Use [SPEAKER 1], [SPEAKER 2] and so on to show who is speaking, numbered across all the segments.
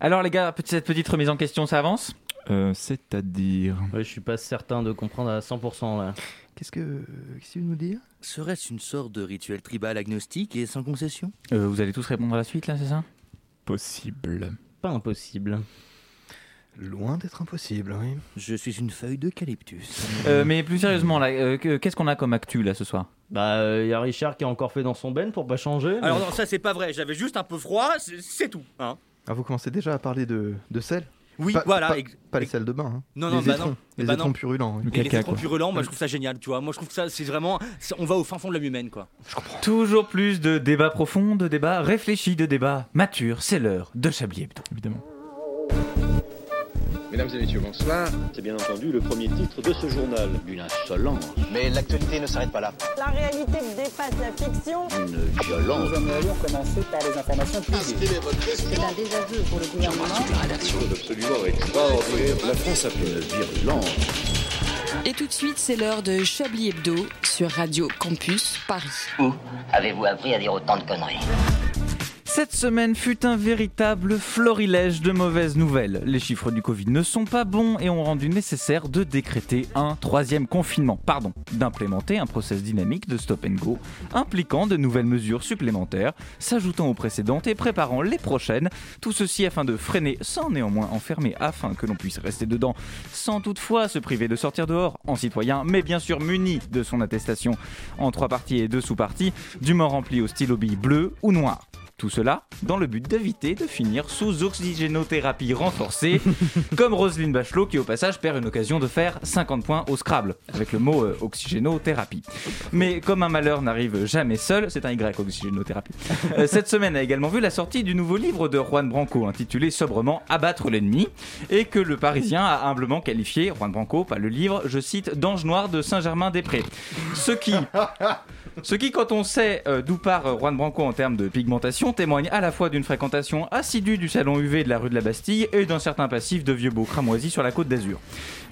[SPEAKER 1] Alors les gars, petite- cette petite remise en question, ça avance
[SPEAKER 2] Euh, C'est-à-dire.
[SPEAKER 3] Ouais, je suis pas certain de comprendre à 100% là.
[SPEAKER 4] Qu'est-ce que qu'est-ce que tu veux nous dire
[SPEAKER 5] Serait-ce une sorte de rituel tribal agnostique et sans concession
[SPEAKER 1] Euh, Vous allez tous répondre à la suite là, c'est ça
[SPEAKER 2] Possible.
[SPEAKER 3] Pas impossible.
[SPEAKER 4] Loin d'être impossible, oui.
[SPEAKER 5] Je suis une feuille d'eucalyptus.
[SPEAKER 1] Euh, Mais plus sérieusement, là, euh, que- qu'est-ce qu'on a comme actu là ce soir
[SPEAKER 3] Bah, il y a Richard qui a encore fait dans son ben pour pas changer.
[SPEAKER 6] Alors non, ça c'est pas vrai, j'avais juste un peu froid, c'est c'est tout. Hein.
[SPEAKER 4] Ah, vous commencez déjà à parler de, de sel
[SPEAKER 6] Oui,
[SPEAKER 4] Pas-
[SPEAKER 6] voilà.
[SPEAKER 4] Pas,
[SPEAKER 6] ex-
[SPEAKER 4] pas les
[SPEAKER 6] ex-
[SPEAKER 4] sels de bain. hein.
[SPEAKER 6] Non, non,
[SPEAKER 4] les
[SPEAKER 6] bah
[SPEAKER 4] étrons,
[SPEAKER 6] non.
[SPEAKER 4] Les
[SPEAKER 6] bah non.
[SPEAKER 4] étrons purulents. oui.
[SPEAKER 2] Le
[SPEAKER 6] Et les
[SPEAKER 2] caca,
[SPEAKER 6] étrons
[SPEAKER 2] quoi.
[SPEAKER 6] purulents, moi je trouve ça génial, tu vois. Moi je trouve que ça, c'est vraiment. c'est- On va au fin fond de l'âme humaine, quoi.
[SPEAKER 1] Toujours plus de débats profonds, de débats réfléchis, de débats matures. C'est l'heure de Chablis Hebdo.
[SPEAKER 2] Évidemment.
[SPEAKER 7] Mesdames et messieurs, bonsoir.
[SPEAKER 8] C'est bien entendu le premier titre de ce journal. Une insolence,
[SPEAKER 9] Mais l'actualité ne s'arrête pas là.
[SPEAKER 10] La réalité dépasse la fiction.
[SPEAKER 8] une violence.
[SPEAKER 10] C'est un désaveu pour le gouvernement.
[SPEAKER 7] Absolument extraordinaire. La France a
[SPEAKER 8] Une virulence.
[SPEAKER 11] Et tout de suite, c'est l'heure de Chablis Hebdo sur Radio Campus Paris.
[SPEAKER 9] Où avez-vous appris à dire autant de conneries
[SPEAKER 1] Cette semaine fut un véritable florilège de mauvaises nouvelles. Les chiffres du Covid ne sont pas bons et ont rendu nécessaire de décréter un troisième confinement, pardon, d'implémenter un process dynamique de stop and go, impliquant de nouvelles mesures supplémentaires, s'ajoutant aux précédentes et préparant les prochaines, tout ceci afin de freiner sans néanmoins enfermer, afin que l'on puisse rester dedans sans toutefois se priver de sortir dehors en citoyen, mais bien sûr muni de son attestation en trois parties et deux sous-parties, dûment remplie au stylo bille bleu ou noir. Tout cela dans le but d'éviter de finir sous oxygénothérapie renforcée, comme Roselyne Bachelot qui au passage perd une occasion de faire 50 points au Scrabble, avec le mot euh, oxygénothérapie. Mais comme un malheur n'arrive jamais seul, c'est un Y oxygénothérapie, Euh, cette semaine a également vu la sortie du nouveau livre de Juan Branco intitulé sobrement Abattre l'ennemi, et que le Parisien a humblement qualifié, Juan Branco, pas le livre, je cite, d'ange noir de Saint-Germain-des-Prés. Ce qui, ce qui, quand on sait euh, d'où part euh, Juan Branco en termes de pigmentation, témoigne à la fois d'une fréquentation assidue du salon UV de la rue de la Bastille et d'un certain passif de vieux beaux cramoisis sur la côte d'Azur.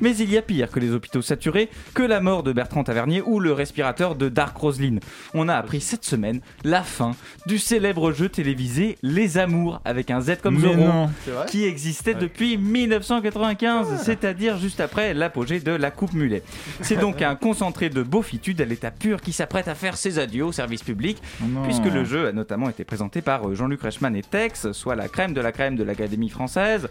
[SPEAKER 1] Mais il y a pire que les hôpitaux saturés, que la mort de Bertrand Tavernier ou le respirateur de Dark Roseline. On a appris cette semaine la fin du célèbre jeu télévisé Les Amours, avec un Z comme
[SPEAKER 2] Mais
[SPEAKER 1] Zorro
[SPEAKER 2] non.
[SPEAKER 4] C'est vrai
[SPEAKER 1] qui existait depuis 1995,
[SPEAKER 2] Ah.
[SPEAKER 1] c'est-à-dire juste après l'apogée de la Coupe Mulet. C'est donc un concentré de beaufitude à l'état pur qui s'apprête à faire ses adieux au service public,
[SPEAKER 2] Oh Non.
[SPEAKER 1] puisque le jeu a notamment été présenté par euh, Jean-Luc Reichmann et Tex, soit la crème de la crème de l'Académie française,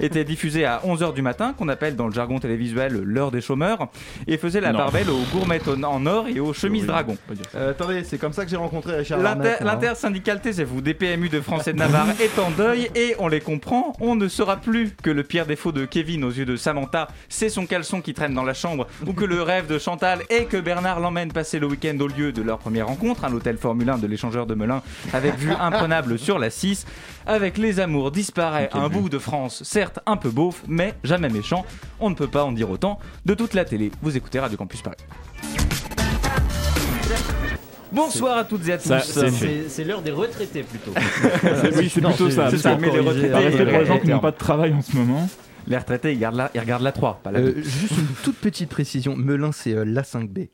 [SPEAKER 1] était diffusé à 11h du matin, qu'on appelle dans le jargon télévisuel l'heure des chômeurs, et faisait la
[SPEAKER 2] Non.
[SPEAKER 1] part belle aux gourmettes en- en or et aux chemises dragons.
[SPEAKER 2] Pas dire ça.
[SPEAKER 4] Euh, Attendez, c'est comme ça que j'ai rencontré Richard hein.
[SPEAKER 1] L'inter-
[SPEAKER 4] Larnac, moi.
[SPEAKER 1] L'intersyndicale TCFou des PMU de Français de Navarre est en deuil et on les comprend. On ne saura plus que le pire défaut de Kevin aux yeux de Samantha, c'est son caleçon qui traîne dans la chambre, ou que le rêve de Chantal est que Bernard l'emmène passer le week-end au lieu de leur première rencontre, à l'hôtel Formule 1 de l'échangeur de Melun, avec vue imprenable sur la 6. Avec les amours disparaît un bout de France, certes un peu beauf, mais jamais méchant. On ne peut pas en dire autant. De toute la télé, vous écoutez Radio Campus Paris. Bonsoir à toutes et à tous.
[SPEAKER 2] Ça, c'est fait.
[SPEAKER 3] C'est c'est l'heure des retraités plutôt.
[SPEAKER 2] C'est- Oui, c'est plutôt ça.
[SPEAKER 1] c'est ça, mais les retraités,
[SPEAKER 2] Par respect pour les gens qui
[SPEAKER 1] terme.
[SPEAKER 2] n'ont pas de travail en ce moment.
[SPEAKER 1] Les retraités, ils regardent la, ils regardent la 3, pas la 2.
[SPEAKER 4] Euh, juste une toute petite précision. Melun, c'est euh, la 5B.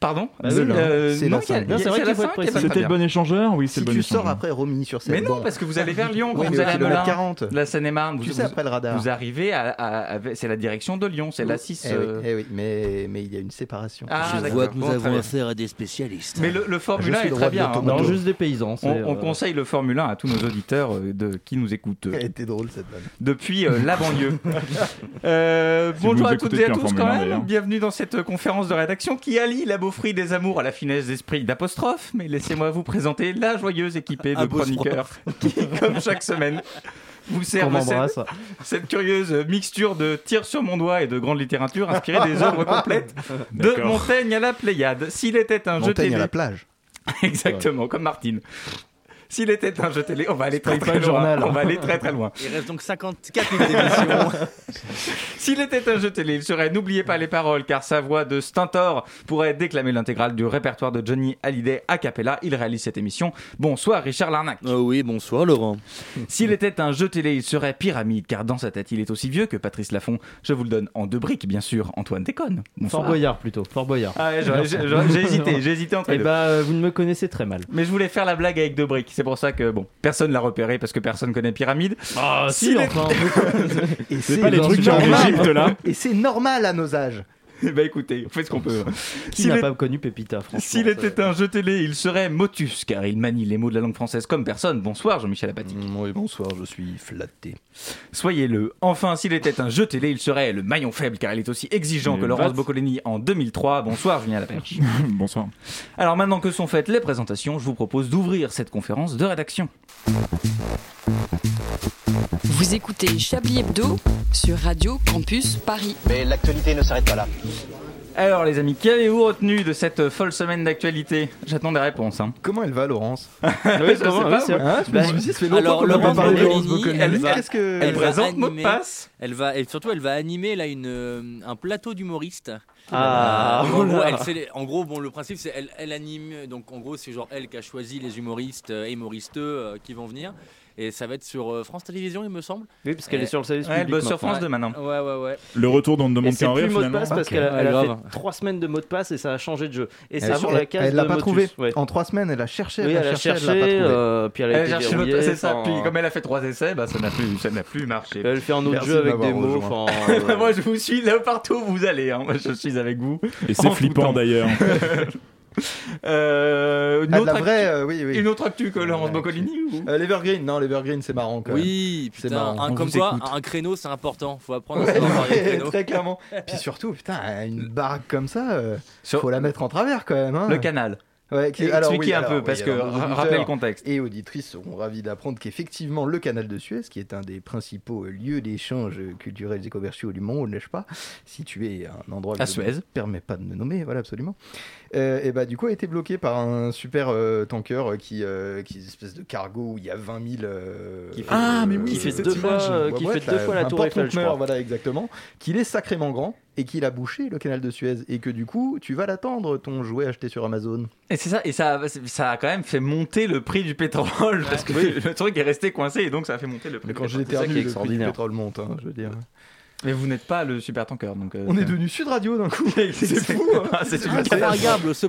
[SPEAKER 1] Pardon
[SPEAKER 4] Bah oui,
[SPEAKER 1] Euh,
[SPEAKER 4] c'est
[SPEAKER 1] non,
[SPEAKER 4] la
[SPEAKER 1] il y a-
[SPEAKER 4] cinq.
[SPEAKER 1] il y a-
[SPEAKER 3] C'est vrai
[SPEAKER 1] c'est
[SPEAKER 3] qu'il
[SPEAKER 1] la
[SPEAKER 3] faut être
[SPEAKER 1] cinq, il y a
[SPEAKER 3] précis.
[SPEAKER 1] pas de
[SPEAKER 2] C'était le
[SPEAKER 1] problèt.
[SPEAKER 2] bon échangeur Oui, c'est
[SPEAKER 4] Si
[SPEAKER 2] le
[SPEAKER 4] tu
[SPEAKER 2] bon
[SPEAKER 4] sors
[SPEAKER 2] échangeur.
[SPEAKER 4] après Romilly sur Seine,
[SPEAKER 1] Mais non,
[SPEAKER 4] bon.
[SPEAKER 1] parce que vous allez vers Lyon,
[SPEAKER 4] Oui,
[SPEAKER 1] quand
[SPEAKER 4] mais
[SPEAKER 1] vous
[SPEAKER 4] au
[SPEAKER 1] allez à
[SPEAKER 4] kilomètre
[SPEAKER 1] Melun.
[SPEAKER 4] 40.
[SPEAKER 1] La Seine-et-Marne, vous,
[SPEAKER 4] Tu sais
[SPEAKER 1] vous-
[SPEAKER 4] après le radar.
[SPEAKER 1] vous arrivez à. à- avec- c'est la direction de Lyon, c'est la 6.
[SPEAKER 4] Eh oui,
[SPEAKER 1] euh.
[SPEAKER 4] eh oui, mais, mais il y a une séparation.
[SPEAKER 1] Ah,
[SPEAKER 5] je
[SPEAKER 1] d'accord.
[SPEAKER 5] vois que nous
[SPEAKER 1] Bon, très
[SPEAKER 5] avons
[SPEAKER 1] bien.
[SPEAKER 5] affaire à des spécialistes.
[SPEAKER 1] Mais le, le Formule
[SPEAKER 4] Je
[SPEAKER 1] 1
[SPEAKER 4] suis
[SPEAKER 1] est
[SPEAKER 4] le
[SPEAKER 1] très
[SPEAKER 4] roi de
[SPEAKER 1] bien. hein.
[SPEAKER 4] l'automobile.
[SPEAKER 3] non,
[SPEAKER 1] On-
[SPEAKER 3] juste des paysans. c'est,
[SPEAKER 1] On,
[SPEAKER 3] euh,
[SPEAKER 1] on conseille le Formule 1 à tous nos auditeurs euh, de, qui nous écoutent euh,
[SPEAKER 4] Elle était drôle cette bonne.
[SPEAKER 1] depuis euh, la banlieue. Euh,
[SPEAKER 2] Si
[SPEAKER 1] bonjour
[SPEAKER 2] vous
[SPEAKER 1] à
[SPEAKER 2] écoutez
[SPEAKER 1] toutes et à
[SPEAKER 2] depuis un
[SPEAKER 1] tous
[SPEAKER 2] Formule
[SPEAKER 1] quand
[SPEAKER 2] un,
[SPEAKER 1] même.
[SPEAKER 2] d'ailleurs.
[SPEAKER 1] Bienvenue dans cette euh, conférence de rédaction qui allie la beaufrie des amours à la finesse d'esprit d'apostrophe. Mais laissez-moi vous présenter la joyeuse équipée de
[SPEAKER 5] Ah, beaufroid.
[SPEAKER 1] chroniqueurs qui, comme chaque semaine, vous
[SPEAKER 4] On
[SPEAKER 1] servent cette,
[SPEAKER 4] m'embrasse.
[SPEAKER 1] cette curieuse mixture de tir sur mon doigt et de grande littérature inspirée des œuvres complètes de
[SPEAKER 2] D'accord.
[SPEAKER 1] Montaigne à la Pléiade. S'il était un jeu
[SPEAKER 4] Montaigne
[SPEAKER 1] télé,
[SPEAKER 4] à la plage.
[SPEAKER 1] exactement comme Martine. S'il était un jeu télé, on va aller très
[SPEAKER 4] pas
[SPEAKER 1] très
[SPEAKER 4] le
[SPEAKER 1] loin.
[SPEAKER 4] journal. hein.
[SPEAKER 1] On va aller très très loin.
[SPEAKER 6] Il reste donc 54 minutes d'émission.
[SPEAKER 1] S'il était un jeu télé, il serait N'oubliez pas les paroles, car sa voix de Stentor pourrait déclamer l'intégrale du répertoire de Johnny Hallyday a cappella. Il réalise cette émission. Bonsoir Richard Larnac.
[SPEAKER 5] Oh oui, bonsoir Laurent.
[SPEAKER 1] S'il était un jeu télé, il serait Pyramide, car dans sa tête, il est aussi vieux que Patrice Laffont. Je vous le donne en deux briques, bien sûr. Antoine Déconne.
[SPEAKER 3] Fort
[SPEAKER 1] Bonsoir.
[SPEAKER 3] Boyard plutôt. Fort Boyard.
[SPEAKER 1] Ah ouais, j'aurais- j'aurais- j'ai hésité, j'ai hésité entre
[SPEAKER 3] Eh
[SPEAKER 1] les deux.
[SPEAKER 3] bah, euh, vous ne me connaissez très mal.
[SPEAKER 1] Mais je voulais faire la blague avec deux briques, c'est C'est pour ça que bon, personne l'a repéré parce que personne connaît Pyramide.
[SPEAKER 3] Ah,
[SPEAKER 1] Si
[SPEAKER 3] si,
[SPEAKER 1] les-
[SPEAKER 3] enfin.
[SPEAKER 4] Et
[SPEAKER 2] C'est pas les
[SPEAKER 4] dans
[SPEAKER 2] trucs
[SPEAKER 4] une
[SPEAKER 2] genre
[SPEAKER 4] norme.
[SPEAKER 2] d'Égypte là
[SPEAKER 4] Et c'est normal à nos âges.
[SPEAKER 1] bah écoutez, on fait ce qu'on peut.
[SPEAKER 3] Qui
[SPEAKER 1] S'il
[SPEAKER 3] n'a
[SPEAKER 1] est-
[SPEAKER 3] pas connu Pépita, franchement
[SPEAKER 1] S'il
[SPEAKER 3] ça-
[SPEAKER 1] était un jeu télé, il serait Motus, car il manie les mots de la langue française comme personne. Bonsoir Jean-Michel Apathy.
[SPEAKER 3] Mm,
[SPEAKER 4] Oui, bonsoir, je suis flatté.
[SPEAKER 1] Soyez-le. Enfin, s'il était un jeu télé, il serait le maillon faible, car il est aussi exigeant
[SPEAKER 2] Et
[SPEAKER 1] que Laurence
[SPEAKER 2] bats.
[SPEAKER 1] Boccolini en 2003. Bonsoir Julien Laperche.
[SPEAKER 2] Bonsoir.
[SPEAKER 1] Alors maintenant que sont faites les présentations, je vous propose d'ouvrir cette conférence de rédaction.
[SPEAKER 11] Vous écoutez Chablis Hebdo sur Radio Campus Paris.
[SPEAKER 9] Mais l'actualité ne s'arrête pas là.
[SPEAKER 1] Alors les amis, qu'avez-vous retenu de cette euh, folle semaine d'actualité J'attends des réponses. hein.
[SPEAKER 4] Comment elle va, Laurence
[SPEAKER 1] Je sais
[SPEAKER 3] comment,
[SPEAKER 1] pas,
[SPEAKER 3] oui, c'est
[SPEAKER 1] moi.
[SPEAKER 4] Hein, Je me suis dit, ça fait longtemps
[SPEAKER 6] alors,
[SPEAKER 4] qu'on n'a pas
[SPEAKER 6] Laurence
[SPEAKER 4] parlé de Laurence
[SPEAKER 6] Boccolini,
[SPEAKER 4] Boccolini.
[SPEAKER 6] elle va-
[SPEAKER 4] Qu'est-ce que...
[SPEAKER 1] Elle
[SPEAKER 6] va
[SPEAKER 1] présente mot de
[SPEAKER 6] animer.
[SPEAKER 1] passe.
[SPEAKER 6] Elle va, et surtout, elle va animer là une, euh, un plateau d'humoristes.
[SPEAKER 3] Ah,
[SPEAKER 6] Euh, en, gros,
[SPEAKER 3] voilà.
[SPEAKER 6] elle fait les- en gros, bon, le principe, c'est elle, elle anime. Donc, en gros, c'est genre elle qui a choisi les humoristes euh, et humoristeux euh, qui vont venir. Et ça va être sur euh, France Télévisions, il me semble.
[SPEAKER 3] Oui, parce qu'elle est sur le service
[SPEAKER 1] Ouais, elle
[SPEAKER 3] public.
[SPEAKER 1] bosse sur France
[SPEAKER 6] Ouais.
[SPEAKER 1] 2 maintenant.
[SPEAKER 6] Ouais, ouais, ouais.
[SPEAKER 2] Le retour d'On ne
[SPEAKER 3] maintenant.
[SPEAKER 2] demande
[SPEAKER 3] Et c'est
[SPEAKER 2] qu'à en
[SPEAKER 3] plus
[SPEAKER 2] rire
[SPEAKER 3] mot de
[SPEAKER 2] finalement.
[SPEAKER 3] passe parce
[SPEAKER 4] Ok.
[SPEAKER 3] qu'elle a,
[SPEAKER 6] Ouais,
[SPEAKER 3] elle a
[SPEAKER 6] grave.
[SPEAKER 3] fait trois semaines de mot de passe et ça a changé de jeu. Et
[SPEAKER 4] Elle-
[SPEAKER 3] c'est sur
[SPEAKER 4] elle-
[SPEAKER 3] la case
[SPEAKER 4] Elle l'a
[SPEAKER 3] de
[SPEAKER 4] pas
[SPEAKER 3] Motus.
[SPEAKER 4] trouvé.
[SPEAKER 3] Ouais.
[SPEAKER 4] En trois semaines, elle a cherché,
[SPEAKER 3] Oui,
[SPEAKER 4] elle a
[SPEAKER 3] elle a
[SPEAKER 4] cherché, elle
[SPEAKER 3] cherché,
[SPEAKER 4] l'a pas trouvé.
[SPEAKER 3] euh, puis elle a
[SPEAKER 1] Elle
[SPEAKER 3] été
[SPEAKER 1] cherche le-
[SPEAKER 3] verrouillée,
[SPEAKER 1] c'est ça.
[SPEAKER 3] enfin,
[SPEAKER 1] Puis comme elle a fait trois essais, bah, ça n'a plus, ça n'a plus marché.
[SPEAKER 3] Elle fait un autre
[SPEAKER 4] Merci
[SPEAKER 3] jeu avec
[SPEAKER 4] de
[SPEAKER 3] des
[SPEAKER 4] m'avoir
[SPEAKER 3] mots.
[SPEAKER 4] rejoint.
[SPEAKER 3] enfin, euh,
[SPEAKER 1] Moi, je vous suis là partout où vous allez. hein. Moi, je suis avec vous.
[SPEAKER 2] Et c'est
[SPEAKER 1] En
[SPEAKER 2] flippant
[SPEAKER 1] foutant.
[SPEAKER 2] d'ailleurs.
[SPEAKER 1] Euh, une,
[SPEAKER 4] Ah, de
[SPEAKER 1] autre
[SPEAKER 4] la
[SPEAKER 1] actu-
[SPEAKER 4] vraie, euh, oui, oui.
[SPEAKER 1] une autre actu que Laurence
[SPEAKER 4] Ouais,
[SPEAKER 1] Boccolini ou
[SPEAKER 4] Euh, L'Evergreen, non, l'Evergreen, c'est marrant quand même.
[SPEAKER 6] Oui,
[SPEAKER 4] C'est
[SPEAKER 6] putain,
[SPEAKER 4] marrant,
[SPEAKER 6] un-
[SPEAKER 4] on
[SPEAKER 6] comme
[SPEAKER 4] vous
[SPEAKER 6] quoi,
[SPEAKER 4] écoute.
[SPEAKER 6] un créneau, c'est important. Faut apprendre à
[SPEAKER 4] Ouais,
[SPEAKER 6] savoir parler de créneau.
[SPEAKER 4] très clairement. Puis surtout, putain, une baraque comme ça, euh, faut la mettre en travers quand même. Hein.
[SPEAKER 1] le canal
[SPEAKER 4] Ouais, qui-
[SPEAKER 1] Expliquez
[SPEAKER 4] alors, oui,
[SPEAKER 1] un
[SPEAKER 4] alors,
[SPEAKER 1] peu,
[SPEAKER 4] oui,
[SPEAKER 1] parce que
[SPEAKER 4] alors, nos
[SPEAKER 1] ra-
[SPEAKER 4] auditeurs
[SPEAKER 1] rappelez le contexte.
[SPEAKER 4] Et auditrices seront ravis d'apprendre qu'effectivement, le canal de Suez, qui est un des principaux euh, lieux d'échanges euh, culturels et commerciaux du monde, n'est-ce pas Situé à un endroit
[SPEAKER 1] À
[SPEAKER 4] que je
[SPEAKER 1] Suez.
[SPEAKER 4] ne permet pas de me nommer, voilà, absolument. Euh, et bah, du coup, a été bloqué par un super euh, tanker euh, qui, euh, qui est une espèce de cargo où il y a 20 000. euh,
[SPEAKER 3] Qui fait-
[SPEAKER 2] Ah, mais oui,
[SPEAKER 3] qui
[SPEAKER 2] c'est
[SPEAKER 3] fait
[SPEAKER 2] cette
[SPEAKER 3] deux fois,
[SPEAKER 2] image.
[SPEAKER 3] euh, qui
[SPEAKER 4] Ouais,
[SPEAKER 3] fait deux
[SPEAKER 4] t'as
[SPEAKER 3] fois la
[SPEAKER 4] un
[SPEAKER 3] tour Eiffel, je
[SPEAKER 4] porte-conteneur,
[SPEAKER 3] crois.
[SPEAKER 4] Voilà, exactement. Qu'il est sacrément grand et qu'il a bouché le canal de Suez et que du coup, tu vas l'attendre ton jouet acheté sur Amazon.
[SPEAKER 1] Et c'est ça, et ça, ça a quand même fait monter le prix du pétrole parce que le truc est resté coincé et donc ça a fait monter le prix.
[SPEAKER 4] Mais
[SPEAKER 1] du
[SPEAKER 4] quand je
[SPEAKER 1] pétrole.
[SPEAKER 3] qui
[SPEAKER 4] l'éternue, le
[SPEAKER 3] est
[SPEAKER 4] prix du
[SPEAKER 3] extraordinaire.
[SPEAKER 4] pétrole monte, hein, je veux dire.
[SPEAKER 1] Mais vous n'êtes pas le super tanker, donc. euh,
[SPEAKER 4] On est
[SPEAKER 1] c'est-
[SPEAKER 4] devenu Sud Radio d'un coup. C'est fou. hein.
[SPEAKER 1] Ah, c'est une
[SPEAKER 6] C'est variable, ce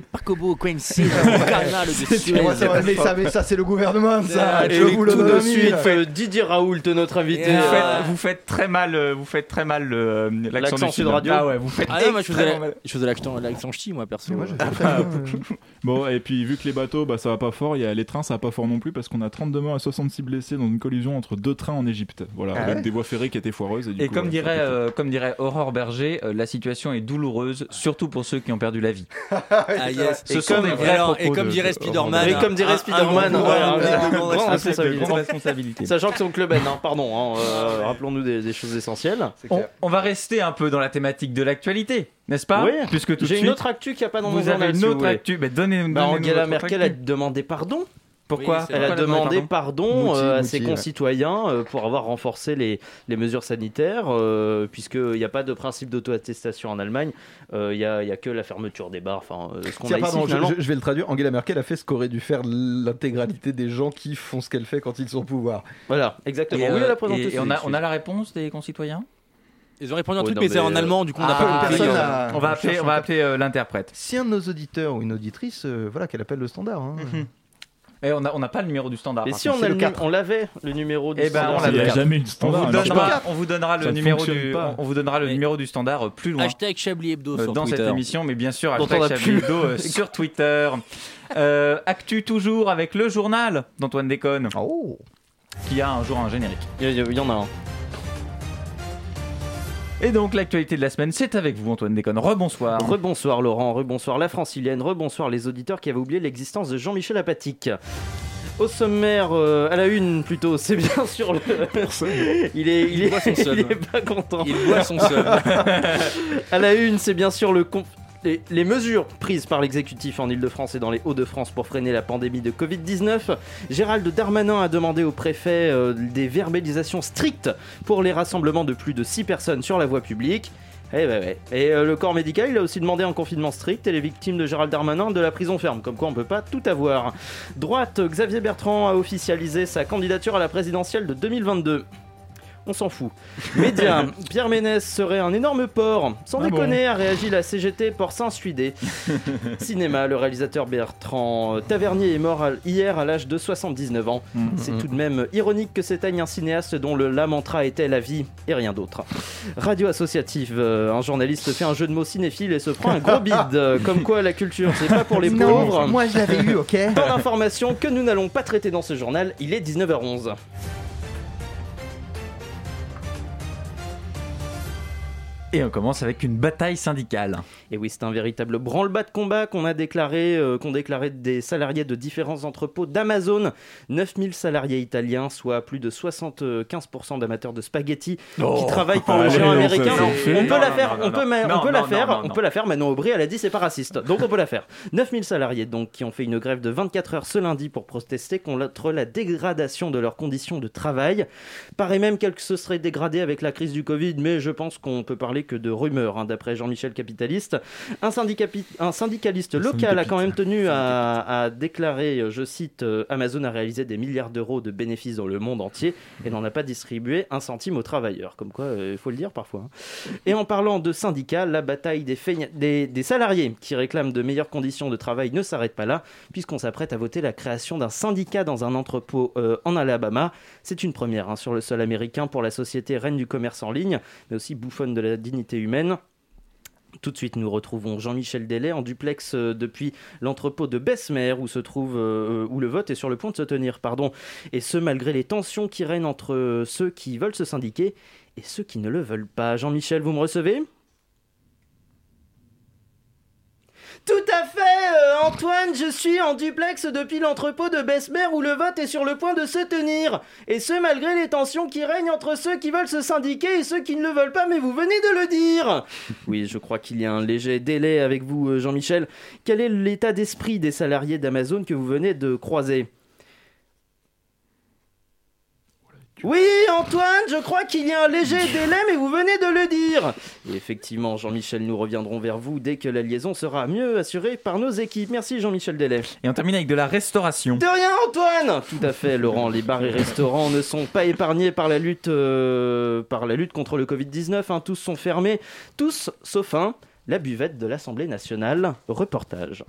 [SPEAKER 6] pacobo Quincy, le canal de Suez.
[SPEAKER 4] Ouais, ça, mais ça, mais ça, c'est le gouvernement, ça.
[SPEAKER 6] Ah,
[SPEAKER 4] Je
[SPEAKER 6] et
[SPEAKER 4] vous le
[SPEAKER 6] tout de
[SPEAKER 4] donne.
[SPEAKER 3] Ensuite, euh, Didier Raoult, notre invité.
[SPEAKER 1] Vous
[SPEAKER 6] Ah.
[SPEAKER 4] Euh,
[SPEAKER 1] faites, vous faites très mal, euh, vous faites très mal euh, l'accent
[SPEAKER 3] L'accent
[SPEAKER 1] du
[SPEAKER 3] Sud
[SPEAKER 1] Sud.
[SPEAKER 3] Radio.
[SPEAKER 1] Ah ouais, vous faites
[SPEAKER 6] Ah non, moi je faisais,
[SPEAKER 1] extrêmement
[SPEAKER 6] la-
[SPEAKER 1] mal.
[SPEAKER 6] je faisais l'accent, l'accent ch'ti, moi perso.
[SPEAKER 4] Mais moi, je
[SPEAKER 6] Euh,
[SPEAKER 4] sais pas, euh,
[SPEAKER 2] Bon, et puis vu que les bateaux, bah, ça va pas fort, il y a les trains, ça va pas fort non plus, parce qu'on a 32 morts et 66 blessés dans une collision entre deux trains en Égypte. Voilà,
[SPEAKER 4] Ah
[SPEAKER 2] avec
[SPEAKER 4] ouais
[SPEAKER 2] des voies ferrées qui étaient foireuses. Et, du
[SPEAKER 1] Et
[SPEAKER 2] coup,
[SPEAKER 1] comme
[SPEAKER 2] ouais,
[SPEAKER 1] dirait,
[SPEAKER 2] ça a pété.
[SPEAKER 1] euh, comme dirait Aurore Berger, euh, la situation est douloureuse, surtout pour ceux qui ont perdu la vie.
[SPEAKER 6] Ah, yes.
[SPEAKER 1] Ce
[SPEAKER 6] et
[SPEAKER 1] sont
[SPEAKER 6] comme,
[SPEAKER 1] des vrais
[SPEAKER 6] et alors,
[SPEAKER 1] propos
[SPEAKER 6] et comme
[SPEAKER 1] de-
[SPEAKER 6] dirait
[SPEAKER 1] de-
[SPEAKER 6] Spider-Man.
[SPEAKER 1] Et
[SPEAKER 6] un-
[SPEAKER 3] comme dirait
[SPEAKER 6] un- un
[SPEAKER 3] Spider-Man,
[SPEAKER 6] grand-
[SPEAKER 3] ouais,
[SPEAKER 6] un-
[SPEAKER 3] ouais,
[SPEAKER 6] un
[SPEAKER 3] ouais.
[SPEAKER 6] grand-
[SPEAKER 3] Grande
[SPEAKER 1] Un fait de
[SPEAKER 3] responsabilité.
[SPEAKER 1] grande responsabilité.
[SPEAKER 3] Sachant que c'est oncle Ben, hein, pardon, hein, euh, rappelons-nous des, des choses essentielles.
[SPEAKER 1] On, on va rester un peu dans la thématique de l'actualité, n'est-ce pas
[SPEAKER 3] Oui.
[SPEAKER 1] Puisque tout de
[SPEAKER 3] J'ai une
[SPEAKER 1] suite,
[SPEAKER 3] autre actu qui a pas dans mon
[SPEAKER 1] vous
[SPEAKER 3] journal.
[SPEAKER 1] avez une
[SPEAKER 3] si vous
[SPEAKER 1] autre
[SPEAKER 3] voulez.
[SPEAKER 1] actu. Mais donnez-nous
[SPEAKER 3] Bah,
[SPEAKER 1] donnez-nous
[SPEAKER 3] Angela
[SPEAKER 1] votre
[SPEAKER 3] Merkel a
[SPEAKER 1] actu.
[SPEAKER 3] demandé pardon.
[SPEAKER 1] Pourquoi
[SPEAKER 6] Oui, c'est
[SPEAKER 3] Elle
[SPEAKER 1] Pourquoi
[SPEAKER 3] a demandé
[SPEAKER 1] pardon
[SPEAKER 3] pardon
[SPEAKER 4] Moutille,
[SPEAKER 3] euh, à
[SPEAKER 4] Moutille,
[SPEAKER 3] ses
[SPEAKER 4] ouais.
[SPEAKER 3] concitoyens euh, pour avoir renforcé les, les mesures sanitaires, euh, puisqu'il n'y a pas de principe d'auto-attestation en Allemagne. Euh, Il n'y a, il y a que la fermeture des bars, enfin, euh, ce qu'on
[SPEAKER 4] Tiens,
[SPEAKER 3] a ici
[SPEAKER 4] pardon, je,
[SPEAKER 3] finalement.
[SPEAKER 4] je- je vais le traduire. Angela Merkel a fait ce qu'aurait dû faire l'intégralité des gens qui font ce qu'elle fait quand ils sont au pouvoir.
[SPEAKER 3] Voilà, exactement.
[SPEAKER 1] Et,
[SPEAKER 3] oui, elle
[SPEAKER 1] euh,
[SPEAKER 3] a présenté
[SPEAKER 1] et- et
[SPEAKER 3] ses
[SPEAKER 1] on a,
[SPEAKER 3] excuses.
[SPEAKER 1] on a la réponse des concitoyens
[SPEAKER 6] Ils ont répondu un
[SPEAKER 3] Ouais,
[SPEAKER 6] truc,
[SPEAKER 3] non,
[SPEAKER 6] mais c'est
[SPEAKER 3] mais,
[SPEAKER 6] en
[SPEAKER 3] euh,
[SPEAKER 6] allemand, du coup on n'a
[SPEAKER 1] Ah,
[SPEAKER 6] pas compris.
[SPEAKER 4] personne
[SPEAKER 6] euh,
[SPEAKER 4] n'a-
[SPEAKER 1] On va appeler,
[SPEAKER 4] cherche
[SPEAKER 1] on va
[SPEAKER 4] encore.
[SPEAKER 1] appeler euh, l'interprète.
[SPEAKER 4] Si un de nos auditeurs ou une auditrice, euh, voilà, qu'elle appelle le standard. hein.
[SPEAKER 1] Et Eh, on n'a on n'a pas le numéro du standard.
[SPEAKER 3] Et
[SPEAKER 1] par
[SPEAKER 3] si
[SPEAKER 1] contre.
[SPEAKER 3] on,
[SPEAKER 4] c'est
[SPEAKER 3] a
[SPEAKER 4] le
[SPEAKER 3] le nu-
[SPEAKER 4] quatre.
[SPEAKER 3] on l'avait, le numéro du
[SPEAKER 1] Eh ben,
[SPEAKER 3] standard.
[SPEAKER 1] on l'a
[SPEAKER 2] Il y a
[SPEAKER 1] l'avez.
[SPEAKER 2] jamais eu de
[SPEAKER 1] on,
[SPEAKER 2] standard.
[SPEAKER 1] vous
[SPEAKER 2] alors, je sais pas.
[SPEAKER 1] donnera, on vous donnera le
[SPEAKER 2] Ça ne
[SPEAKER 1] numéro
[SPEAKER 2] fonctionne
[SPEAKER 1] du,
[SPEAKER 2] pas.
[SPEAKER 1] on vous donnera le
[SPEAKER 6] Mais-
[SPEAKER 1] numéro du standard euh, plus loin.
[SPEAKER 6] Hashtag Chablis Hebdo
[SPEAKER 1] euh,
[SPEAKER 6] sur
[SPEAKER 1] dans
[SPEAKER 6] Twitter.
[SPEAKER 1] cette émission, mais bien sûr,
[SPEAKER 3] Dont
[SPEAKER 1] hashtag
[SPEAKER 3] on a
[SPEAKER 1] Chablis Hebdo, euh, sur Twitter. Euh, actu toujours avec le journal d'Antoine Déconne,
[SPEAKER 4] Oh.
[SPEAKER 1] qui a un jour un générique.
[SPEAKER 3] Il y, a- il y en a un.
[SPEAKER 1] Et donc, l'actualité de la semaine, c'est avec vous, Antoine Déconne. Rebonsoir.
[SPEAKER 3] Rebonsoir Laurent, rebonsoir la francilienne, rebonsoir les auditeurs qui avaient oublié l'existence de Jean-Michel Apatique. Au sommaire, euh, à la une plutôt, c'est bien sûr le. Il est, il est,
[SPEAKER 6] boit son seum.
[SPEAKER 3] il est pas content.
[SPEAKER 6] Il boit son seum.
[SPEAKER 3] À la une, c'est bien sûr le. conf- Les, les mesures prises par l'exécutif en Ile-de-France et dans les Hauts-de-France pour freiner la pandémie de Covid-19, Gérald Darmanin a demandé au préfet euh, des verbalisations strictes pour les rassemblements de plus de 6 personnes sur la voie publique. Eh ben ouais. Et euh, le corps médical, il a aussi demandé un confinement strict et les victimes de Gérald Darmanin de la prison ferme, comme quoi on peut pas tout avoir. Droite, Xavier Bertrand a officialisé sa candidature à la présidentielle de 2022. on s'en fout. Média, Pierre Ménès serait un énorme porc. Sans
[SPEAKER 2] Ah
[SPEAKER 3] déconner, a réagi la CGT pour Saint-Suidé. Cinéma, le réalisateur Bertrand Tavernier est mort à- hier à l'âge de 79 ans.
[SPEAKER 4] Mm,
[SPEAKER 2] Mhm.
[SPEAKER 3] C'est tout de même ironique que s'éteigne un cinéaste dont le la mantra était la vie et rien d'autre. Radio associative, euh, un journaliste fait un jeu de mots cinéphile et se prend un gros bide. euh, comme quoi la culture, c'est pas pour les
[SPEAKER 4] Non,
[SPEAKER 3] pauvres.
[SPEAKER 4] moi, je l'avais eu, ok
[SPEAKER 3] Tant d'informations que nous n'allons pas traiter dans ce journal, il est 19h11.
[SPEAKER 1] Et on commence avec une bataille syndicale.
[SPEAKER 3] Et oui, c'est un véritable branle-bas de combat qu'on a déclaré, euh, qu'ont déclaré des salariés de différents entrepôts d'Amazon. 9000 salariés italiens, soit plus de 75% d'amateurs de spaghettis
[SPEAKER 1] Oh,
[SPEAKER 3] qui travaillent pour le
[SPEAKER 2] Allez,
[SPEAKER 3] géant
[SPEAKER 2] on se-
[SPEAKER 3] américain.
[SPEAKER 2] on
[SPEAKER 3] On
[SPEAKER 2] fait-
[SPEAKER 3] peut
[SPEAKER 1] Non,
[SPEAKER 3] la
[SPEAKER 1] non,
[SPEAKER 3] faire,
[SPEAKER 1] non,
[SPEAKER 3] on peut
[SPEAKER 1] non,
[SPEAKER 3] ma-
[SPEAKER 1] non,
[SPEAKER 3] on peut la
[SPEAKER 1] non, non,
[SPEAKER 3] faire, on
[SPEAKER 1] non.
[SPEAKER 3] peut la faire. Manon Aubry, elle a dit c'est pas raciste. Donc on peut la faire. 9000 salariés donc qui ont fait une grève de 24 heures ce lundi pour protester contre la dégradation de leurs conditions de travail. Paraît même qu'elles se seraient dégradées avec la crise du Covid, mais je pense qu'on peut parler que de rumeurs, hein, d'après Jean-Michel Capitaliste. Un, syndicapi- un syndicaliste local a quand même tenu à, à déclarer, euh, je cite, euh, Amazon a réalisé des milliards d'euros de bénéfices dans le monde entier et n'en a pas distribué un centime aux travailleurs. Comme quoi, euh, il faut le dire parfois. hein. Et en parlant de syndicats, la bataille des, feigna- des- des salariés qui réclament de meilleures conditions de travail ne s'arrête pas là, puisqu'on s'apprête à voter la création d'un syndicat dans un entrepôt euh, en Alabama. C'est une première hein, sur le sol américain pour la société reine du commerce en ligne, mais aussi bouffonne de la dignité humaine. Tout de suite, nous retrouvons Jean-Michel Delay en duplex euh, depuis l'entrepôt de Bessemer où se trouve euh, où le vote est sur le point de se tenir, pardon. Et ce malgré les tensions qui règnent entre euh, ceux qui veulent se syndiquer et ceux qui ne le veulent pas. Jean-Michel, vous me recevez Tout à fait, euh, Antoine, je suis en duplex depuis l'entrepôt de Bessemer où le vote est sur le point de se tenir. Et ce, malgré les tensions qui règnent entre ceux qui veulent se syndiquer et ceux qui ne le veulent pas, mais vous venez de le dire. Oui, je crois qu'il y a un léger délai avec vous, euh, Jean-Michel. Quel est l'état d'esprit des salariés d'Amazon que vous venez de croiser Oui, Antoine, je crois qu'il y a un léger délai, mais vous venez de le dire. Et effectivement, Jean-Michel, nous reviendrons vers vous dès que la liaison sera mieux assurée par nos équipes. Merci, Jean-Michel Delay.
[SPEAKER 1] Et on termine avec de la restauration.
[SPEAKER 3] De rien, Antoine Tout à fait, Laurent. Les bars et restaurants ne sont pas épargnés par la lutte, euh, par la lutte contre le Covid-19. hein. Tous sont fermés, tous sauf un, la buvette de l'Assemblée nationale. Reportage.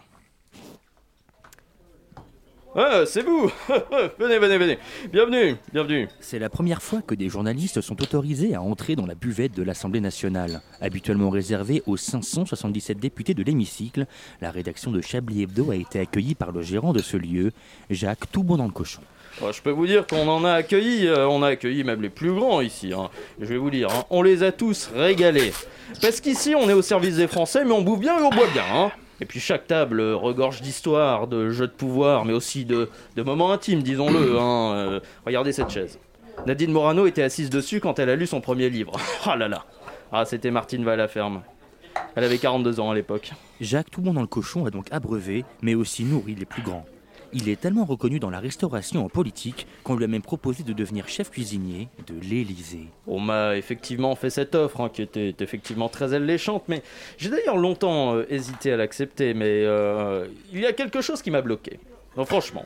[SPEAKER 3] Ah, c'est vous Venez, venez, venez. Bienvenue, bienvenue.
[SPEAKER 5] C'est la première fois que des journalistes sont autorisés à entrer dans la buvette de l'Assemblée nationale. Habituellement réservée aux 577 députés de l'hémicycle, la rédaction de Chablis Hebdo a été accueillie par le gérant de ce lieu, Jacques Toubon dans le cochon.
[SPEAKER 3] Oh, je peux vous dire qu'on en a accueilli, euh, on a accueilli même les plus grands ici. hein. Je vais vous dire, hein, on les a tous régalés. Parce qu'ici, on est au service des Français, mais on bouffe bien et on boit bien. hein. Et puis chaque table euh, regorge d'histoires, de jeux de pouvoir, mais aussi de, de moments intimes, disons-le. hein. Euh, regardez cette chaise. Nadine Morano était assise dessus quand elle a lu son premier livre. Ah là là. Ah, c'était Martine Valaferme. Elle avait 42 ans à l'époque.
[SPEAKER 5] Jacques Toubon dans le cochon a donc abreuvé, mais aussi nourri les plus grands. Il est tellement reconnu dans la restauration en politique qu'on lui a même proposé de devenir chef cuisinier de l'Élysée.
[SPEAKER 3] On m'a effectivement fait cette offre hein, qui était effectivement très alléchante, mais j'ai d'ailleurs longtemps euh, hésité à l'accepter, mais euh, il y a quelque chose qui m'a bloqué. Non, franchement,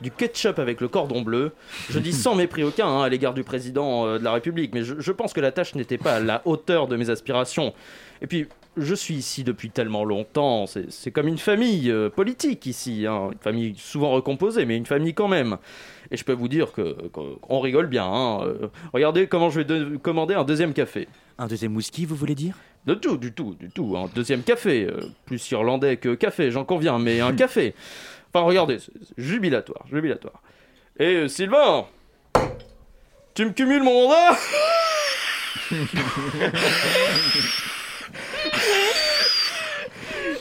[SPEAKER 3] du ketchup avec le cordon bleu, je dis sans mépris aucun hein, à l'égard du président euh, de la République, mais je, je pense que la tâche n'était pas à la hauteur de mes aspirations. Et puis, je suis ici depuis tellement longtemps, c'est c'est comme une famille euh, politique ici, hein, une famille souvent recomposée, mais une famille quand même. Et je peux vous dire que que- qu'on rigole bien. hein. Euh, regardez comment je vais de- commander un deuxième café.
[SPEAKER 5] Un deuxième whisky, vous voulez dire
[SPEAKER 3] De tout, du tout, du tout. Un deuxième café. euh, plus irlandais que café, j'en conviens, mais un café. Enfin, regardez, c'est c'est jubilatoire, jubilatoire. Et euh, Sylvain Tu me cumules mon mandat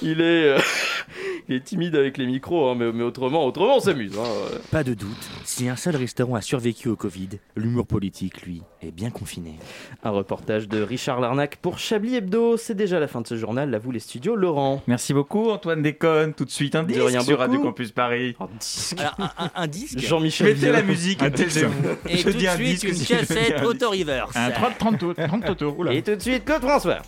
[SPEAKER 3] Il est. euh, il est timide avec les micros, hein, mais, mais autrement, autrement, on s'amuse. hein.
[SPEAKER 5] Pas de doute, si un seul restaurant a survécu au Covid, l'humour politique, lui, est bien confiné.
[SPEAKER 3] Un reportage de Richard Larnac pour Chablis Hebdo. C'est déjà la fin de ce journal. Là, vous les studios, Laurent.
[SPEAKER 1] Merci beaucoup Antoine Déconne, tout de suite un
[SPEAKER 3] De
[SPEAKER 1] disque
[SPEAKER 3] rien
[SPEAKER 1] sur
[SPEAKER 3] beaucoup. Oh,
[SPEAKER 1] Radio Campus Paris.
[SPEAKER 6] Alors, un, un- un disque
[SPEAKER 3] Jean-Michel.
[SPEAKER 1] Mettez la musique,
[SPEAKER 2] Un disque.
[SPEAKER 1] taisez-vous.
[SPEAKER 6] et
[SPEAKER 1] Je
[SPEAKER 6] tout
[SPEAKER 1] dis un
[SPEAKER 6] de suite
[SPEAKER 1] disque
[SPEAKER 6] une
[SPEAKER 1] si je veux dire
[SPEAKER 6] cassette
[SPEAKER 1] un disque.
[SPEAKER 6] auto-reverse.
[SPEAKER 2] Un 30 30 tours, 30 tours, oula.
[SPEAKER 3] Et tout de suite, Claude François.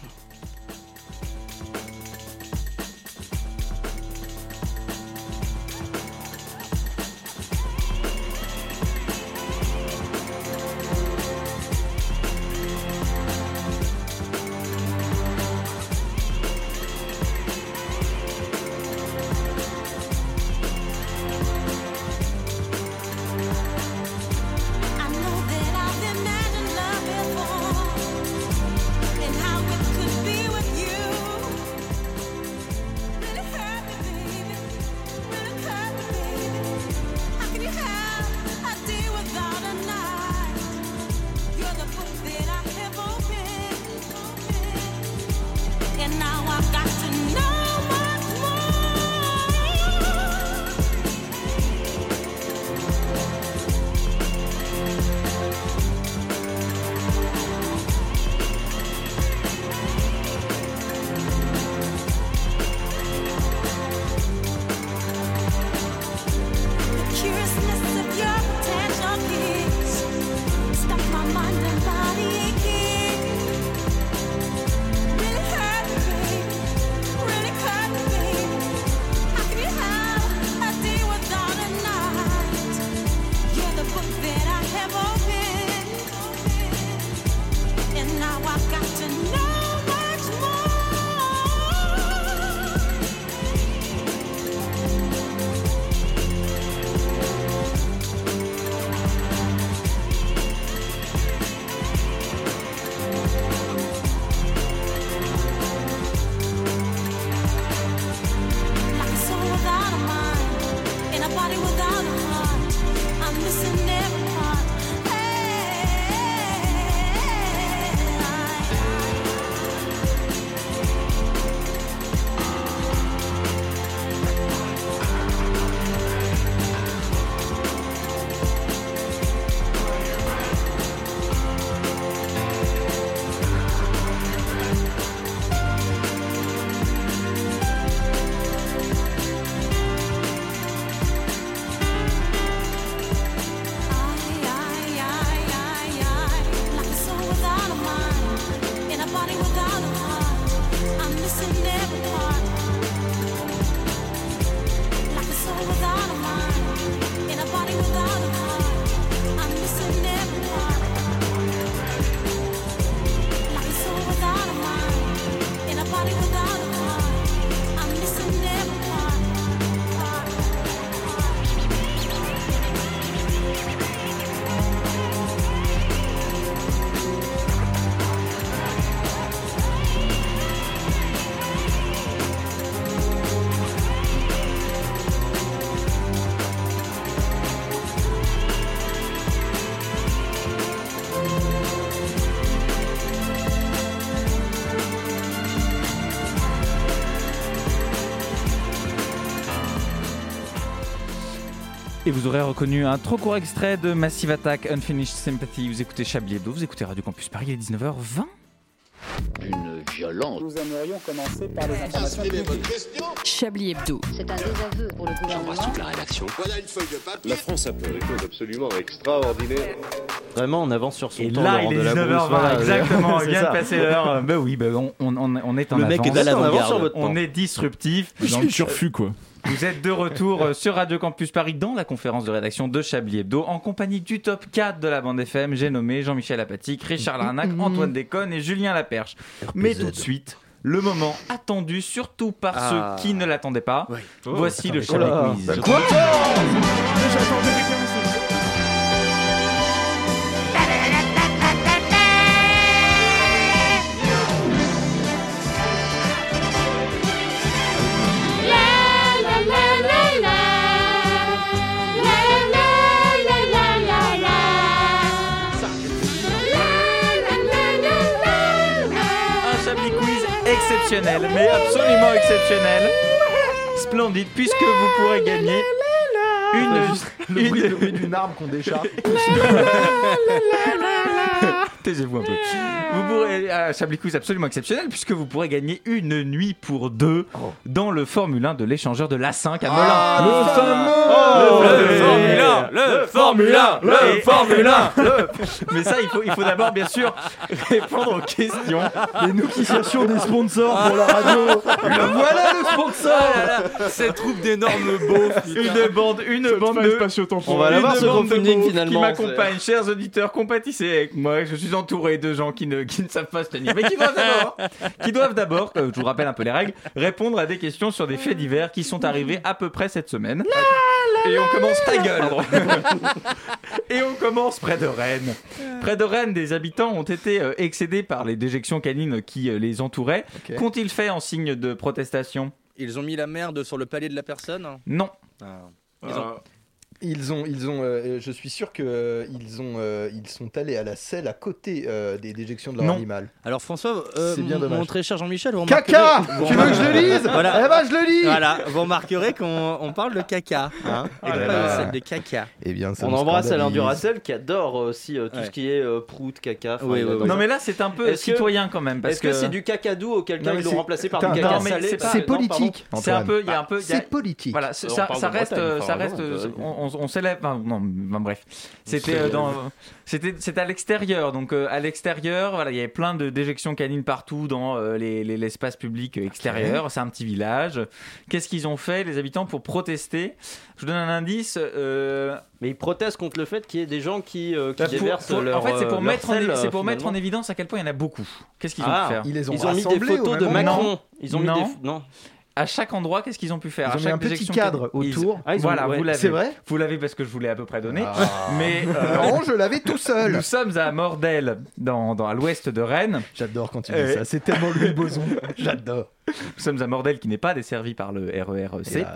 [SPEAKER 1] Et vous aurez reconnu un trop court extrait de Massive Attack Unfinished Sympathy. Vous écoutez Chablis Hebdo, vous écoutez Radio Campus Paris, il est 19h20.
[SPEAKER 8] Une violence.
[SPEAKER 9] Nous aimerions commencer par les informations
[SPEAKER 11] Chablis Hebdo.
[SPEAKER 10] C'est un désaveu pour le gouvernement.
[SPEAKER 8] la rédaction.
[SPEAKER 7] Voilà une feuille de papier. La France a fait des choses absolument extraordinaires.
[SPEAKER 3] Vraiment, on avance sur son
[SPEAKER 1] Et
[SPEAKER 3] temps.
[SPEAKER 1] là,
[SPEAKER 3] Laurent
[SPEAKER 1] il est
[SPEAKER 3] Delabrousse,
[SPEAKER 1] 19h20,
[SPEAKER 3] voilà,
[SPEAKER 1] exactement.
[SPEAKER 3] c'est
[SPEAKER 1] Il vient
[SPEAKER 3] ça.
[SPEAKER 1] de passer l'heure. Ben oui, ben on, on- on- on est en
[SPEAKER 3] Le
[SPEAKER 1] avance.
[SPEAKER 3] mec est à l'avant-garde. On avance sur votre temps.
[SPEAKER 1] On est disruptif.
[SPEAKER 2] Dans le turfu, quoi.
[SPEAKER 1] Vous êtes de retour euh, sur Radio Campus Paris dans la conférence de rédaction de Chablis Hebdo en compagnie du top 4 de la bande FM. J'ai nommé Jean-Michel Apatic, Richard Larnac,
[SPEAKER 3] Mm-hmm.
[SPEAKER 1] Antoine Déconne et Julien Laperche. Mais tout de suite, le moment attendu surtout par
[SPEAKER 3] Ah.
[SPEAKER 1] ceux qui ne l'attendaient pas.
[SPEAKER 2] Oh,
[SPEAKER 1] Voici le
[SPEAKER 3] Oh
[SPEAKER 1] Chablis
[SPEAKER 3] là.
[SPEAKER 1] Quiz.
[SPEAKER 3] Quoi
[SPEAKER 1] Un Chablis Quiz exceptionnel, mais absolument exceptionnel. Splendide, puisque vous pourrez gagner une...
[SPEAKER 4] Le bruit,
[SPEAKER 1] une...
[SPEAKER 4] le bruit d'une arme qu'on décharge.
[SPEAKER 1] Taisez-vous un peu. Vous pourrez, un Chablis Quiz absolument exceptionnel puisque vous pourrez gagner une nuit pour deux
[SPEAKER 6] Oh.
[SPEAKER 1] dans le Formule 1 de l'échangeur de l'A5 à Melun. le
[SPEAKER 6] Ah, Le
[SPEAKER 1] fameux
[SPEAKER 6] Formule 1 Le Formule 1 Le Formule 1
[SPEAKER 1] Mais ça, il faut, il faut d'abord, bien sûr, répondre aux questions.
[SPEAKER 4] Et nous qui cherchions des sponsors pour la radio.
[SPEAKER 1] Voilà le sponsor
[SPEAKER 6] Cette troupe d'énormes beaufs
[SPEAKER 1] Une bande, une bande de...
[SPEAKER 3] On va
[SPEAKER 1] Une
[SPEAKER 3] l'avoir ce
[SPEAKER 1] bande de
[SPEAKER 3] crowdfunding
[SPEAKER 1] beaufs Qui
[SPEAKER 3] finalement.
[SPEAKER 1] m'accompagne, chers auditeurs, compatissez avec moi. Je suis entouré de gens qui ne, qui ne savent pas se tenir, mais qui doivent d'abord, qui doivent d'abord, euh, je vous rappelle un peu les règles, répondre à des questions sur des faits divers qui sont arrivés à peu près cette semaine. Et on commence ta gueule. Et on commence près de Rennes. Près de Rennes, des habitants ont été euh, excédés par les déjections canines qui euh, les entouraient.
[SPEAKER 4] Ok.
[SPEAKER 1] Qu'ont-ils fait en signe de protestation
[SPEAKER 6] Ils ont mis la merde sur le palais de la personne
[SPEAKER 1] Non. Euh,
[SPEAKER 4] Ils ont, ils ont. euh, je suis sûr que euh, ils ont, euh, ils sont allés à la selle à côté euh, des déjections de leur
[SPEAKER 1] Non.
[SPEAKER 4] animal.
[SPEAKER 6] Alors François, euh,
[SPEAKER 4] C'est bien
[SPEAKER 6] mon-
[SPEAKER 4] dommage.
[SPEAKER 6] mon très cher Jean-Michel, vous
[SPEAKER 4] Caca
[SPEAKER 6] remarquerez- vous
[SPEAKER 4] Tu veux que je
[SPEAKER 6] remarquerez-
[SPEAKER 4] le lise
[SPEAKER 6] Voilà.
[SPEAKER 4] Eh ben je le lis.
[SPEAKER 6] Voilà, vous remarquerez qu'on on parle de caca, hein, et
[SPEAKER 4] Ah là
[SPEAKER 6] pas
[SPEAKER 4] là.
[SPEAKER 6] de celle de caca.
[SPEAKER 4] Eh bien, ça
[SPEAKER 3] On
[SPEAKER 4] me
[SPEAKER 3] embrasse
[SPEAKER 4] scandalise.
[SPEAKER 3] Alain Duracel qui adore aussi euh, tout
[SPEAKER 6] Ouais.
[SPEAKER 3] ce qui est euh, prout, caca. enfin,
[SPEAKER 6] Oui,
[SPEAKER 3] il
[SPEAKER 6] oui,
[SPEAKER 3] adore
[SPEAKER 6] oui.
[SPEAKER 3] ça.
[SPEAKER 1] Non mais là c'est un peu
[SPEAKER 3] Est-ce que-
[SPEAKER 1] citoyen quand même parce
[SPEAKER 3] Est-ce que, c'est du caca doux auquel
[SPEAKER 4] Non,
[SPEAKER 3] cas
[SPEAKER 4] mais
[SPEAKER 3] ils l'ont
[SPEAKER 4] c'est-
[SPEAKER 3] remplacé par
[SPEAKER 4] Putain,
[SPEAKER 3] du caca
[SPEAKER 1] non, mais
[SPEAKER 3] salé
[SPEAKER 1] c'est- Ah,
[SPEAKER 3] par-
[SPEAKER 4] C'est
[SPEAKER 3] non, pardon.
[SPEAKER 4] politique.
[SPEAKER 1] C'est un peu, il y a un peu, il y a-
[SPEAKER 4] C'est politique.
[SPEAKER 1] Voilà, ça,
[SPEAKER 3] on
[SPEAKER 1] ça-
[SPEAKER 3] parle
[SPEAKER 1] ça
[SPEAKER 3] de
[SPEAKER 1] reste,
[SPEAKER 3] Bretagne,
[SPEAKER 1] euh,
[SPEAKER 3] enfin,
[SPEAKER 1] ça
[SPEAKER 3] vraiment,
[SPEAKER 1] reste, euh,
[SPEAKER 3] euh,
[SPEAKER 1] on, on- on s'élève. enfin, non, ben, bref, c'était euh, dans, c'était, c'était à l'extérieur. Donc euh, à l'extérieur, voilà, il y avait plein de déjections canines partout dans euh, les, les- l'espace public extérieur. C'est un petit village. Qu'est-ce qu'ils ont fait les habitants pour protester Je vous donne un indice. euh,
[SPEAKER 3] Mais ils protestent contre le fait qu'il y ait des gens qui, euh, qui
[SPEAKER 1] Bah, pour-
[SPEAKER 3] déversent
[SPEAKER 1] pour-
[SPEAKER 3] leur.
[SPEAKER 1] en fait, c'est pour
[SPEAKER 3] euh,
[SPEAKER 1] mettre, en,
[SPEAKER 3] leur
[SPEAKER 1] é-
[SPEAKER 3] sel,
[SPEAKER 1] c'est pour
[SPEAKER 3] euh,
[SPEAKER 1] mettre en
[SPEAKER 3] finalement.
[SPEAKER 1] évidence à quel point il y en a beaucoup. Qu'est-ce qu'ils ont
[SPEAKER 3] Ah,
[SPEAKER 1] pu faire
[SPEAKER 4] Ils les ont,
[SPEAKER 3] Ils ont mis des
[SPEAKER 4] rassemblés au
[SPEAKER 3] photos
[SPEAKER 4] même
[SPEAKER 3] de
[SPEAKER 4] endroit.
[SPEAKER 1] moment.
[SPEAKER 3] Macron. Ils ont mis
[SPEAKER 1] Non.
[SPEAKER 3] des. f- Non.
[SPEAKER 1] À chaque endroit, qu'est-ce qu'ils ont pu faire
[SPEAKER 4] Ils
[SPEAKER 1] À
[SPEAKER 4] ont mis
[SPEAKER 1] chaque
[SPEAKER 4] un petit
[SPEAKER 1] déjection
[SPEAKER 4] cadre
[SPEAKER 1] canine, ils-
[SPEAKER 4] autour.
[SPEAKER 3] Ah, ils ont-
[SPEAKER 1] voilà,
[SPEAKER 3] ouais.
[SPEAKER 1] vous l'avez.
[SPEAKER 4] C'est vrai
[SPEAKER 1] Vous l'avez parce que je vous l'ai à peu près donné.
[SPEAKER 4] Ah.
[SPEAKER 1] Mais euh,
[SPEAKER 4] Non, je l'avais tout seul.
[SPEAKER 1] nous sommes à Mordel, dans, dans- à l'ouest de Rennes.
[SPEAKER 4] J'adore quand tu
[SPEAKER 1] Euh.
[SPEAKER 4] dis ça. C'est tellement Louis Boson. J'adore.
[SPEAKER 1] Nous sommes à Mordel qui n'est pas desservi par le RERC.
[SPEAKER 4] Hélas.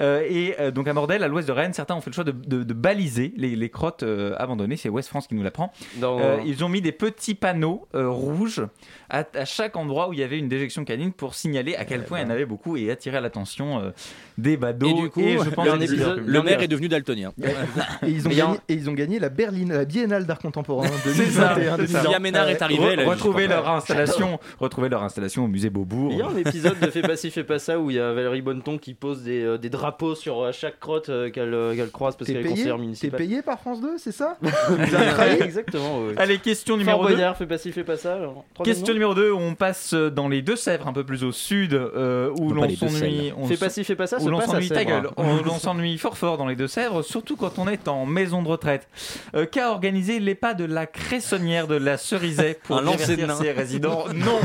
[SPEAKER 1] Euh, et euh, donc à Mordel, à l'ouest de Rennes, certains ont fait le choix de, de- de baliser les, les crottes euh, abandonnées. C'est Ouest France qui nous l'apprend.
[SPEAKER 3] Dans-
[SPEAKER 1] Euh, ils ont mis des petits panneaux euh, rouges à, à chaque endroit où il y avait une déjection canine pour signaler à quel
[SPEAKER 4] Eh
[SPEAKER 1] point
[SPEAKER 4] ben.
[SPEAKER 1] il y en avait beaucoup et attirer l'attention euh, des badauds.
[SPEAKER 6] Et du coup,
[SPEAKER 1] je pense
[SPEAKER 3] il y a
[SPEAKER 1] des décideurs
[SPEAKER 3] un épisode-
[SPEAKER 1] publics.
[SPEAKER 6] Le maire est devenu daltonien.
[SPEAKER 4] Et ils ont
[SPEAKER 3] Mais il y a
[SPEAKER 4] gagné, et ils ont gagné la Berline, la Biennale d'art contemporain
[SPEAKER 1] C'est ça,
[SPEAKER 4] 2021.
[SPEAKER 1] c'est ça.
[SPEAKER 6] Sylvia Ménard est arrivée. elle a
[SPEAKER 1] Re-
[SPEAKER 6] juste
[SPEAKER 1] Retrouvez
[SPEAKER 6] pas-
[SPEAKER 1] leur installation, retrouvez leur installation au musée Beaubourg.
[SPEAKER 3] Il y a un épisode de Fais pas ci, fais pas ça où il y a Valérie Bonneton qui pose des, euh, des drapeaux sur euh, chaque crotte euh, qu'elle euh, qu'elle croise parce
[SPEAKER 4] T'es
[SPEAKER 3] qu'elle est
[SPEAKER 4] payé,
[SPEAKER 3] conseillère
[SPEAKER 4] t'es
[SPEAKER 3] municipale.
[SPEAKER 4] payé par France 2, c'est ça
[SPEAKER 3] Ouais, Exactement, oui.
[SPEAKER 1] Allez, question
[SPEAKER 3] Fort
[SPEAKER 1] numéro 2.
[SPEAKER 3] Boyard, fais pas ci, fais pas ça. alors. Troisième
[SPEAKER 1] Question
[SPEAKER 3] nom
[SPEAKER 1] numéro 2, on passe euh, dans les Deux-Sèvres, un peu plus au sud, euh, où
[SPEAKER 5] Non,
[SPEAKER 1] l'on
[SPEAKER 5] pas les
[SPEAKER 1] s'ennuie. on
[SPEAKER 3] Fais
[SPEAKER 1] s-
[SPEAKER 3] pas ci, fais pas ça,
[SPEAKER 1] où
[SPEAKER 3] se
[SPEAKER 1] l'on
[SPEAKER 3] passe à
[SPEAKER 1] s'ennuie, ta
[SPEAKER 3] Sèvres.
[SPEAKER 1] gueule. On- l'on s'ennuie fort fort dans les Deux-Sèvres, surtout quand on est en maison de retraite. Euh, Qu'a organisé l'EHPAD de la Cressonnière de la Cerisaie pour
[SPEAKER 6] Un lancer de
[SPEAKER 1] divertir
[SPEAKER 6] nains.
[SPEAKER 1] ses résidents Non,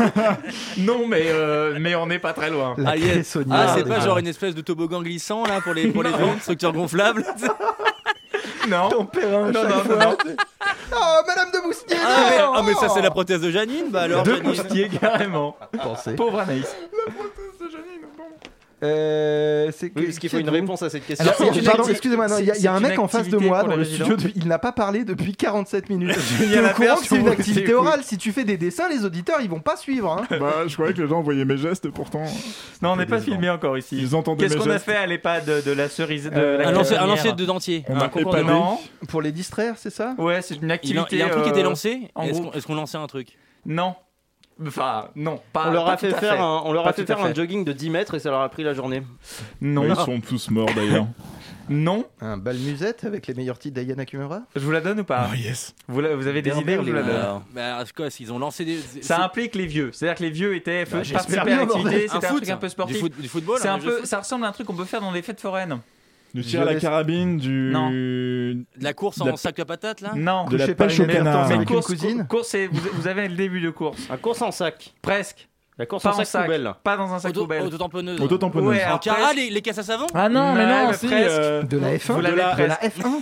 [SPEAKER 1] non, mais euh, mais on n'est pas très loin.
[SPEAKER 4] La
[SPEAKER 6] Ah, yes.
[SPEAKER 4] cressonnière
[SPEAKER 6] Ah, c'est
[SPEAKER 4] de-
[SPEAKER 6] pas genre une espèce de toboggan glissant là pour les pour les vélos, une structure gonflable.
[SPEAKER 1] Non,
[SPEAKER 4] Ton père, hein,
[SPEAKER 1] Non,
[SPEAKER 4] chaque
[SPEAKER 1] non,
[SPEAKER 4] fois. Oh, Madame de Boustier
[SPEAKER 6] Ah mais, ah, mais ça c'est la prothèse de Janine. Bah alors.
[SPEAKER 1] de
[SPEAKER 6] Janine.
[SPEAKER 1] Boustier carrément.
[SPEAKER 4] Pensez.
[SPEAKER 1] Pauvre Anaïs.
[SPEAKER 4] Euh, c'est que-
[SPEAKER 3] Oui, parce qu'il faut
[SPEAKER 4] qui
[SPEAKER 3] une
[SPEAKER 4] êtes-vous
[SPEAKER 3] réponse à cette question.
[SPEAKER 4] Alors,
[SPEAKER 3] C'est
[SPEAKER 4] pardon,
[SPEAKER 3] une
[SPEAKER 4] pardon,
[SPEAKER 3] acti-
[SPEAKER 4] excusez-moi, non, il y a, il y a
[SPEAKER 3] c'est
[SPEAKER 4] un
[SPEAKER 3] une
[SPEAKER 4] mec en face de
[SPEAKER 3] activité
[SPEAKER 4] moi
[SPEAKER 3] pour
[SPEAKER 4] dans
[SPEAKER 3] les
[SPEAKER 4] le
[SPEAKER 3] résidents.
[SPEAKER 4] studio, de- il n'a pas parlé depuis 47 minutes.
[SPEAKER 2] Il y a
[SPEAKER 4] T'es
[SPEAKER 2] la
[SPEAKER 4] au courant
[SPEAKER 2] perte
[SPEAKER 4] que
[SPEAKER 2] sur
[SPEAKER 4] c'est une
[SPEAKER 2] vous,
[SPEAKER 4] activité
[SPEAKER 2] c'est cool.
[SPEAKER 4] orale. Si tu fais des dessins, les auditeurs ils vont pas suivre. hein.
[SPEAKER 2] Bah, je croyais que les gens voyaient mes gestes, pourtant.
[SPEAKER 1] Non, on n'est pas filmé encore ici.
[SPEAKER 2] Ils entendaient
[SPEAKER 1] Qu'est-ce
[SPEAKER 2] mes
[SPEAKER 1] qu'on a
[SPEAKER 2] gestes.
[SPEAKER 1] fait à l'EHPAD de, de la cerise de
[SPEAKER 4] Euh,
[SPEAKER 1] la
[SPEAKER 6] Un lancer, un
[SPEAKER 1] cordonnière
[SPEAKER 6] lancer de dentier.
[SPEAKER 2] On
[SPEAKER 6] un
[SPEAKER 2] a
[SPEAKER 6] concours de
[SPEAKER 2] épaté.
[SPEAKER 6] dentier.
[SPEAKER 1] Non.
[SPEAKER 4] Pour les distraire, c'est ça
[SPEAKER 1] Ouais, c'est une
[SPEAKER 6] Il y a
[SPEAKER 1] activité.
[SPEAKER 6] il y a un truc qui était
[SPEAKER 1] euh,
[SPEAKER 6] lancé.
[SPEAKER 1] en
[SPEAKER 6] Est-ce
[SPEAKER 1] groupe.
[SPEAKER 6] qu'on est-ce qu'on lançait un truc
[SPEAKER 1] Non. Enfin, non. Pas,
[SPEAKER 3] On leur
[SPEAKER 1] pas
[SPEAKER 3] a fait
[SPEAKER 1] tout à
[SPEAKER 3] faire un- on leur
[SPEAKER 1] Pas
[SPEAKER 3] a fait
[SPEAKER 1] tout à
[SPEAKER 3] faire un
[SPEAKER 1] fait.
[SPEAKER 3] jogging de 10 mètres et ça leur a pris la journée.
[SPEAKER 1] Non.
[SPEAKER 2] Ils sont tous morts d'ailleurs.
[SPEAKER 1] Non.
[SPEAKER 4] Un bal musette avec les meilleurs titres d'Ayana Kumura
[SPEAKER 1] Je vous la donne ou pas
[SPEAKER 2] Oh yes.
[SPEAKER 1] vous, la- vous avez des
[SPEAKER 4] Berber,
[SPEAKER 1] idées ou je vous
[SPEAKER 4] les
[SPEAKER 1] la donne
[SPEAKER 4] gars.
[SPEAKER 6] Mais Bah, alors, c'est quoi Ils ont lancé des.
[SPEAKER 1] Ça implique les vieux. C'est-à-dire que les vieux étaient
[SPEAKER 4] Bah,
[SPEAKER 1] participés
[SPEAKER 4] j'espère
[SPEAKER 1] à
[SPEAKER 4] bien,
[SPEAKER 1] l'activité.
[SPEAKER 4] bordel.
[SPEAKER 1] C'était un truc un peu sportif.
[SPEAKER 6] Du, foot- du football
[SPEAKER 1] C'est
[SPEAKER 6] hein,
[SPEAKER 1] un
[SPEAKER 6] jeu de
[SPEAKER 1] peu,
[SPEAKER 6] foot.
[SPEAKER 1] ça ressemble à un truc qu'on peut faire dans les fêtes foraines.
[SPEAKER 2] Du tir à la
[SPEAKER 4] Jeunesse.
[SPEAKER 2] carabine, du.
[SPEAKER 1] Non.
[SPEAKER 6] De la course en
[SPEAKER 2] de la-
[SPEAKER 6] sac à patate là
[SPEAKER 1] Non.
[SPEAKER 2] De la
[SPEAKER 4] Coucher par
[SPEAKER 2] pêche au
[SPEAKER 4] une
[SPEAKER 2] canard.
[SPEAKER 4] alternance
[SPEAKER 1] Mais
[SPEAKER 4] avec une
[SPEAKER 1] course,
[SPEAKER 4] cousine.
[SPEAKER 1] cou- course, c'est- vous, vous avez le début de course.
[SPEAKER 3] Un course en sac.
[SPEAKER 1] Presque.
[SPEAKER 3] La course
[SPEAKER 1] Pas
[SPEAKER 3] en
[SPEAKER 1] en
[SPEAKER 3] sac,
[SPEAKER 1] sac.
[SPEAKER 3] poubelle.
[SPEAKER 1] Pas dans un sac
[SPEAKER 6] Auto-
[SPEAKER 1] poubelle.
[SPEAKER 6] Auto-tamponneuse.
[SPEAKER 2] Auto-tamponneuse.
[SPEAKER 1] Ouais,
[SPEAKER 6] En
[SPEAKER 1] alors
[SPEAKER 6] cara,
[SPEAKER 1] presque.
[SPEAKER 6] les, les casses à savon
[SPEAKER 1] Ah non, mais
[SPEAKER 2] Ouais,
[SPEAKER 1] non,
[SPEAKER 2] mais
[SPEAKER 1] si,
[SPEAKER 2] presque.
[SPEAKER 1] euh,
[SPEAKER 4] De la F1
[SPEAKER 1] vous l'avez
[SPEAKER 4] De la, de la
[SPEAKER 1] presque.
[SPEAKER 6] Bah,
[SPEAKER 4] F1
[SPEAKER 1] vous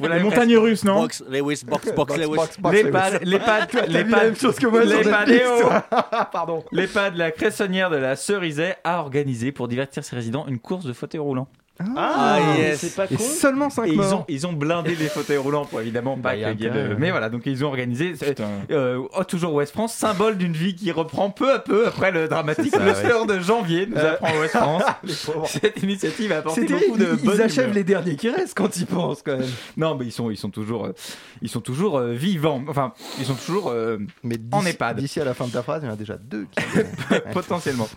[SPEAKER 2] Les
[SPEAKER 1] l'avez presque.
[SPEAKER 2] montagnes russes, non
[SPEAKER 6] Box, Lewis, box, box, Lewis.
[SPEAKER 1] Les pads, les pads,
[SPEAKER 4] Toi, t'as
[SPEAKER 1] les
[SPEAKER 4] vu la
[SPEAKER 1] pads-
[SPEAKER 4] même chose que moi sur
[SPEAKER 1] les
[SPEAKER 4] Netflix,
[SPEAKER 1] pads-
[SPEAKER 4] toi. Pardon.
[SPEAKER 1] Les pads de la cressonnière de la Cerizay a organisé pour divertir ses résidents une course de fauteuils roulants.
[SPEAKER 3] Ah,
[SPEAKER 1] Ah,
[SPEAKER 3] mais
[SPEAKER 1] yes.
[SPEAKER 3] c'est pas
[SPEAKER 4] Et
[SPEAKER 3] con.
[SPEAKER 4] seulement 5
[SPEAKER 1] Et ils ont,
[SPEAKER 4] morts.
[SPEAKER 1] ils ont blindé les fauteuils roulants pour évidemment pas
[SPEAKER 4] Bah, y a
[SPEAKER 1] qu'il y ait
[SPEAKER 4] intérêt,
[SPEAKER 1] de-
[SPEAKER 4] ouais.
[SPEAKER 1] Mais voilà, donc ils ont organisé. c'est-
[SPEAKER 2] Putain.
[SPEAKER 1] euh, oh, toujours Ouest France, symbole d'une vie qui reprend peu à peu après le dramatique
[SPEAKER 4] C'est ça,
[SPEAKER 1] Le
[SPEAKER 4] ouais.
[SPEAKER 1] sort de janvier, nous
[SPEAKER 4] Euh,
[SPEAKER 1] apprend Ouest France.
[SPEAKER 4] Les pauvres.
[SPEAKER 1] Cette initiative a apporté
[SPEAKER 4] C'est
[SPEAKER 1] beaucoup
[SPEAKER 4] terrible,
[SPEAKER 1] de
[SPEAKER 4] ils
[SPEAKER 1] bonne
[SPEAKER 4] achèvent
[SPEAKER 1] humeur.
[SPEAKER 4] les derniers qui restent quand ils pensent quand même.
[SPEAKER 1] Non, mais ils sont, ils sont toujours, euh, ils sont toujours euh, vivants. Enfin, ils sont toujours euh,
[SPEAKER 4] Mais
[SPEAKER 1] En
[SPEAKER 4] d'ici-
[SPEAKER 1] EHPAD.
[SPEAKER 4] D'ici à la fin de ta phrase, il y en a déjà deux qui. Mm.
[SPEAKER 1] potentiellement.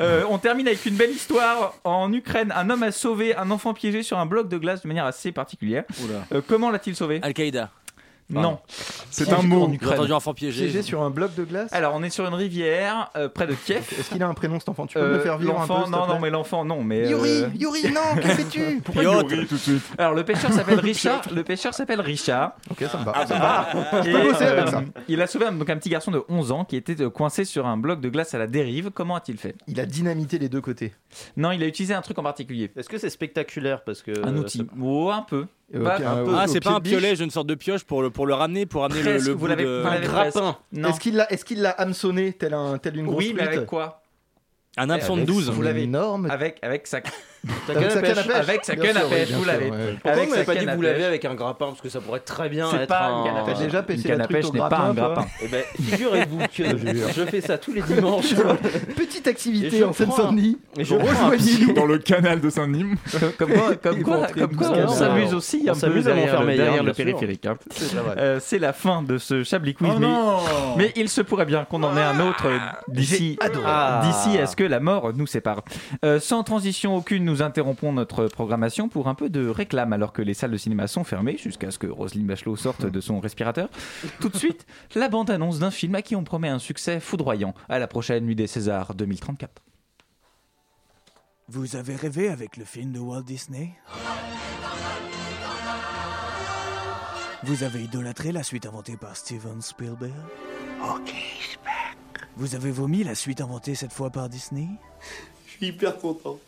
[SPEAKER 1] Euh, on termine avec une belle histoire en Ukraine. Un homme a sauvé un enfant piégé sur un bloc de glace de manière assez particulière.
[SPEAKER 6] Oula.
[SPEAKER 1] Euh, comment l'a-t-il sauvé
[SPEAKER 6] Al-Qaïda.
[SPEAKER 1] Non.
[SPEAKER 2] C'est un mot.
[SPEAKER 6] J'ai entendu enfant piégé.
[SPEAKER 4] Piégé sur un bloc de glace
[SPEAKER 1] Alors, on est sur une rivière euh, près de Kiev.
[SPEAKER 4] Est-ce qu'il a un prénom cet enfant Tu peux me
[SPEAKER 1] Euh,
[SPEAKER 4] le faire vivre un peu
[SPEAKER 1] l'enfant,
[SPEAKER 4] s'il te
[SPEAKER 1] non, non,
[SPEAKER 4] plaît
[SPEAKER 1] mais l'enfant, non, mais. euh,
[SPEAKER 4] Yuri, Yuri, non, que fais-tu
[SPEAKER 2] Pourquoi il nourrit tout de suite
[SPEAKER 1] Alors, le pêcheur s'appelle Richard. le pêcheur s'appelle Richard.
[SPEAKER 4] Ok, ça me va.
[SPEAKER 6] Ah,
[SPEAKER 4] ça me va.
[SPEAKER 1] Et,
[SPEAKER 4] peux bosser avec
[SPEAKER 1] euh,
[SPEAKER 4] ça.
[SPEAKER 1] Il a sauvé un, donc un petit garçon de 11 ans qui était euh, coincé sur un bloc de glace à la dérive. Comment a-t-il fait
[SPEAKER 4] Il a dynamité les deux côtés.
[SPEAKER 1] Non, il a utilisé un truc en particulier.
[SPEAKER 3] Est-ce que c'est spectaculaire parce que
[SPEAKER 1] Un outil. Oh, un peu.
[SPEAKER 4] Euh,
[SPEAKER 1] Bah,
[SPEAKER 4] ok,
[SPEAKER 1] un
[SPEAKER 4] au-
[SPEAKER 1] peu.
[SPEAKER 4] au
[SPEAKER 6] Ah,
[SPEAKER 4] pied
[SPEAKER 6] c'est pas un
[SPEAKER 4] de biche.
[SPEAKER 6] piolet, j'ai une sorte de pioche pour le, pour le ramener, pour ramener le,
[SPEAKER 1] Presque,
[SPEAKER 6] le
[SPEAKER 1] vous
[SPEAKER 6] bout
[SPEAKER 1] l'avez-
[SPEAKER 6] de-
[SPEAKER 1] vous l'avez-
[SPEAKER 3] un grappin.
[SPEAKER 1] Non.
[SPEAKER 4] Est-ce qu'il l'a, est-ce qu'il l'a hameçonné tel un, tel une grosse
[SPEAKER 1] Oui, mais
[SPEAKER 4] truite
[SPEAKER 1] avec quoi
[SPEAKER 4] Eh,
[SPEAKER 6] Un hameçon de
[SPEAKER 4] Avec
[SPEAKER 6] 12.
[SPEAKER 4] son
[SPEAKER 1] Vous l'avez-
[SPEAKER 4] énorme.
[SPEAKER 1] Avec avec sa
[SPEAKER 3] T'as
[SPEAKER 4] Avec sa
[SPEAKER 3] canne à pêche.
[SPEAKER 4] canne à pêche.
[SPEAKER 1] avec sa
[SPEAKER 4] Bien
[SPEAKER 1] canne à
[SPEAKER 4] sûr, oui,
[SPEAKER 1] pêche,
[SPEAKER 4] bien
[SPEAKER 1] vous
[SPEAKER 4] sûr, ouais,
[SPEAKER 1] l'avez.
[SPEAKER 4] ouais.
[SPEAKER 3] Pourquoi
[SPEAKER 1] Avec
[SPEAKER 3] vous m'avez
[SPEAKER 1] sa
[SPEAKER 3] pas dit
[SPEAKER 1] canne à
[SPEAKER 3] que vous l'avez
[SPEAKER 1] pêche.
[SPEAKER 3] avec un grappin parce que ça pourrait très bien
[SPEAKER 1] C'est
[SPEAKER 3] être
[SPEAKER 1] pas
[SPEAKER 3] un.
[SPEAKER 1] une canne à
[SPEAKER 4] T'as
[SPEAKER 1] pêche.
[SPEAKER 4] déjà
[SPEAKER 1] Une
[SPEAKER 4] pêché
[SPEAKER 1] canne
[SPEAKER 4] la
[SPEAKER 1] à
[SPEAKER 4] truite
[SPEAKER 1] pêche
[SPEAKER 4] au
[SPEAKER 1] n'est pas
[SPEAKER 4] grappin,
[SPEAKER 1] un
[SPEAKER 4] toi
[SPEAKER 1] grappin.
[SPEAKER 3] Eh ben, figurez-vous que
[SPEAKER 4] jure.
[SPEAKER 3] je fais ça tous les dimanches.
[SPEAKER 4] Petite
[SPEAKER 3] Et je
[SPEAKER 4] activité en
[SPEAKER 3] prends un-
[SPEAKER 4] Seine-Saint-Denis.
[SPEAKER 3] Et je prends un
[SPEAKER 4] Rejoignez-nous.
[SPEAKER 2] Dans le canal de Saint-Denis.
[SPEAKER 1] Comme quoi, comme
[SPEAKER 4] Ils vont
[SPEAKER 1] quoi,
[SPEAKER 4] entrer
[SPEAKER 1] comme quoi,
[SPEAKER 4] douze
[SPEAKER 1] on
[SPEAKER 4] canards.
[SPEAKER 1] s'amuse aussi
[SPEAKER 3] On
[SPEAKER 1] un peu
[SPEAKER 3] s'amuse à
[SPEAKER 1] derrière le,
[SPEAKER 3] Montfermeil, hein,
[SPEAKER 1] derrière le
[SPEAKER 3] bien sûr.
[SPEAKER 1] périphérique. hein.
[SPEAKER 4] C'est vrai.
[SPEAKER 1] Euh, c'est la fin de ce Chablis Quiz, mais,
[SPEAKER 2] non
[SPEAKER 1] mais il se pourrait bien qu'on en ait un autre d'ici
[SPEAKER 4] adoré.
[SPEAKER 1] Ah. d'ici à
[SPEAKER 3] Ah.
[SPEAKER 1] ce que la mort nous sépare. Euh, sans transition aucune, nous interrompons notre programmation pour un peu de réclame, alors que les salles de cinéma sont fermées jusqu'à ce que Roselyne Bachelot sorte de son respirateur. Tout de suite, la bande-annonce d'un film à qui on promet un succès foudroyant à la prochaine Nuit des Césars 2034.
[SPEAKER 12] Vous avez rêvé avec le film de Walt Disney Vous avez idolâtré la suite inventée par Steven Spielberg Vous avez vomi la suite inventée cette fois par Disney
[SPEAKER 8] Je suis hyper content.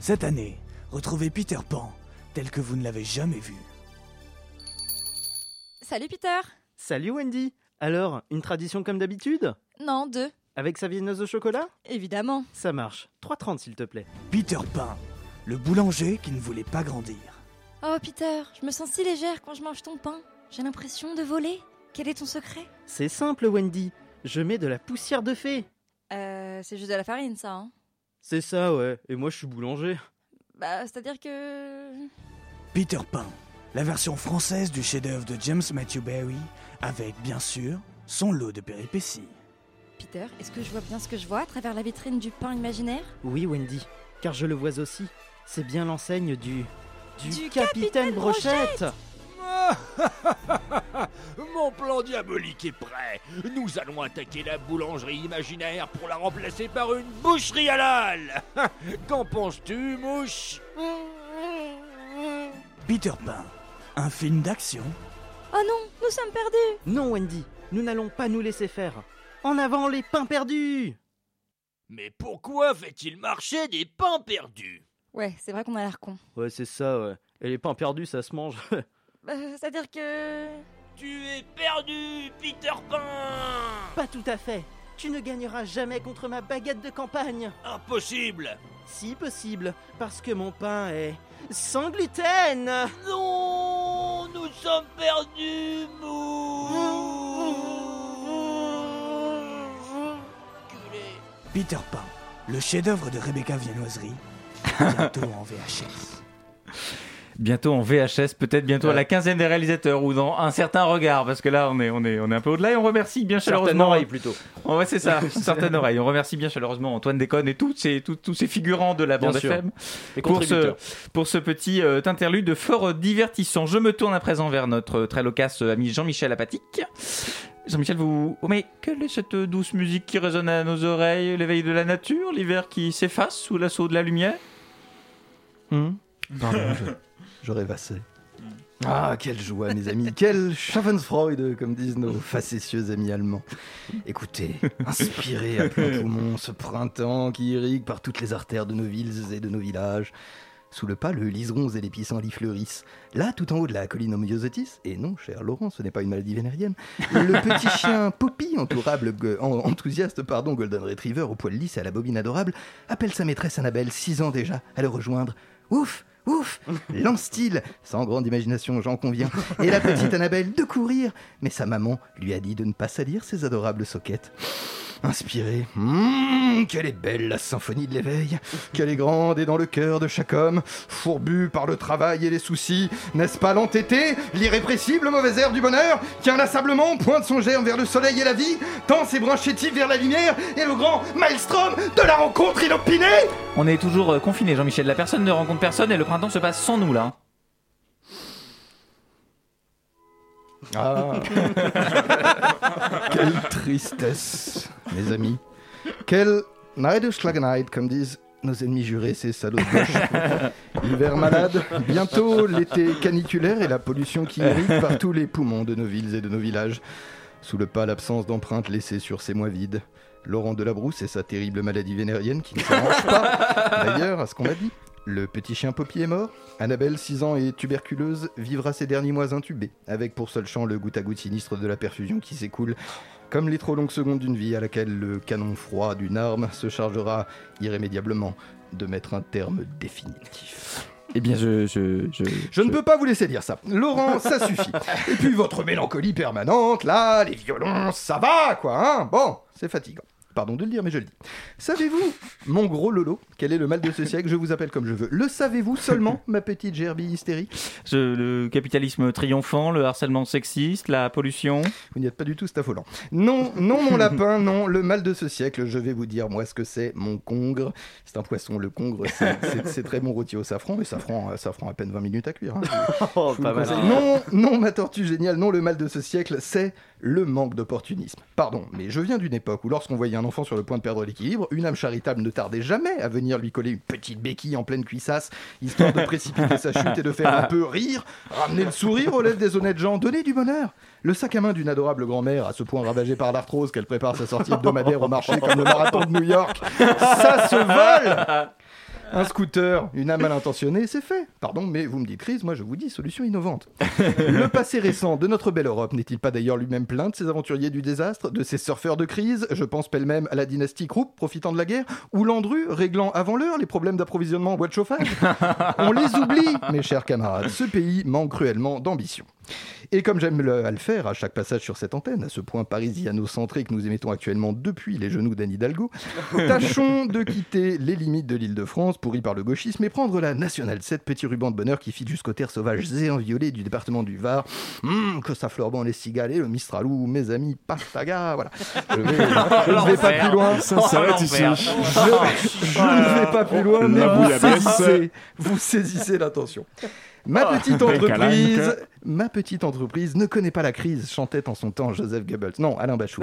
[SPEAKER 12] Cette année, retrouvez Peter Pan tel que vous ne l'avez jamais vu.
[SPEAKER 10] Salut Peter
[SPEAKER 3] Salut Wendy. Alors, une tradition comme d'habitude
[SPEAKER 10] Non, deux.
[SPEAKER 3] Avec sa viennoise au chocolat
[SPEAKER 10] Évidemment.
[SPEAKER 3] Ça marche. 3,30 s'il te plaît.
[SPEAKER 12] Peter Pan, le boulanger qui ne voulait pas grandir.
[SPEAKER 10] Oh Peter, je me sens si légère quand je mange ton pain. J'ai l'impression de voler. Quel est ton secret
[SPEAKER 3] C'est simple Wendy. Je mets de la poussière de fée.
[SPEAKER 10] Euh, c'est juste de la farine ça, hein
[SPEAKER 3] C'est ça ouais. Et moi je suis boulanger.
[SPEAKER 10] Bah, c'est-à-dire que...
[SPEAKER 12] Peter Pan, la version française du chef-d'œuvre de James Matthew Barry, avec bien sûr son lot de péripéties.
[SPEAKER 10] Peter, est-ce que je vois bien ce que je vois à travers la vitrine du pain imaginaire
[SPEAKER 3] Oui Wendy. Car je le vois aussi. C'est bien l'enseigne du... Du,
[SPEAKER 10] Du Capitaine
[SPEAKER 3] capitaine Brochette
[SPEAKER 12] Mon plan diabolique est prêt. Nous allons attaquer la boulangerie imaginaire pour la remplacer par une boucherie halal. Qu'en penses-tu, mouche
[SPEAKER 10] Oh
[SPEAKER 12] Peter Pan, un film d'action.
[SPEAKER 10] Oh non, nous sommes perdus
[SPEAKER 3] Non Wendy. Nous n'allons pas nous laisser faire. En avant les pains perdus
[SPEAKER 12] Mais pourquoi fait-il marcher des pains perdus
[SPEAKER 10] Ouais, c'est vrai qu'on a l'air con.
[SPEAKER 3] Ouais c'est ça ouais. Et les pains perdus ça se mange.
[SPEAKER 10] Euh, c'est-à-dire que...
[SPEAKER 12] Tu es perdu, Peter Pan
[SPEAKER 3] Pas tout à fait. Tu ne gagneras jamais contre ma baguette de campagne.
[SPEAKER 12] Impossible
[SPEAKER 3] si possible, parce que mon pain est sans gluten.
[SPEAKER 12] Non, nous sommes perdus,
[SPEAKER 13] Peter Pan, le chef-d'œuvre de Rebecca Viennoiserie, bientôt en VHS.
[SPEAKER 1] Bientôt en VHS, peut-être bientôt à la
[SPEAKER 3] Ouais.
[SPEAKER 1] quinzaine des réalisateurs ou dans un certain regard, parce que là on est, on est, on est un peu au-delà et on remercie bien
[SPEAKER 3] Certaine
[SPEAKER 1] chaleureusement.
[SPEAKER 3] oreille, plutôt.
[SPEAKER 1] Oh, ouais, c'est ça, certaine oreille. On remercie bien chaleureusement Antoine Déconne et tous ces, tous, tous ces figurants de la
[SPEAKER 3] Ah, Bien
[SPEAKER 1] bande
[SPEAKER 3] sûr.
[SPEAKER 1] FM
[SPEAKER 3] Les
[SPEAKER 1] pour ce,
[SPEAKER 3] contributeurs.
[SPEAKER 1] pour ce petit euh, interlude fort divertissant. Je me tourne à présent vers notre très loquace euh, ami Jean-Michel Apatique. Jean-Michel, vous. Oh, mais quelle est cette douce musique qui résonne à nos oreilles L'éveil de la nature, l'hiver qui s'efface sous l'assaut de la lumière
[SPEAKER 4] Hmm Pardon, je, je rêvassais. Ah, quelle joie, mes amis, quelle Schaffensfreude, comme disent nos facétieux amis allemands. Écoutez, inspirez à plein poumon ce printemps qui irrigue par toutes les artères de nos villes et de nos villages. Sous le pas, le liseron et les pissenlits fleurissent. Là, tout en haut de la colline homéosotis, et non, cher Laurent, ce n'est pas une maladie vénérienne, le petit chien Poppy, entourable, go- en- enthousiaste, pardon, Golden Retriever au poil lisse et à la bobine adorable, appelle sa maîtresse Annabelle, 6 ans déjà, à le rejoindre. Ouf Ouf Lance-t-il Sans grande imagination, j'en conviens. Et la petite Annabelle de courir. Mais sa maman lui a dit de ne pas salir ses adorables soquettes. Inspiré. Mmh, quelle est belle la symphonie de l'éveil. Quelle est grande et dans le cœur de chaque homme, fourbu par le travail et les soucis. N'est-ce pas l'entêté, l'irrépressible mauvais air du bonheur, qui inlassablement pointe son germe vers le soleil et la vie, tend ses branches chétives vers la lumière et le grand maelstrom de la rencontre inopinée
[SPEAKER 1] On est toujours euh, confiné, Jean-Michel. La personne ne rencontre personne et le printemps se passe sans nous, là.
[SPEAKER 4] Ah Quelle tristesse, mes amis. Quelle Neideschlagenheit, comme disent nos ennemis jurés, ces salauds de gauche. Hiver malade, bientôt l'été caniculaire et la pollution qui irrigue par tous les poumons de nos villes et de nos villages. Sous le pas, l'absence d'empreintes laissées sur ces mois vides. Laurent Delabrousse et sa terrible maladie vénérienne qui ne s'arrange pas, d'ailleurs, à ce qu'on a dit. Le petit chien Poppy est mort. Annabelle, 6 ans et tuberculeuse, vivra ses derniers mois intubée, avec pour seul chant le goutte à goutte sinistre de la perfusion qui s'écoule, comme les trop longues secondes d'une vie à laquelle le canon froid d'une arme se chargera irrémédiablement de mettre un terme définitif.
[SPEAKER 1] Eh bien, je. Je,
[SPEAKER 4] Je ne peux pas vous laisser dire ça. Laurent, ça suffit. Et puis votre mélancolie permanente, là, les violons, ça va, quoi, hein Bon, c'est fatigant. Pardon de le dire, mais je le dis. Savez-vous, mon gros Lolo, quel est le mal de ce siècle Je vous appelle comme je veux. Le savez-vous seulement, ma petite gerbille hystérique
[SPEAKER 1] Je- le capitalisme triomphant, le harcèlement sexiste, la pollution.
[SPEAKER 4] Vous n'y êtes pas du tout, c'est affolant. Non, non, mon lapin, non, le mal de ce siècle, je vais vous dire, moi, ce que c'est, mon congre. C'est un poisson, le congre, c'est- c'est c'est très bon rôti au safran, et safran, euh, safran à peine 20 minutes à cuire. hein. Je- je vous
[SPEAKER 3] Oh, pas
[SPEAKER 4] le
[SPEAKER 3] mal.
[SPEAKER 4] conseille. Non, non, ma tortue géniale, non, le mal de ce siècle, c'est le manque d'opportunisme. Pardon, mais je viens d'une époque où lorsqu'on voyait un enfant sur le point de perdre l'équilibre, une âme charitable ne tardait jamais à venir lui coller une petite béquille en pleine cuissasse, histoire de précipiter sa chute et de faire un peu rire, ramener le sourire aux lèvres des honnêtes gens, donner du bonheur. Le sac à main d'une adorable grand-mère, à ce point ravagée par l'arthrose qu'elle prépare sa sortie hebdomadaire au marché comme le marathon de New York, ça se vole un scooter, une âme mal intentionnée, c'est fait. Pardon, mais vous me dites crise, moi je vous dis solution innovante. Le passé récent de notre belle Europe n'est-il pas d'ailleurs lui-même plein de ses aventuriers du désastre, de ses surfeurs de crise Je pense pêle-même à la dynastie Krupp profitant de la guerre, ou Landru réglant avant l'heure les problèmes d'approvisionnement en bois de chauffage. On les oublie, mes chers camarades. Ce pays manque cruellement d'ambition. Et comme j'aime le, à le faire à chaque passage sur cette antenne, à ce point parisiano-centré que nous émettons actuellement depuis les genoux d'Anne Hidalgo, tâchons de quitter les limites de l'île de France, pourrie par le gauchisme, et prendre la nationale 7, petit ruban de bonheur qui file jusqu'aux terres sauvages et inviolées du département du Var. Hum, que ça fleurban les cigales et le Mistralou, mes amis, pastaga, voilà. Je vais, je ne vais pas
[SPEAKER 2] Ah, L'enfer.
[SPEAKER 4] plus loin.
[SPEAKER 2] Ça, ça va, tu sais.
[SPEAKER 4] Je- je ne vais pas plus loin, mais
[SPEAKER 2] La
[SPEAKER 4] vous
[SPEAKER 2] bouillabaisse.
[SPEAKER 4] saisissez, vous saisissez l'intention. Ma
[SPEAKER 12] Oh,
[SPEAKER 4] petite
[SPEAKER 2] bec à
[SPEAKER 4] entreprise,
[SPEAKER 2] l'âne.
[SPEAKER 4] ma petite entreprise ne connaît pas la crise, chantait en son temps Joseph Goebbels. Non, Alain Bachou.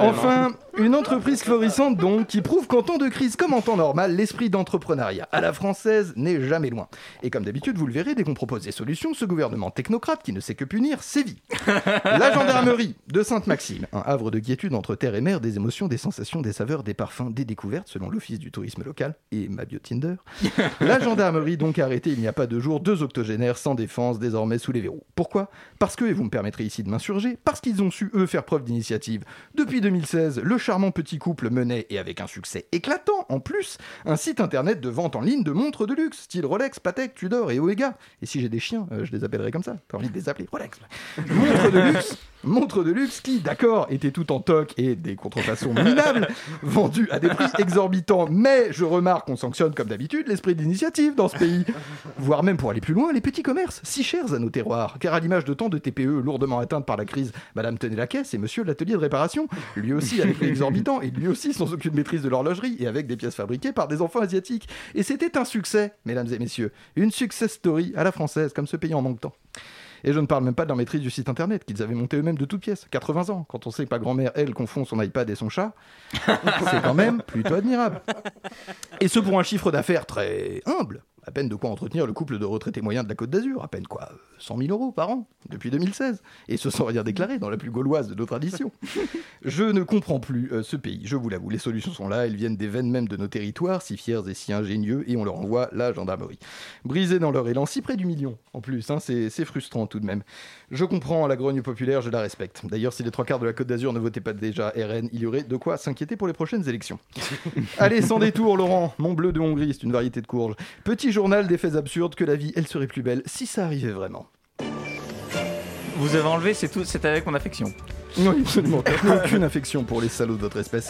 [SPEAKER 4] enfin, une entreprise florissante donc, qui prouve qu'en temps de crise comme en temps normal, l'esprit d'entrepreneuriat à la française n'est jamais loin. Et comme d'habitude, vous le verrez, dès qu'on propose des solutions, ce gouvernement technocrate qui ne sait que punir sévit. La gendarmerie de Sainte-Maxime, un havre de quiétude entre terre et mer, des émotions, des sensations, des saveurs, des parfums, des découvertes, selon l'Office du tourisme local et ma bio Tinder. La gendarmerie donc a arrêté il n'y a pas deux jours deux octogénaires sans défense, désormais remet sous les verrous. Pourquoi Parce que, et vous me permettrez ici de m'insurger, parce qu'ils ont su, eux, faire preuve d'initiative. Depuis 2016, le charmant petit couple menait, et avec un succès éclatant en plus, un site internet de vente en ligne de montres de luxe, style Rolex, Patek, Tudor et Omega. Et si j'ai des chiens, euh, je les appellerai comme ça. T'as envie de les appeler Rolex Montres de luxe Montre de luxe qui, d'accord, était tout en toc et des contrefaçons minables, vendues à des prix exorbitants. Mais je remarque qu'on sanctionne, comme d'habitude, l'esprit d'initiative dans ce pays. Voire même pour aller plus loin, les petits commerces, si chers à nos terroirs. Car à l'image de tant de TPE lourdement atteintes par la crise, Madame tenait la caisse et Monsieur l'atelier de réparation, lui aussi avec les exorbitants et lui aussi sans aucune maîtrise de l'horlogerie et avec des pièces fabriquées par des enfants asiatiques. Et c'était un succès, mesdames et messieurs. Une success story à la française, comme ce pays en manque tant. Et je ne parle même pas de leur maîtrise du site internet qu'ils avaient monté eux-mêmes de toutes pièces. 80 ans, quand on sait que ma grand-mère, elle, confond son iPad et son chat, c'est quand même plutôt admirable. Et ce pour un chiffre d'affaires très humble. À peine de quoi entretenir le couple de retraités moyens de la Côte d'Azur, à peine quoi 100 000 euros par an, depuis 2016, et ce sans rien déclarer dans la plus gauloise de nos traditions. Je ne comprends plus euh, ce pays, je vous l'avoue. Les solutions sont là, elles viennent des veines même de nos territoires, si fiers et si ingénieux, et on leur envoie la gendarmerie. Brisés dans leur élan, si près du million, en plus, hein, c'est c'est frustrant tout de même. Je comprends la grogne populaire, je la respecte. D'ailleurs, si les trois quarts de la Côte d'Azur ne votaient pas déjà RN, il y aurait de quoi s'inquiéter pour les prochaines élections. Allez, sans détour, Laurent, mon bleu de Hongrie, c'est une variété de courge. Petit journal des faits absurdes que la vie, elle serait plus belle si ça arrivait vraiment.
[SPEAKER 1] Vous avez enlevé, c'est tout, c'est avec mon affection.
[SPEAKER 4] Non, absolument. Je n'ai aucune affection pour les salauds d'autres espèces.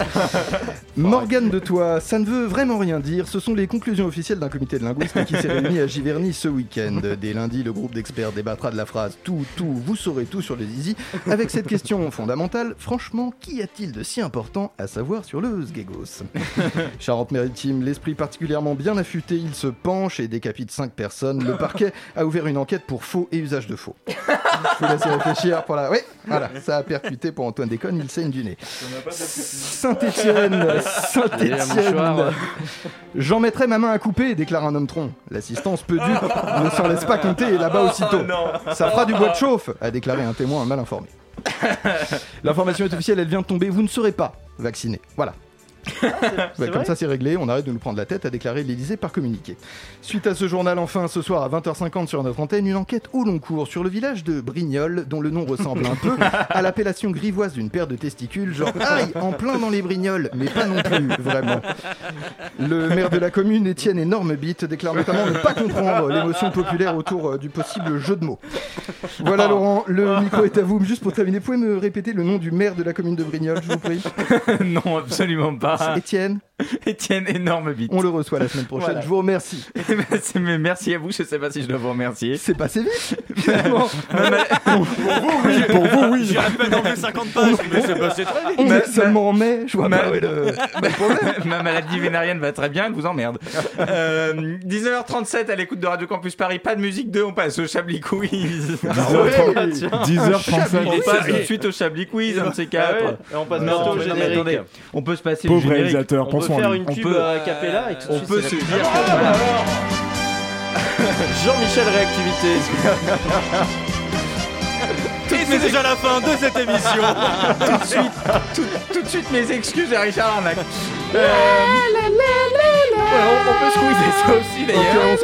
[SPEAKER 4] Morgane de toi, ça ne veut vraiment rien dire. Ce sont les conclusions officielles d'un comité de linguistes qui s'est réuni à Giverny ce week-end. Dès lundi, le groupe d'experts débattra de la phrase tout, tout, vous saurez tout sur le zizi avec cette question fondamentale. Franchement, qu'y a-t-il de si important à savoir sur le Sgegos Charente-Maritime, l'esprit particulièrement bien affûté, il se penche et décapite 5 personnes. Le parquet a ouvert une enquête pour faux et usage de faux. Je vous laisse y réfléchir pour la. Oui, voilà, ça a percuté pour Antoine Déconne, il saigne du nez. Saint-Étienne, Saint-Étienne. J'en mettrai ma main à couper, déclare un homme tronc. L'assistance peu due ne s'en laisse pas compter et là-bas aussitôt. Ça fera du bois de chauffe, a déclaré un témoin mal informé. L'information est officielle, elle vient de tomber. Vous ne serez pas vacciné. Voilà. Ouais, comme ça, c'est réglé. On arrête de nous prendre la tête, a déclaré l'Elysée par communiqué. Suite à ce journal, enfin, ce soir à 20h50 sur notre antenne, une enquête au long cours sur le village de Brignoles, dont le nom ressemble un peu à l'appellation grivoise d'une paire de testicules, genre aïe, en plein dans les Brignoles, mais pas non plus, vraiment. Le maire de la commune, Étienne Énorme Bite, déclare notamment ne pas comprendre l'émotion populaire autour euh, du possible jeu de mots. Voilà, Laurent, le micro est à vous. Juste pour terminer, pouvez me répéter le nom du maire de la commune de Brignoles, je vous prie
[SPEAKER 1] non, absolument pas.
[SPEAKER 4] C'est Étienne.
[SPEAKER 1] Étienne, énorme bite.
[SPEAKER 4] On le reçoit la semaine prochaine.
[SPEAKER 1] Voilà.
[SPEAKER 4] Je vous remercie.
[SPEAKER 1] Eh ben, c'est- mais merci à vous, je sais pas si je dois vous remercier.
[SPEAKER 4] C'est passé vite, finalement. oui, pour vous, oui.
[SPEAKER 6] J'ai à peine enlevé 50 pages, mais c'est passé très vite.
[SPEAKER 4] On est seulement en mai, je vois pas où est Bah le-
[SPEAKER 1] Bah Ma maladie vénérienne va très bien, elle vous emmerde. Euh, 19h37 à l'écoute de Radio Campus Paris, pas de musique 2, on passe au Chablis Quiz.
[SPEAKER 2] Ah ouais,
[SPEAKER 1] Ah, tiens.
[SPEAKER 2] 10h37.
[SPEAKER 1] On passe
[SPEAKER 2] Ça y est.
[SPEAKER 1] tout de suite au Chablis Quiz, un de ces quatre.
[SPEAKER 3] Ah ouais, et on passe
[SPEAKER 1] Non,
[SPEAKER 3] bientôt au
[SPEAKER 1] mais non, mais
[SPEAKER 3] générique.
[SPEAKER 1] attendez, On peut se passer
[SPEAKER 2] Pauvre
[SPEAKER 1] le générique.
[SPEAKER 2] réalisateur,
[SPEAKER 1] On
[SPEAKER 2] pense
[SPEAKER 1] peut
[SPEAKER 2] en
[SPEAKER 1] faire
[SPEAKER 2] lui.
[SPEAKER 1] une
[SPEAKER 3] On
[SPEAKER 1] pub,
[SPEAKER 3] peut
[SPEAKER 1] euh,
[SPEAKER 3] a cappella et tout de
[SPEAKER 1] On
[SPEAKER 3] suite,
[SPEAKER 1] peut
[SPEAKER 3] c'est
[SPEAKER 1] se
[SPEAKER 3] la-
[SPEAKER 1] dire
[SPEAKER 3] Ah,
[SPEAKER 1] que
[SPEAKER 3] bah
[SPEAKER 1] voilà.
[SPEAKER 3] alors. Jean-Michel Réactivité.
[SPEAKER 6] Et c'est déjà la fin de cette émission.
[SPEAKER 1] tout de suite, tout, tout de suite mes excuses à Richard Arnac. Euh, voilà, on, on peut squeezer ça aussi d'ailleurs.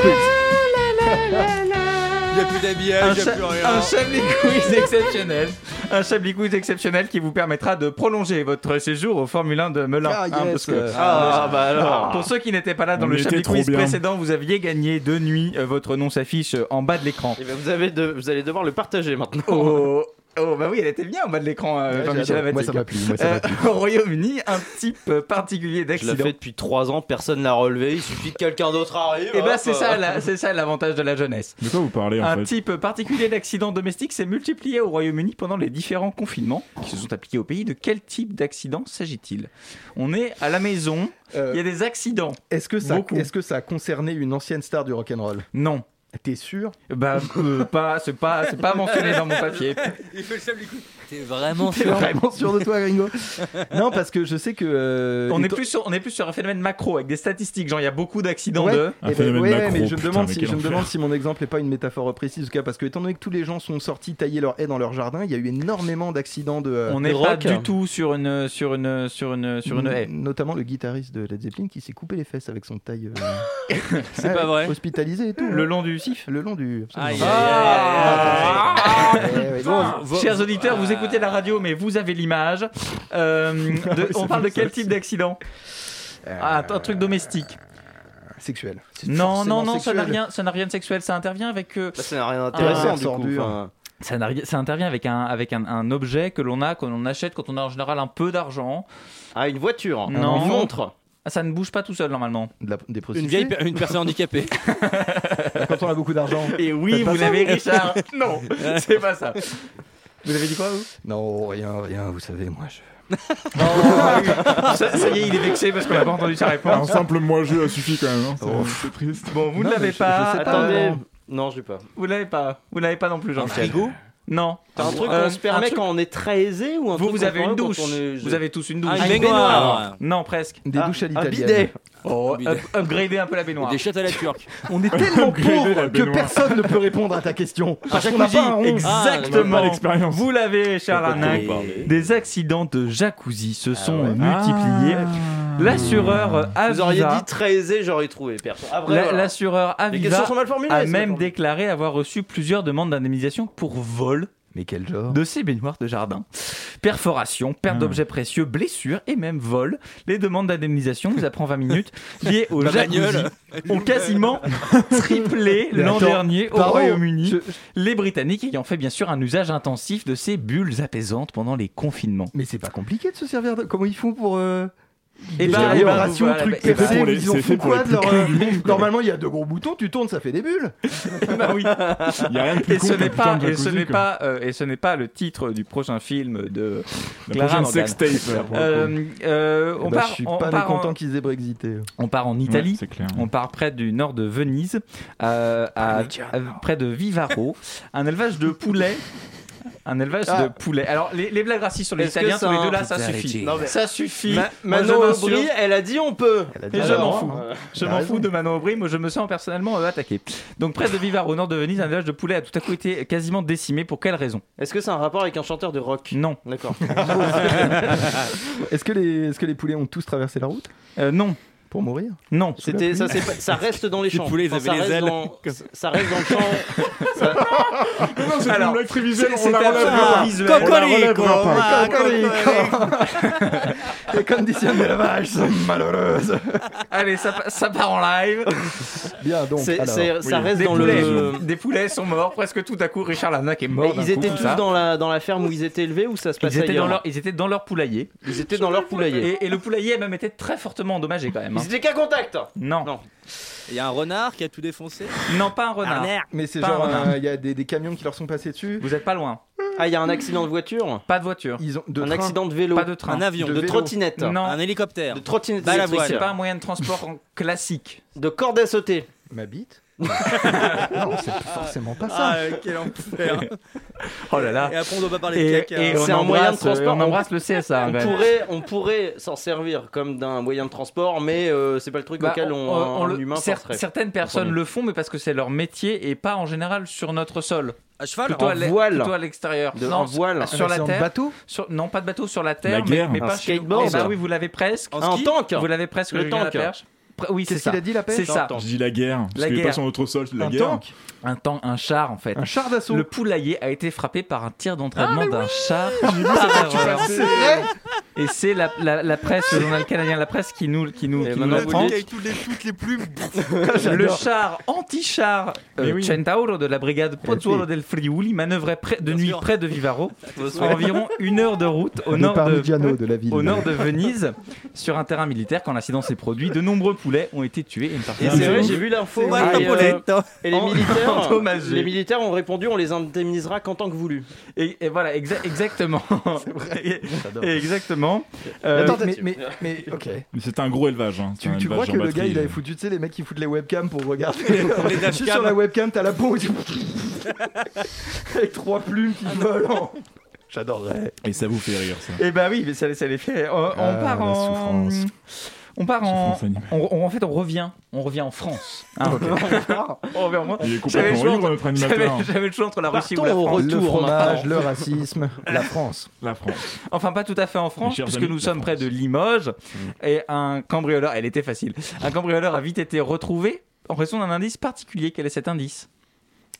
[SPEAKER 6] Il n'y a plus
[SPEAKER 1] Un,
[SPEAKER 6] d'habillage, il n'y
[SPEAKER 1] cha-
[SPEAKER 6] a plus rien.
[SPEAKER 1] un Chablis Quiz exceptionnel. Un Chablis Quiz exceptionnel qui vous permettra de prolonger votre séjour au Formule 1 de Melun.
[SPEAKER 4] Ah,
[SPEAKER 1] hein,
[SPEAKER 4] yes.
[SPEAKER 1] parce que- euh,
[SPEAKER 3] Ah, bah alors.
[SPEAKER 1] Pour ceux qui n'étaient pas là dans
[SPEAKER 2] On
[SPEAKER 1] le
[SPEAKER 2] était
[SPEAKER 1] Chablis
[SPEAKER 2] trop
[SPEAKER 1] Quiz
[SPEAKER 2] bien.
[SPEAKER 1] précédent, vous aviez gagné de nuit. euh, votre nom s'affiche euh, en bas de l'écran.
[SPEAKER 3] Eh ben, vous, avez de- vous allez devoir le partager maintenant.
[SPEAKER 1] Oh, oh, bah oui, elle était bien en bas de l'écran, euh,
[SPEAKER 3] Ouais,
[SPEAKER 1] Jean-Michel
[SPEAKER 3] j'adore.
[SPEAKER 1] Abatic.
[SPEAKER 4] Moi, ça m'a plu. Moi, ça
[SPEAKER 1] Euh,
[SPEAKER 4] m'a plu.
[SPEAKER 1] au Royaume-Uni, un type euh, particulier
[SPEAKER 3] Je l'ai
[SPEAKER 1] d'accident.
[SPEAKER 3] fait depuis 3 ans, personne ne l'a relevé, il suffit que quelqu'un d'autre arrive.
[SPEAKER 1] Et bah
[SPEAKER 3] hop.
[SPEAKER 1] c'est ça, la- c'est ça l'avantage de la jeunesse.
[SPEAKER 2] De quoi vous parlez en
[SPEAKER 1] Un
[SPEAKER 2] fait
[SPEAKER 1] type particulier d'accident domestique s'est multiplié au Royaume-Uni pendant les différents confinements qui se sont appliqués au pays. De quel type d'accident s'agit-il On est à la maison, il y a des accidents.
[SPEAKER 4] Euh, Est-ce que, ça,
[SPEAKER 1] Beaucoup.
[SPEAKER 4] est-ce que ça a concerné une ancienne star du rock'n'roll
[SPEAKER 1] Non.
[SPEAKER 4] T'es sûr
[SPEAKER 1] Bah, euh, pas, c'est pas, c'est pas mentionné dans mon papier.
[SPEAKER 6] Il fait le sable écoute. T'es vraiment
[SPEAKER 4] T'es
[SPEAKER 6] sûr
[SPEAKER 4] vraiment sûr de toi, Gringo Non, parce que je sais que. euh,
[SPEAKER 1] on, est
[SPEAKER 4] étant-
[SPEAKER 1] plus sur, on est plus sur un phénomène macro avec des statistiques. Genre, il y a beaucoup d'accidents
[SPEAKER 4] Ouais,
[SPEAKER 1] de.
[SPEAKER 4] eh ben, ouais, ouais, mais je me demande, si, je me demande si mon exemple n'est pas une métaphore précise, en tout cas, parce que étant donné que tous les gens sont sortis tailler leur haie dans leur jardin, il y a eu énormément d'accidents de. euh,
[SPEAKER 1] On
[SPEAKER 4] de
[SPEAKER 1] n'est pas
[SPEAKER 4] rock.
[SPEAKER 1] du tout sur une, sur une, sur une, sur une haie.
[SPEAKER 4] Notamment le guitariste de Led Zeppelin qui s'est coupé les fesses avec son taille. euh,
[SPEAKER 1] C'est
[SPEAKER 4] ouais,
[SPEAKER 1] pas vrai.
[SPEAKER 4] Hospitalisé et tout. hein.
[SPEAKER 1] Le long du cif
[SPEAKER 4] Le long du.
[SPEAKER 1] Aïe,
[SPEAKER 4] absolument.
[SPEAKER 1] aïe, aïe, aïe, aïe.
[SPEAKER 4] Eh oui.
[SPEAKER 1] Bon, ah, Chers auditeurs, vous écoutez la radio, mais vous avez l'image. Euh,
[SPEAKER 4] Ah
[SPEAKER 1] de- on parle de quel type d'accident
[SPEAKER 4] Euh,
[SPEAKER 1] Ah, Un truc domestique.
[SPEAKER 4] Sexuel.
[SPEAKER 1] Non, non, non, ça
[SPEAKER 4] sexuel.
[SPEAKER 1] n'a rien, ça n'a rien de sexuel. Ça intervient avec. euh,
[SPEAKER 3] Bah, Ça n'a rien
[SPEAKER 1] un-
[SPEAKER 3] d'intéressant du coup. enfin.
[SPEAKER 1] Ça, n'a rien- ça intervient avec un, avec un, un objet que l'on a, que l'on achète quand on a en général un peu d'argent.
[SPEAKER 3] Ah, une voiture,
[SPEAKER 1] Non.
[SPEAKER 3] une montre.
[SPEAKER 1] Ah, Ça ne bouge pas tout seul normalement.
[SPEAKER 4] De la- des
[SPEAKER 6] Une
[SPEAKER 4] prostituées.
[SPEAKER 6] vieille, per- une personne handicapée.
[SPEAKER 4] Quand on a beaucoup d'argent.
[SPEAKER 1] Et oui,
[SPEAKER 4] Faites pas
[SPEAKER 1] vous
[SPEAKER 4] ça,
[SPEAKER 1] l'avez,
[SPEAKER 4] vous.
[SPEAKER 1] Richard. Non, c'est pas ça. Vous avez dit quoi, vous
[SPEAKER 4] Non, rien, rien, vous savez, moi je.
[SPEAKER 1] Oh, Ah, ça, ça y est, il est vexé parce qu'on n'a pas entendu sa
[SPEAKER 2] Un
[SPEAKER 1] réponse.
[SPEAKER 2] simple moi-jeu a suffi quand même. hein. C'est-
[SPEAKER 4] Oh.
[SPEAKER 2] C'est triste.
[SPEAKER 1] Bon, vous ne
[SPEAKER 4] Non, mais
[SPEAKER 1] l'avez
[SPEAKER 4] je-
[SPEAKER 1] pas. euh,
[SPEAKER 4] je sais pas,
[SPEAKER 1] attendez.
[SPEAKER 4] non.
[SPEAKER 3] Non, je l'ai pas.
[SPEAKER 1] Vous l'avez pas. Vous l'avez pas non plus, jean
[SPEAKER 3] frigo
[SPEAKER 1] Non.
[SPEAKER 3] T'as un truc
[SPEAKER 1] Euh,
[SPEAKER 3] qu'on se permet
[SPEAKER 1] un truc-
[SPEAKER 3] quand on est très aisé ou un
[SPEAKER 1] Vous,
[SPEAKER 3] truc
[SPEAKER 1] vous
[SPEAKER 3] qu'on
[SPEAKER 1] avez
[SPEAKER 3] prend
[SPEAKER 1] une
[SPEAKER 3] quand
[SPEAKER 1] douche.
[SPEAKER 3] on est-
[SPEAKER 1] Vous avez tous une douche.
[SPEAKER 3] Ah, une baignoire.
[SPEAKER 1] Non, presque.
[SPEAKER 4] Des
[SPEAKER 3] Ah,
[SPEAKER 4] douches à
[SPEAKER 3] Un
[SPEAKER 4] l'italienne.
[SPEAKER 3] bidet.
[SPEAKER 1] Oh, up- upgradez un peu la baignoire.
[SPEAKER 6] Des chiottes à la turque.
[SPEAKER 4] On est tellement
[SPEAKER 2] Upgrader la
[SPEAKER 4] pauvre que
[SPEAKER 2] baignoire.
[SPEAKER 4] personne ne peut répondre à ta question. Parce qu'on n'a pas un rond.
[SPEAKER 1] Exactement.
[SPEAKER 2] Ah, pas l'expérience.
[SPEAKER 1] Vous l'avez, Charles Arnac. Des accidents de jacuzzi
[SPEAKER 3] Ah
[SPEAKER 1] se sont
[SPEAKER 4] Ah.
[SPEAKER 1] multipliés. L'assureur
[SPEAKER 3] Vous auriez
[SPEAKER 1] Aviva,
[SPEAKER 3] dit très aisé, j'aurais trouvé, perso. Ah, vrai,
[SPEAKER 1] la-
[SPEAKER 3] voilà.
[SPEAKER 1] l'assureur
[SPEAKER 3] Les questions
[SPEAKER 1] Aviva
[SPEAKER 3] sont mal formulées.
[SPEAKER 1] a
[SPEAKER 3] c'est
[SPEAKER 1] même
[SPEAKER 3] mal formulé.
[SPEAKER 1] déclaré avoir reçu plusieurs demandes d'indemnisation pour vol
[SPEAKER 4] Mais quel genre
[SPEAKER 1] de ses baignoires de jardin. Perforation, perte
[SPEAKER 2] Ah.
[SPEAKER 1] d'objets précieux, blessures et même vol. Les demandes d'indemnisation, ça prend 20 minutes, liées au jacuzzi, ont quasiment triplé
[SPEAKER 4] Mais
[SPEAKER 1] l'an
[SPEAKER 4] attends,
[SPEAKER 1] dernier au
[SPEAKER 4] pardon,
[SPEAKER 1] Royaume-Uni.
[SPEAKER 4] je-
[SPEAKER 1] Les Britanniques ayant fait bien sûr un usage intensif de ces bulles apaisantes pendant les confinements.
[SPEAKER 4] Mais c'est pas compliqué de se servir de. Comment ils font pour. euh,
[SPEAKER 1] Eh
[SPEAKER 4] des
[SPEAKER 1] ben, eh ben,
[SPEAKER 4] améliorations,
[SPEAKER 1] voilà,
[SPEAKER 4] trucs
[SPEAKER 1] bah, eh ben,
[SPEAKER 4] percés,
[SPEAKER 2] pour les-
[SPEAKER 4] ils en
[SPEAKER 2] c'est
[SPEAKER 4] font
[SPEAKER 2] fait pour
[SPEAKER 4] quoi
[SPEAKER 2] les
[SPEAKER 4] de
[SPEAKER 2] plus
[SPEAKER 4] leur,
[SPEAKER 2] cons
[SPEAKER 4] euh,
[SPEAKER 2] du monde, quoi.
[SPEAKER 4] Normalement, il y a deux gros boutons, tu tournes, ça fait des bulles.
[SPEAKER 1] Eh ben oui.
[SPEAKER 2] Il y a rien de plus
[SPEAKER 1] Et
[SPEAKER 2] con
[SPEAKER 1] ce
[SPEAKER 2] qu'un
[SPEAKER 1] n'est
[SPEAKER 2] putain
[SPEAKER 1] pas,
[SPEAKER 2] de
[SPEAKER 1] et ce
[SPEAKER 2] jacuzzi,
[SPEAKER 1] n'est
[SPEAKER 2] quoi.
[SPEAKER 1] pas, euh, et ce n'est pas le titre du prochain film de
[SPEAKER 2] La
[SPEAKER 1] Clara
[SPEAKER 2] prochaine
[SPEAKER 1] Morgan.
[SPEAKER 2] sextape, là, pour le coup.
[SPEAKER 1] Euh, euh, on
[SPEAKER 4] Eh ben,
[SPEAKER 1] part,
[SPEAKER 4] je suis
[SPEAKER 1] on
[SPEAKER 4] pas
[SPEAKER 1] part en-
[SPEAKER 4] mécontent qu'ils aient euh. brexité.
[SPEAKER 1] on part en
[SPEAKER 2] Ouais, Ah,
[SPEAKER 1] Italie.
[SPEAKER 2] c'est clair.
[SPEAKER 1] On part près du nord de Venise, euh, à- à- près de Vivaro, un élevage de poulets. Un élevage
[SPEAKER 4] Ah.
[SPEAKER 1] de poulets. Alors, les, les blagues racistes sur les
[SPEAKER 3] Est-ce que
[SPEAKER 1] Italiens, tous
[SPEAKER 3] ça-
[SPEAKER 1] les deux là, ça
[SPEAKER 5] Putain,
[SPEAKER 1] suffit.
[SPEAKER 5] Richie.
[SPEAKER 3] Non, mais-
[SPEAKER 1] Ça suffit.
[SPEAKER 3] Ma-
[SPEAKER 1] Moi, je
[SPEAKER 3] Manon
[SPEAKER 1] m'insurge.
[SPEAKER 3] Aubry, elle a dit on peut.
[SPEAKER 1] Et je m'en
[SPEAKER 4] Alors,
[SPEAKER 1] fous.
[SPEAKER 4] hein.
[SPEAKER 1] Je
[SPEAKER 4] T'as
[SPEAKER 3] Bah
[SPEAKER 1] m'en
[SPEAKER 4] raison.
[SPEAKER 1] fous de Manon Aubry, moi je me sens personnellement euh, attaqué. Donc près de Vivaro, au nord de Venise, un village de poulets a tout à coup été quasiment décimé. Pour quelle raison
[SPEAKER 3] Est-ce que c'est un rapport avec un chanteur de rock
[SPEAKER 1] Non.
[SPEAKER 3] D'accord.
[SPEAKER 4] Est-ce que, les, est-ce que les poulets ont tous traversé la route
[SPEAKER 1] Euh, non.
[SPEAKER 4] pour mourir
[SPEAKER 1] Non.
[SPEAKER 3] C'était ça, c'est pas- ça reste dans les champs.
[SPEAKER 6] poulets, ils
[SPEAKER 3] Enfin, ça
[SPEAKER 6] avaient les
[SPEAKER 3] reste
[SPEAKER 6] ailes.
[SPEAKER 3] dans- Ça reste dans le champ. Ça-
[SPEAKER 2] Non, c'est
[SPEAKER 1] Alors,
[SPEAKER 2] une blague prévisuelle, on
[SPEAKER 1] c'est
[SPEAKER 2] la
[SPEAKER 3] Ah,
[SPEAKER 1] un
[SPEAKER 2] relève.
[SPEAKER 1] visuel.
[SPEAKER 2] On la relèvera pas.
[SPEAKER 4] Les conditions de l'élevage sont malheureuses.
[SPEAKER 1] Allez, ça, pa- ça part en live.
[SPEAKER 4] Bien donc.
[SPEAKER 3] c'est-
[SPEAKER 4] alors.
[SPEAKER 3] c'est- Ça
[SPEAKER 2] oui.
[SPEAKER 3] reste
[SPEAKER 1] Des
[SPEAKER 3] dans
[SPEAKER 1] poulets,
[SPEAKER 3] le.
[SPEAKER 1] des poulets sont morts. Presque tout à coup, Richard Larnac est
[SPEAKER 3] Mais
[SPEAKER 1] mort. d'un
[SPEAKER 3] ils
[SPEAKER 1] coup,
[SPEAKER 3] étaient
[SPEAKER 1] comme
[SPEAKER 3] tous
[SPEAKER 1] ça.
[SPEAKER 3] dans la, dans la ferme où ils étaient élevés ou ça se
[SPEAKER 1] Ils
[SPEAKER 3] passait
[SPEAKER 1] étaient, dans
[SPEAKER 3] ailleurs
[SPEAKER 1] leur, ils étaient dans leur poulailler.
[SPEAKER 3] Ils étaient dans leur poulayer.
[SPEAKER 1] Et, et le poulailler est même été très fortement endommagé quand même. hein.
[SPEAKER 3] Ils étaient qu'à contact
[SPEAKER 1] Non.
[SPEAKER 3] Non.
[SPEAKER 1] non,
[SPEAKER 6] Il y a un renard qui a tout défoncé.
[SPEAKER 1] pas un renard.
[SPEAKER 4] Mais c'est
[SPEAKER 1] Pas
[SPEAKER 4] genre,
[SPEAKER 1] un renard.
[SPEAKER 4] euh, il y a des, des camions qui leur sont passés dessus.
[SPEAKER 1] Vous n'êtes pas loin.
[SPEAKER 3] Ah, il y a un accident de voiture
[SPEAKER 1] Pas de voiture.
[SPEAKER 4] Ils ont de
[SPEAKER 3] Un
[SPEAKER 4] train.
[SPEAKER 3] accident de vélo
[SPEAKER 1] Pas de train.
[SPEAKER 6] Un avion.
[SPEAKER 3] De
[SPEAKER 4] vélo.
[SPEAKER 3] trottinette
[SPEAKER 1] Non.
[SPEAKER 6] Un hélicoptère.
[SPEAKER 3] De trottinette
[SPEAKER 6] Bah, la
[SPEAKER 3] électrique.
[SPEAKER 1] C'est pas un moyen de transport en- classique.
[SPEAKER 3] De corde à sauter.
[SPEAKER 4] Ma bite Non, c'est forcément pas ça.
[SPEAKER 6] Ah, euh, quel enfer.
[SPEAKER 1] Oh là là.
[SPEAKER 6] Et après, on doit pas parler de
[SPEAKER 1] Et,
[SPEAKER 6] caca.
[SPEAKER 1] et on,
[SPEAKER 3] C'est un moyen de
[SPEAKER 1] embrasse, euh,
[SPEAKER 3] transport.
[SPEAKER 1] on embrasse le CSA.
[SPEAKER 3] On
[SPEAKER 1] quand même.
[SPEAKER 3] pourrait, on pourrait s'en servir comme d'un moyen de transport, mais euh, c'est pas le truc
[SPEAKER 1] Bah,
[SPEAKER 3] auquel on,
[SPEAKER 1] on- on
[SPEAKER 3] un
[SPEAKER 1] le-
[SPEAKER 3] humain
[SPEAKER 1] cer-
[SPEAKER 3] penserait.
[SPEAKER 1] certaines personnes le font, mais parce que c'est leur métier et pas en général sur notre sol.
[SPEAKER 6] À cheval
[SPEAKER 1] Plutôt
[SPEAKER 3] en
[SPEAKER 1] à l'e-
[SPEAKER 3] voile.
[SPEAKER 1] plutôt à l'extérieur.
[SPEAKER 3] De-
[SPEAKER 1] Non,
[SPEAKER 3] en voile.
[SPEAKER 1] Sur
[SPEAKER 4] Un
[SPEAKER 1] la
[SPEAKER 4] accident de
[SPEAKER 1] terre.
[SPEAKER 4] bateau
[SPEAKER 1] sur- non, pas de bateau sur la terre, mais-
[SPEAKER 2] guerre.
[SPEAKER 1] mais,
[SPEAKER 3] Un
[SPEAKER 1] pas chez-
[SPEAKER 3] skateboard.
[SPEAKER 1] Eh ben oui, vous l'avez presque.
[SPEAKER 3] Un tank
[SPEAKER 1] Vous l'avez presque.
[SPEAKER 3] Le
[SPEAKER 1] Julien
[SPEAKER 3] tank.
[SPEAKER 1] Laperche. Pre- Oui, c'est
[SPEAKER 4] Qu'est-ce qu'il
[SPEAKER 1] ça.
[SPEAKER 4] a dit la pêche
[SPEAKER 1] C'est ça.
[SPEAKER 3] J'entends.
[SPEAKER 2] Je dis la guerre. Parce
[SPEAKER 1] La
[SPEAKER 2] qu'il est
[SPEAKER 1] guerre.
[SPEAKER 2] pas sur notre sol, c'est la
[SPEAKER 4] Un
[SPEAKER 2] guerre.
[SPEAKER 4] tank
[SPEAKER 1] Un tank, un char en fait.
[SPEAKER 4] Un char d'assaut
[SPEAKER 1] Le poulailler a été frappé par un tir d'entraînement d'un char. Par erreur.
[SPEAKER 4] C'est vrai
[SPEAKER 1] Et c'est la, la- la presse, le journal canadien La Presse qui nous, qui nous,
[SPEAKER 3] Et
[SPEAKER 1] qui nous
[SPEAKER 3] maintenant,
[SPEAKER 6] Le
[SPEAKER 1] l'apprend.
[SPEAKER 6] tank avec toutes les, toutes les plumes.
[SPEAKER 1] Le char anti-char euh,
[SPEAKER 2] Mais oui.
[SPEAKER 1] Centauro de la brigade Pozzuolo del Friuli manœuvrait près- de
[SPEAKER 6] Bien
[SPEAKER 1] nuit
[SPEAKER 6] sûr.
[SPEAKER 1] près de Vivaro, à environ une heure de route au
[SPEAKER 4] Le
[SPEAKER 1] nord
[SPEAKER 4] Parmigiano
[SPEAKER 1] de,
[SPEAKER 4] de la ville.
[SPEAKER 1] au nord de Venise, sur un terrain militaire. Quand l'accident s'est produit, de nombreux poulets ont été tués et une partie
[SPEAKER 3] Et
[SPEAKER 1] d'entre
[SPEAKER 3] c'est vrai,
[SPEAKER 1] eux-
[SPEAKER 3] Bah, j'ai vu l'info.
[SPEAKER 6] Ah,
[SPEAKER 3] Et, euh,
[SPEAKER 6] Napoléon.
[SPEAKER 3] et les
[SPEAKER 1] En-
[SPEAKER 3] militaires,
[SPEAKER 1] Oh, endommagé.
[SPEAKER 3] les militaires ont répondu, on les indemnisera qu'en tant que voulu.
[SPEAKER 1] Et, et voilà, exa- exactement. Et-
[SPEAKER 4] J'adore.
[SPEAKER 1] et exactement. Euh,
[SPEAKER 4] Attends, mais, mais, mais ok.
[SPEAKER 2] Mais c'est un gros élevage. hein. C'est
[SPEAKER 4] Tu,
[SPEAKER 2] un
[SPEAKER 4] tu
[SPEAKER 2] élevage
[SPEAKER 4] crois
[SPEAKER 2] en
[SPEAKER 4] que le
[SPEAKER 2] batterie,
[SPEAKER 4] gars il
[SPEAKER 2] euh.
[SPEAKER 4] avait foutu, tu sais, les mecs qui foutent les webcams pour regarder.
[SPEAKER 6] Les
[SPEAKER 4] Tu sais, sur
[SPEAKER 6] dashcams.
[SPEAKER 4] la webcam, t'as la peau avec trois plumes qui volent. en- J'adorerais.
[SPEAKER 2] Et ça vous fait rire, ça.
[SPEAKER 1] Eh bah oui, mais ça, ça les fait. On, Euh, on
[SPEAKER 2] Ah,
[SPEAKER 1] part
[SPEAKER 2] la
[SPEAKER 1] en.
[SPEAKER 2] souffrance.
[SPEAKER 1] On part en.
[SPEAKER 2] Souffrance animale.
[SPEAKER 1] on- on- en fait, on revient. On revient en France. Hein,
[SPEAKER 2] Ok.
[SPEAKER 1] on part- on revient en France.
[SPEAKER 2] Il est complètement
[SPEAKER 1] J'avais le choix
[SPEAKER 2] libre,
[SPEAKER 1] entre-
[SPEAKER 2] Prime
[SPEAKER 1] J'avais
[SPEAKER 2] Matin.
[SPEAKER 1] j'avais le choix entre la Russie ou la
[SPEAKER 4] Partons au
[SPEAKER 1] France.
[SPEAKER 4] retour, Le fromage, maintenant. le racisme, la France.
[SPEAKER 2] La France.
[SPEAKER 1] Enfin, pas tout à fait en France,
[SPEAKER 2] chers
[SPEAKER 1] puisque
[SPEAKER 2] amis,
[SPEAKER 1] nous
[SPEAKER 2] la Mm.
[SPEAKER 1] sommes près de Limoges. Et un cambrioleur. Elle était facile. Un cambrioleur a vite été retrouvé en raison d'un indice particulier. Quel est cet indice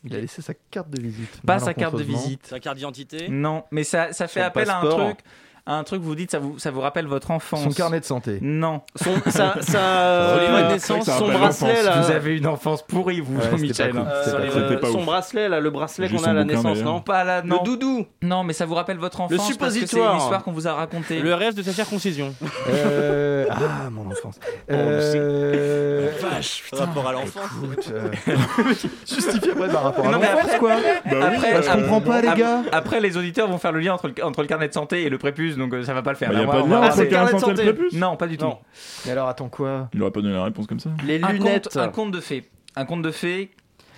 [SPEAKER 4] Il a laissé sa carte de visite.
[SPEAKER 1] Pas sa carte de visite.
[SPEAKER 6] Sa carte d'identité
[SPEAKER 1] Non, mais ça, ça fait
[SPEAKER 6] Son
[SPEAKER 1] appel à un
[SPEAKER 6] passeport.
[SPEAKER 1] truc. à Un truc, vous dites, ça vous, ça vous rappelle votre enfance.
[SPEAKER 4] Son carnet de santé.
[SPEAKER 1] Non.
[SPEAKER 3] Son, sa- sa, euh,
[SPEAKER 1] Relié à votre
[SPEAKER 3] euh,
[SPEAKER 1] naissance,
[SPEAKER 3] son bracelet là.
[SPEAKER 1] Vous avez une enfance pourrie, vous,
[SPEAKER 4] Ouais, c'était pas
[SPEAKER 1] Michel.
[SPEAKER 4] cool,
[SPEAKER 1] hein.
[SPEAKER 4] c'était
[SPEAKER 3] Euh,
[SPEAKER 4] pas cool.
[SPEAKER 3] euh, son bracelet là, le bracelet
[SPEAKER 1] J'ai
[SPEAKER 3] qu'on
[SPEAKER 1] son
[SPEAKER 3] a à la
[SPEAKER 1] bouquin,
[SPEAKER 3] naissance,
[SPEAKER 1] d'ailleurs.
[SPEAKER 3] non
[SPEAKER 1] Pas là, non.
[SPEAKER 3] Le doudou.
[SPEAKER 1] Non, mais ça vous rappelle votre enfance parce que c'est
[SPEAKER 3] suppositoire.
[SPEAKER 1] une histoire qu'on vous a racontée.
[SPEAKER 6] Le reste de sa circoncision.
[SPEAKER 4] Euh, Ah, mon enfance.
[SPEAKER 3] Oh,
[SPEAKER 4] Euh...
[SPEAKER 6] Vache, rapport à l'enfance.
[SPEAKER 4] Écoute, euh, Justifiez-moi de ma rapport à
[SPEAKER 1] Non, mais
[SPEAKER 4] l'enfance,
[SPEAKER 1] après-
[SPEAKER 4] quoi. Bah
[SPEAKER 1] Après,
[SPEAKER 4] je comprends pas, les
[SPEAKER 1] ap-
[SPEAKER 4] gars.
[SPEAKER 1] Après, les auditeurs vont faire le lien entre le, entre le carnet de santé et le prépuce, donc euh, ça va pas le faire.
[SPEAKER 2] Bah, y a
[SPEAKER 1] On va-
[SPEAKER 2] pas de
[SPEAKER 1] on
[SPEAKER 2] lien
[SPEAKER 1] va
[SPEAKER 2] entre le
[SPEAKER 1] passer.
[SPEAKER 2] carnet de santé et le prépuce
[SPEAKER 1] Non, pas du tout.
[SPEAKER 2] Non.
[SPEAKER 4] Mais alors, attends quoi
[SPEAKER 2] Il aurait pas donné la réponse comme ça.
[SPEAKER 3] Les
[SPEAKER 1] Un
[SPEAKER 3] lunettes.
[SPEAKER 1] conte- un conte de fées. Un conte de fées.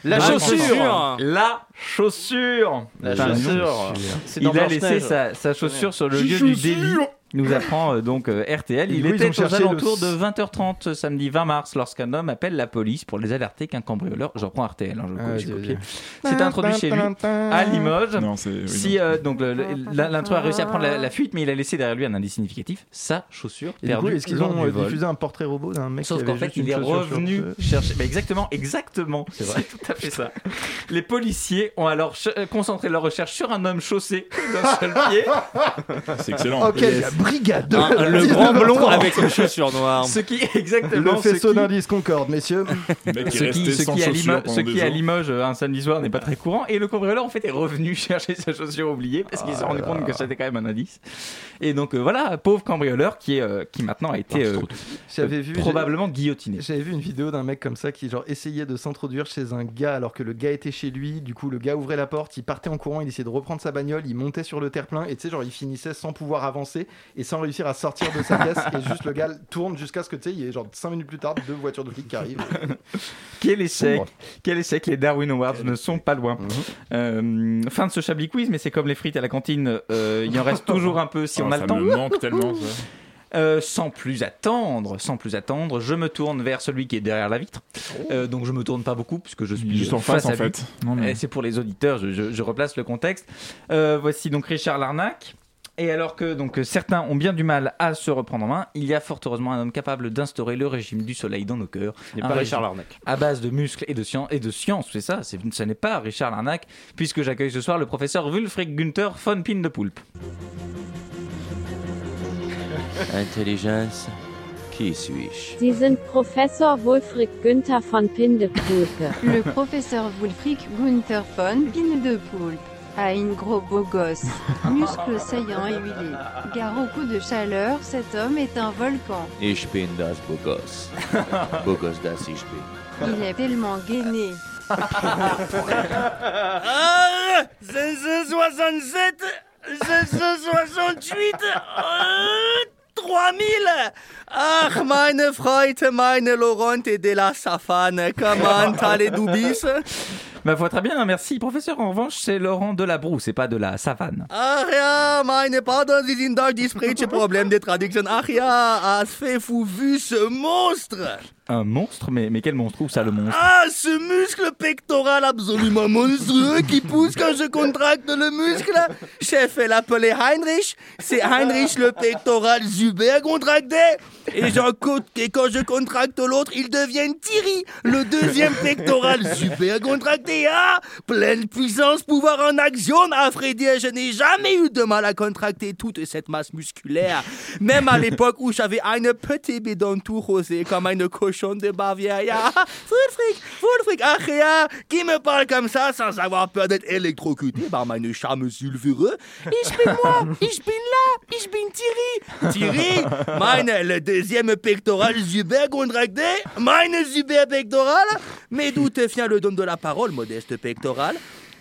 [SPEAKER 3] La
[SPEAKER 1] Dans
[SPEAKER 3] chaussure.
[SPEAKER 1] l'enfance. La chaussure.
[SPEAKER 3] La
[SPEAKER 1] Putain,
[SPEAKER 3] chaussure. C'est dans
[SPEAKER 1] Il a
[SPEAKER 3] Blanche-Neige.
[SPEAKER 1] laissé sa, sa chaussure sur le lieu du délit. Nous apprend euh, donc euh, RTL.
[SPEAKER 4] Et
[SPEAKER 1] Il
[SPEAKER 4] du coup, ils
[SPEAKER 1] était
[SPEAKER 4] ont
[SPEAKER 1] aux
[SPEAKER 4] cherché le-
[SPEAKER 1] alentours de 20h30 ce samedi 20 mars lorsqu'un homme appelle la police pour les alerter qu'un cambrioleur, je reprends RTL, hein, je,
[SPEAKER 4] Ah,
[SPEAKER 1] je
[SPEAKER 4] vas-y,
[SPEAKER 1] copie,
[SPEAKER 4] vas-y.
[SPEAKER 1] s'est introduit chez lui à Limoges.
[SPEAKER 2] Non, c'est. oui,
[SPEAKER 1] Si
[SPEAKER 2] non.
[SPEAKER 1] euh, donc le- le- la- l'intrus a réussi à prendre la, la fuite, mais il a laissé derrière lui un indice significatif, sa chaussure
[SPEAKER 4] Et du coup,
[SPEAKER 1] perdue.
[SPEAKER 4] est-ce qu'ils
[SPEAKER 1] lors
[SPEAKER 4] ont
[SPEAKER 1] du
[SPEAKER 4] euh,
[SPEAKER 1] vol.
[SPEAKER 4] diffusé un portrait robot d'un mec
[SPEAKER 1] Sauf
[SPEAKER 4] qui
[SPEAKER 1] qu'en
[SPEAKER 4] avait
[SPEAKER 1] fait,
[SPEAKER 4] juste
[SPEAKER 1] il
[SPEAKER 4] une
[SPEAKER 1] est
[SPEAKER 4] chaussure sur
[SPEAKER 1] revenu
[SPEAKER 4] le-
[SPEAKER 1] chercher. Mais exactement, exactement.
[SPEAKER 4] C'est vrai.
[SPEAKER 1] tout à fait ça. Les policiers ont alors ch- euh, concentré leur recherche sur un homme chaussé d'un seul pied.
[SPEAKER 2] C'est excellent.
[SPEAKER 4] Ok, la brigade de
[SPEAKER 6] Un- le grand blond avec une chaussure noire.
[SPEAKER 1] Ce qui
[SPEAKER 4] Le
[SPEAKER 1] exactement. ce
[SPEAKER 4] faisceau
[SPEAKER 1] qui-
[SPEAKER 4] d'indices concorde, messieurs.
[SPEAKER 2] Le mec
[SPEAKER 1] Ce
[SPEAKER 2] est
[SPEAKER 1] qui,
[SPEAKER 2] resté
[SPEAKER 1] ce
[SPEAKER 2] sans
[SPEAKER 1] qui à,
[SPEAKER 2] chaussures
[SPEAKER 1] Limo-
[SPEAKER 2] pendant
[SPEAKER 1] ce
[SPEAKER 2] deux
[SPEAKER 1] qui à
[SPEAKER 2] ans.
[SPEAKER 1] Limoges euh, un samedi soir n'est pas très courant et le cambrioleur en fait est revenu chercher sa chaussure oubliée parce qu'il s'est rendu compte que c'était quand même un indice et donc euh, voilà pauvre cambrioleur qui est euh, qui maintenant a été euh,
[SPEAKER 4] J'avais vu.
[SPEAKER 1] probablement guillotiné
[SPEAKER 4] J'avais vu une vidéo d'un mec comme ça qui genre essayait de s'introduire chez un gars alors que le gars était chez lui. Du coup, le gars ouvrait la porte, il partait en courant, il essayait de reprendre sa bagnole, il montait sur le terre-plein et tu sais genre il finissait sans pouvoir avancer et sans réussir à sortir de sa caisse et juste le gars tourne jusqu'à ce que tu sais il y ait genre 5 minutes plus tard deux voitures de flics qui arrivent.
[SPEAKER 1] quel échec
[SPEAKER 4] Sombre.
[SPEAKER 1] quel échec les Darwin Awards ne sont pas loin Euh, fin de ce Chablis quiz mais c'est comme les frites à la cantine euh, il en reste toujours un peu si
[SPEAKER 2] Ah,
[SPEAKER 1] on a
[SPEAKER 2] ça
[SPEAKER 1] le temps
[SPEAKER 2] me manque tellement ça.
[SPEAKER 1] Euh, sans plus attendre, sans plus attendre, je me tourne vers celui qui est derrière la vitre. Euh, donc je me tourne pas beaucoup puisque je suis
[SPEAKER 2] Oh. Juste en
[SPEAKER 1] euh,
[SPEAKER 2] face en
[SPEAKER 1] à lui. Euh,
[SPEAKER 2] fait. Non,
[SPEAKER 1] Et
[SPEAKER 2] mais...
[SPEAKER 1] c'est pour les auditeurs, je, je- je replace le contexte. Euh, voici donc Richard Larnac. Et alors que donc certains ont bien du mal à se reprendre en main, il y a fort heureusement un homme capable d'instaurer le régime du soleil dans nos cœurs.
[SPEAKER 3] Il
[SPEAKER 1] Un
[SPEAKER 3] n'est pas Richard
[SPEAKER 1] régime
[SPEAKER 3] Larnac.
[SPEAKER 1] À base de muscles et de science, et de science c'est ça, c'est- ce n'est pas Richard Larnac, puisque j'accueille ce soir le professeur Wulfric Günther von Pin de Poulpe.
[SPEAKER 5] Intelligence, qui suis-je
[SPEAKER 14] Sie sind Professor Wulfric Günther von Pindepulpe.
[SPEAKER 15] Le professeur Wulfric Gunther von Pine de Poulpe a une gros beau gosse, muscles saillants et huilés. Car au coup de chaleur, cet homme est un volcan.
[SPEAKER 5] Ich bin das Bogos. Bogos das ich bin.
[SPEAKER 15] Il est tellement gainé.
[SPEAKER 12] Ah, 567, 568, euh, 3000. Ach, meine Freude, meine Laurent et de la Safane, comment allez-vous bis
[SPEAKER 1] Ma foi, très bien, merci. Professeur, en revanche, c'est Laurent Delabroux, c'est pas de la savane.
[SPEAKER 12] Ach ja, meine Pardon, Sie sind Deutsch, ich spreche Problem de Traduction. Ach ja, as fait vous vu ce monstre
[SPEAKER 1] Un monstre mais, mais quel monstre Où ça, le monstre
[SPEAKER 12] Ah, ce muscle pectoral absolument monstrueux qui pousse quand je contracte le muscle. J'ai fait l'appeler Heinrich. C'est Heinrich le pectoral super contracté. Et, j'en co- et quand je contracte l'autre, il devient Thierry, le deuxième pectoral super contracté. Ah, pleine puissance, pouvoir en action. À vrai dire, je n'ai jamais eu de mal à contracter toute cette masse musculaire. Même à l'époque où j'avais un petit bidon tout rosé comme un cochon de Bavière. Ah, Fulfric, Fulfric, ah, ah, qui me parle comme ça sans avoir peur d'être électrocuté par mon charme sulfureux Ich bin moi, ich bin là, ich bin Thierry. Thierry, mein, le deuxième pectoral super contracté, mein super pectoral. Mais d'où te vient le don de la parole, modeste pectoral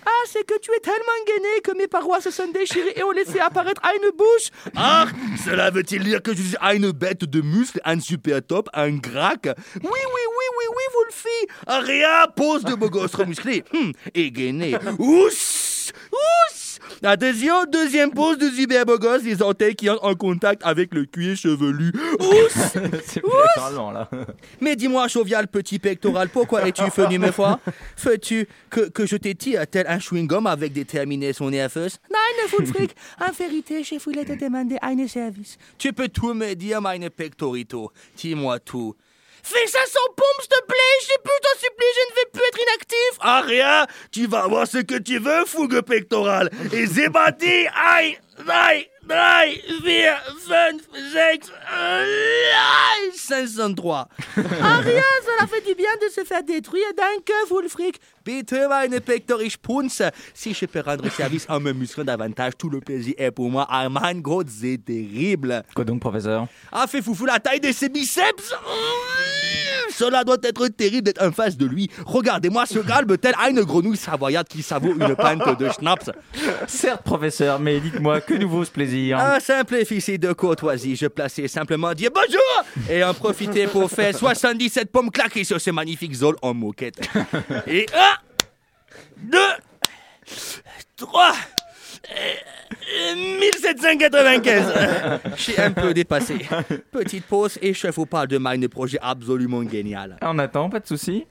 [SPEAKER 12] ah, c'est que tu es tellement gainé que mes parois se sont déchirées et ont laissé apparaître une bouche. Ah, cela veut-il dire que je suis une bête de muscles, un super top, un grac Oui, oui, oui, oui, oui, vous le faites. Ah, Rien, pose de beau gosse musclé. Hum, et gainé. Ouss Ouss Attention, deuxième pose de Zuber Bogos, les antennes qui entrent en contact avec le cuir chevelu. Ouss
[SPEAKER 2] C'est
[SPEAKER 12] Ouss
[SPEAKER 2] parlant là.
[SPEAKER 12] Mais dis-moi, Jovial, petit pectoral, pourquoi es-tu venu me voir Fais-tu que, que je t'ai dit tel un chewing-gum avec des terminaisons nerveuses Nein, Footfreak, en vérité, j'ai voulu te demander un service. Tu peux tout me dire, meine pectorito. Dis-moi tout. Fais ça sans pompe, s'il te plaît, j'ai plus t'en supplie, je ne vais plus être inactif. Ah, rien, tu vas avoir ce que tu veux, fougue pectoral. Et c'est parti, aïe, aïe, aïe, 4, 5, 6, 503. Ah, rien, cela fait du bien de se faire détruire d'un que vous le fric. Bitte, meine pectorische Punze. Si je peux rendre service en me musclant davantage, tout le plaisir est pour moi. Ah, mein Gott, c'est terrible.
[SPEAKER 1] Quoi donc, professeur
[SPEAKER 12] Ah, fait foufou la taille de ses biceps cela doit être terrible d'être en face de lui. Regardez-moi ce galbe tel une grenouille savoyarde qui savoure une pinte de schnapps.
[SPEAKER 1] Certes, professeur, mais dites-moi, que nous vaut ce plaisir
[SPEAKER 12] Un simple officier de courtoisie, je plaçais simplement dire bonjour et en profiter pour faire 77 pommes claquées sur ce magnifique zol en moquette. Et 1, 2, 3, 1795 Je suis un peu dépassé. Petite pause et je vous parle de mine projet absolument génial.
[SPEAKER 1] On attend, pas de soucis.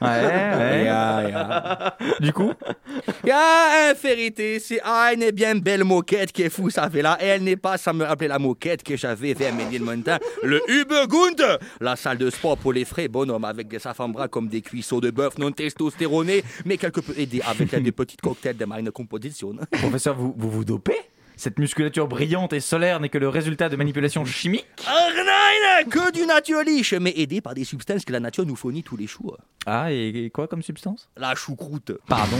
[SPEAKER 1] Ouais, ouais.
[SPEAKER 12] Yeah, yeah.
[SPEAKER 1] Du coup
[SPEAKER 12] Ya, inférité, c'est une bien belle moquette que vous savez là. Et elle n'est pas sans me rappeler la moquette que j'avais vers Medine Montagne, le Hubegund, la salle de sport pour les frais bonhommes avec des safambras comme des cuisseaux de bœuf non testostéronés, mais quelque peu aidés avec des petites cocktails de mine composition.
[SPEAKER 1] Professeur, vous vous, vous dopez Cette musculature brillante et solaire n'est que le résultat de manipulations chimiques
[SPEAKER 12] Arnaine, que du naturliche, mais aidé par des substances que la nature nous fournit tous les jours.
[SPEAKER 1] Ah, et, et quoi comme substance
[SPEAKER 12] La choucroute.
[SPEAKER 1] Pardon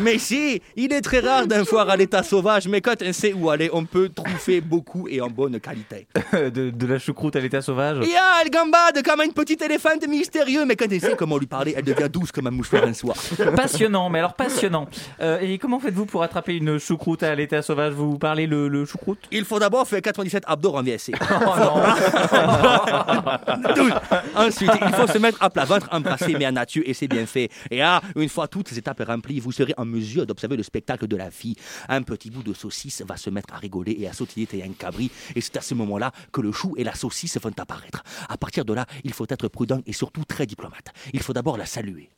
[SPEAKER 12] Mais si, il est très rare d'un foire à l'état sauvage, mais quand on sait où aller, on peut trouver beaucoup et en bonne qualité.
[SPEAKER 1] de, de la choucroute à l'état sauvage
[SPEAKER 12] Il y a elle gambade comme un petit éléphant mystérieux, mais quand on sait comment lui parler, elle devient douce comme un mouchoir un soir.
[SPEAKER 1] Passionnant, mais alors passionnant. Euh, et comment faites-vous pour attraper une choucroute à l'état sauvage Vous parlez le, le choucroute
[SPEAKER 12] Il faut d'abord faire 97 abdos en VSC.
[SPEAKER 1] Oh non
[SPEAKER 12] Douce. Ensuite, il faut se mettre à plat ventre, embrasser Mère Nature et c'est bien fait. Et ah, une fois toutes les étapes remplies, vous serez en mesure d'observer le spectacle de la vie. Un petit bout de saucisse va se mettre à rigoler et à sautiller tel un cabri. Et c'est à ce moment-là que le chou et la saucisse vont apparaître. À partir de là, il faut être prudent et surtout très diplomate. Il faut d'abord la saluer.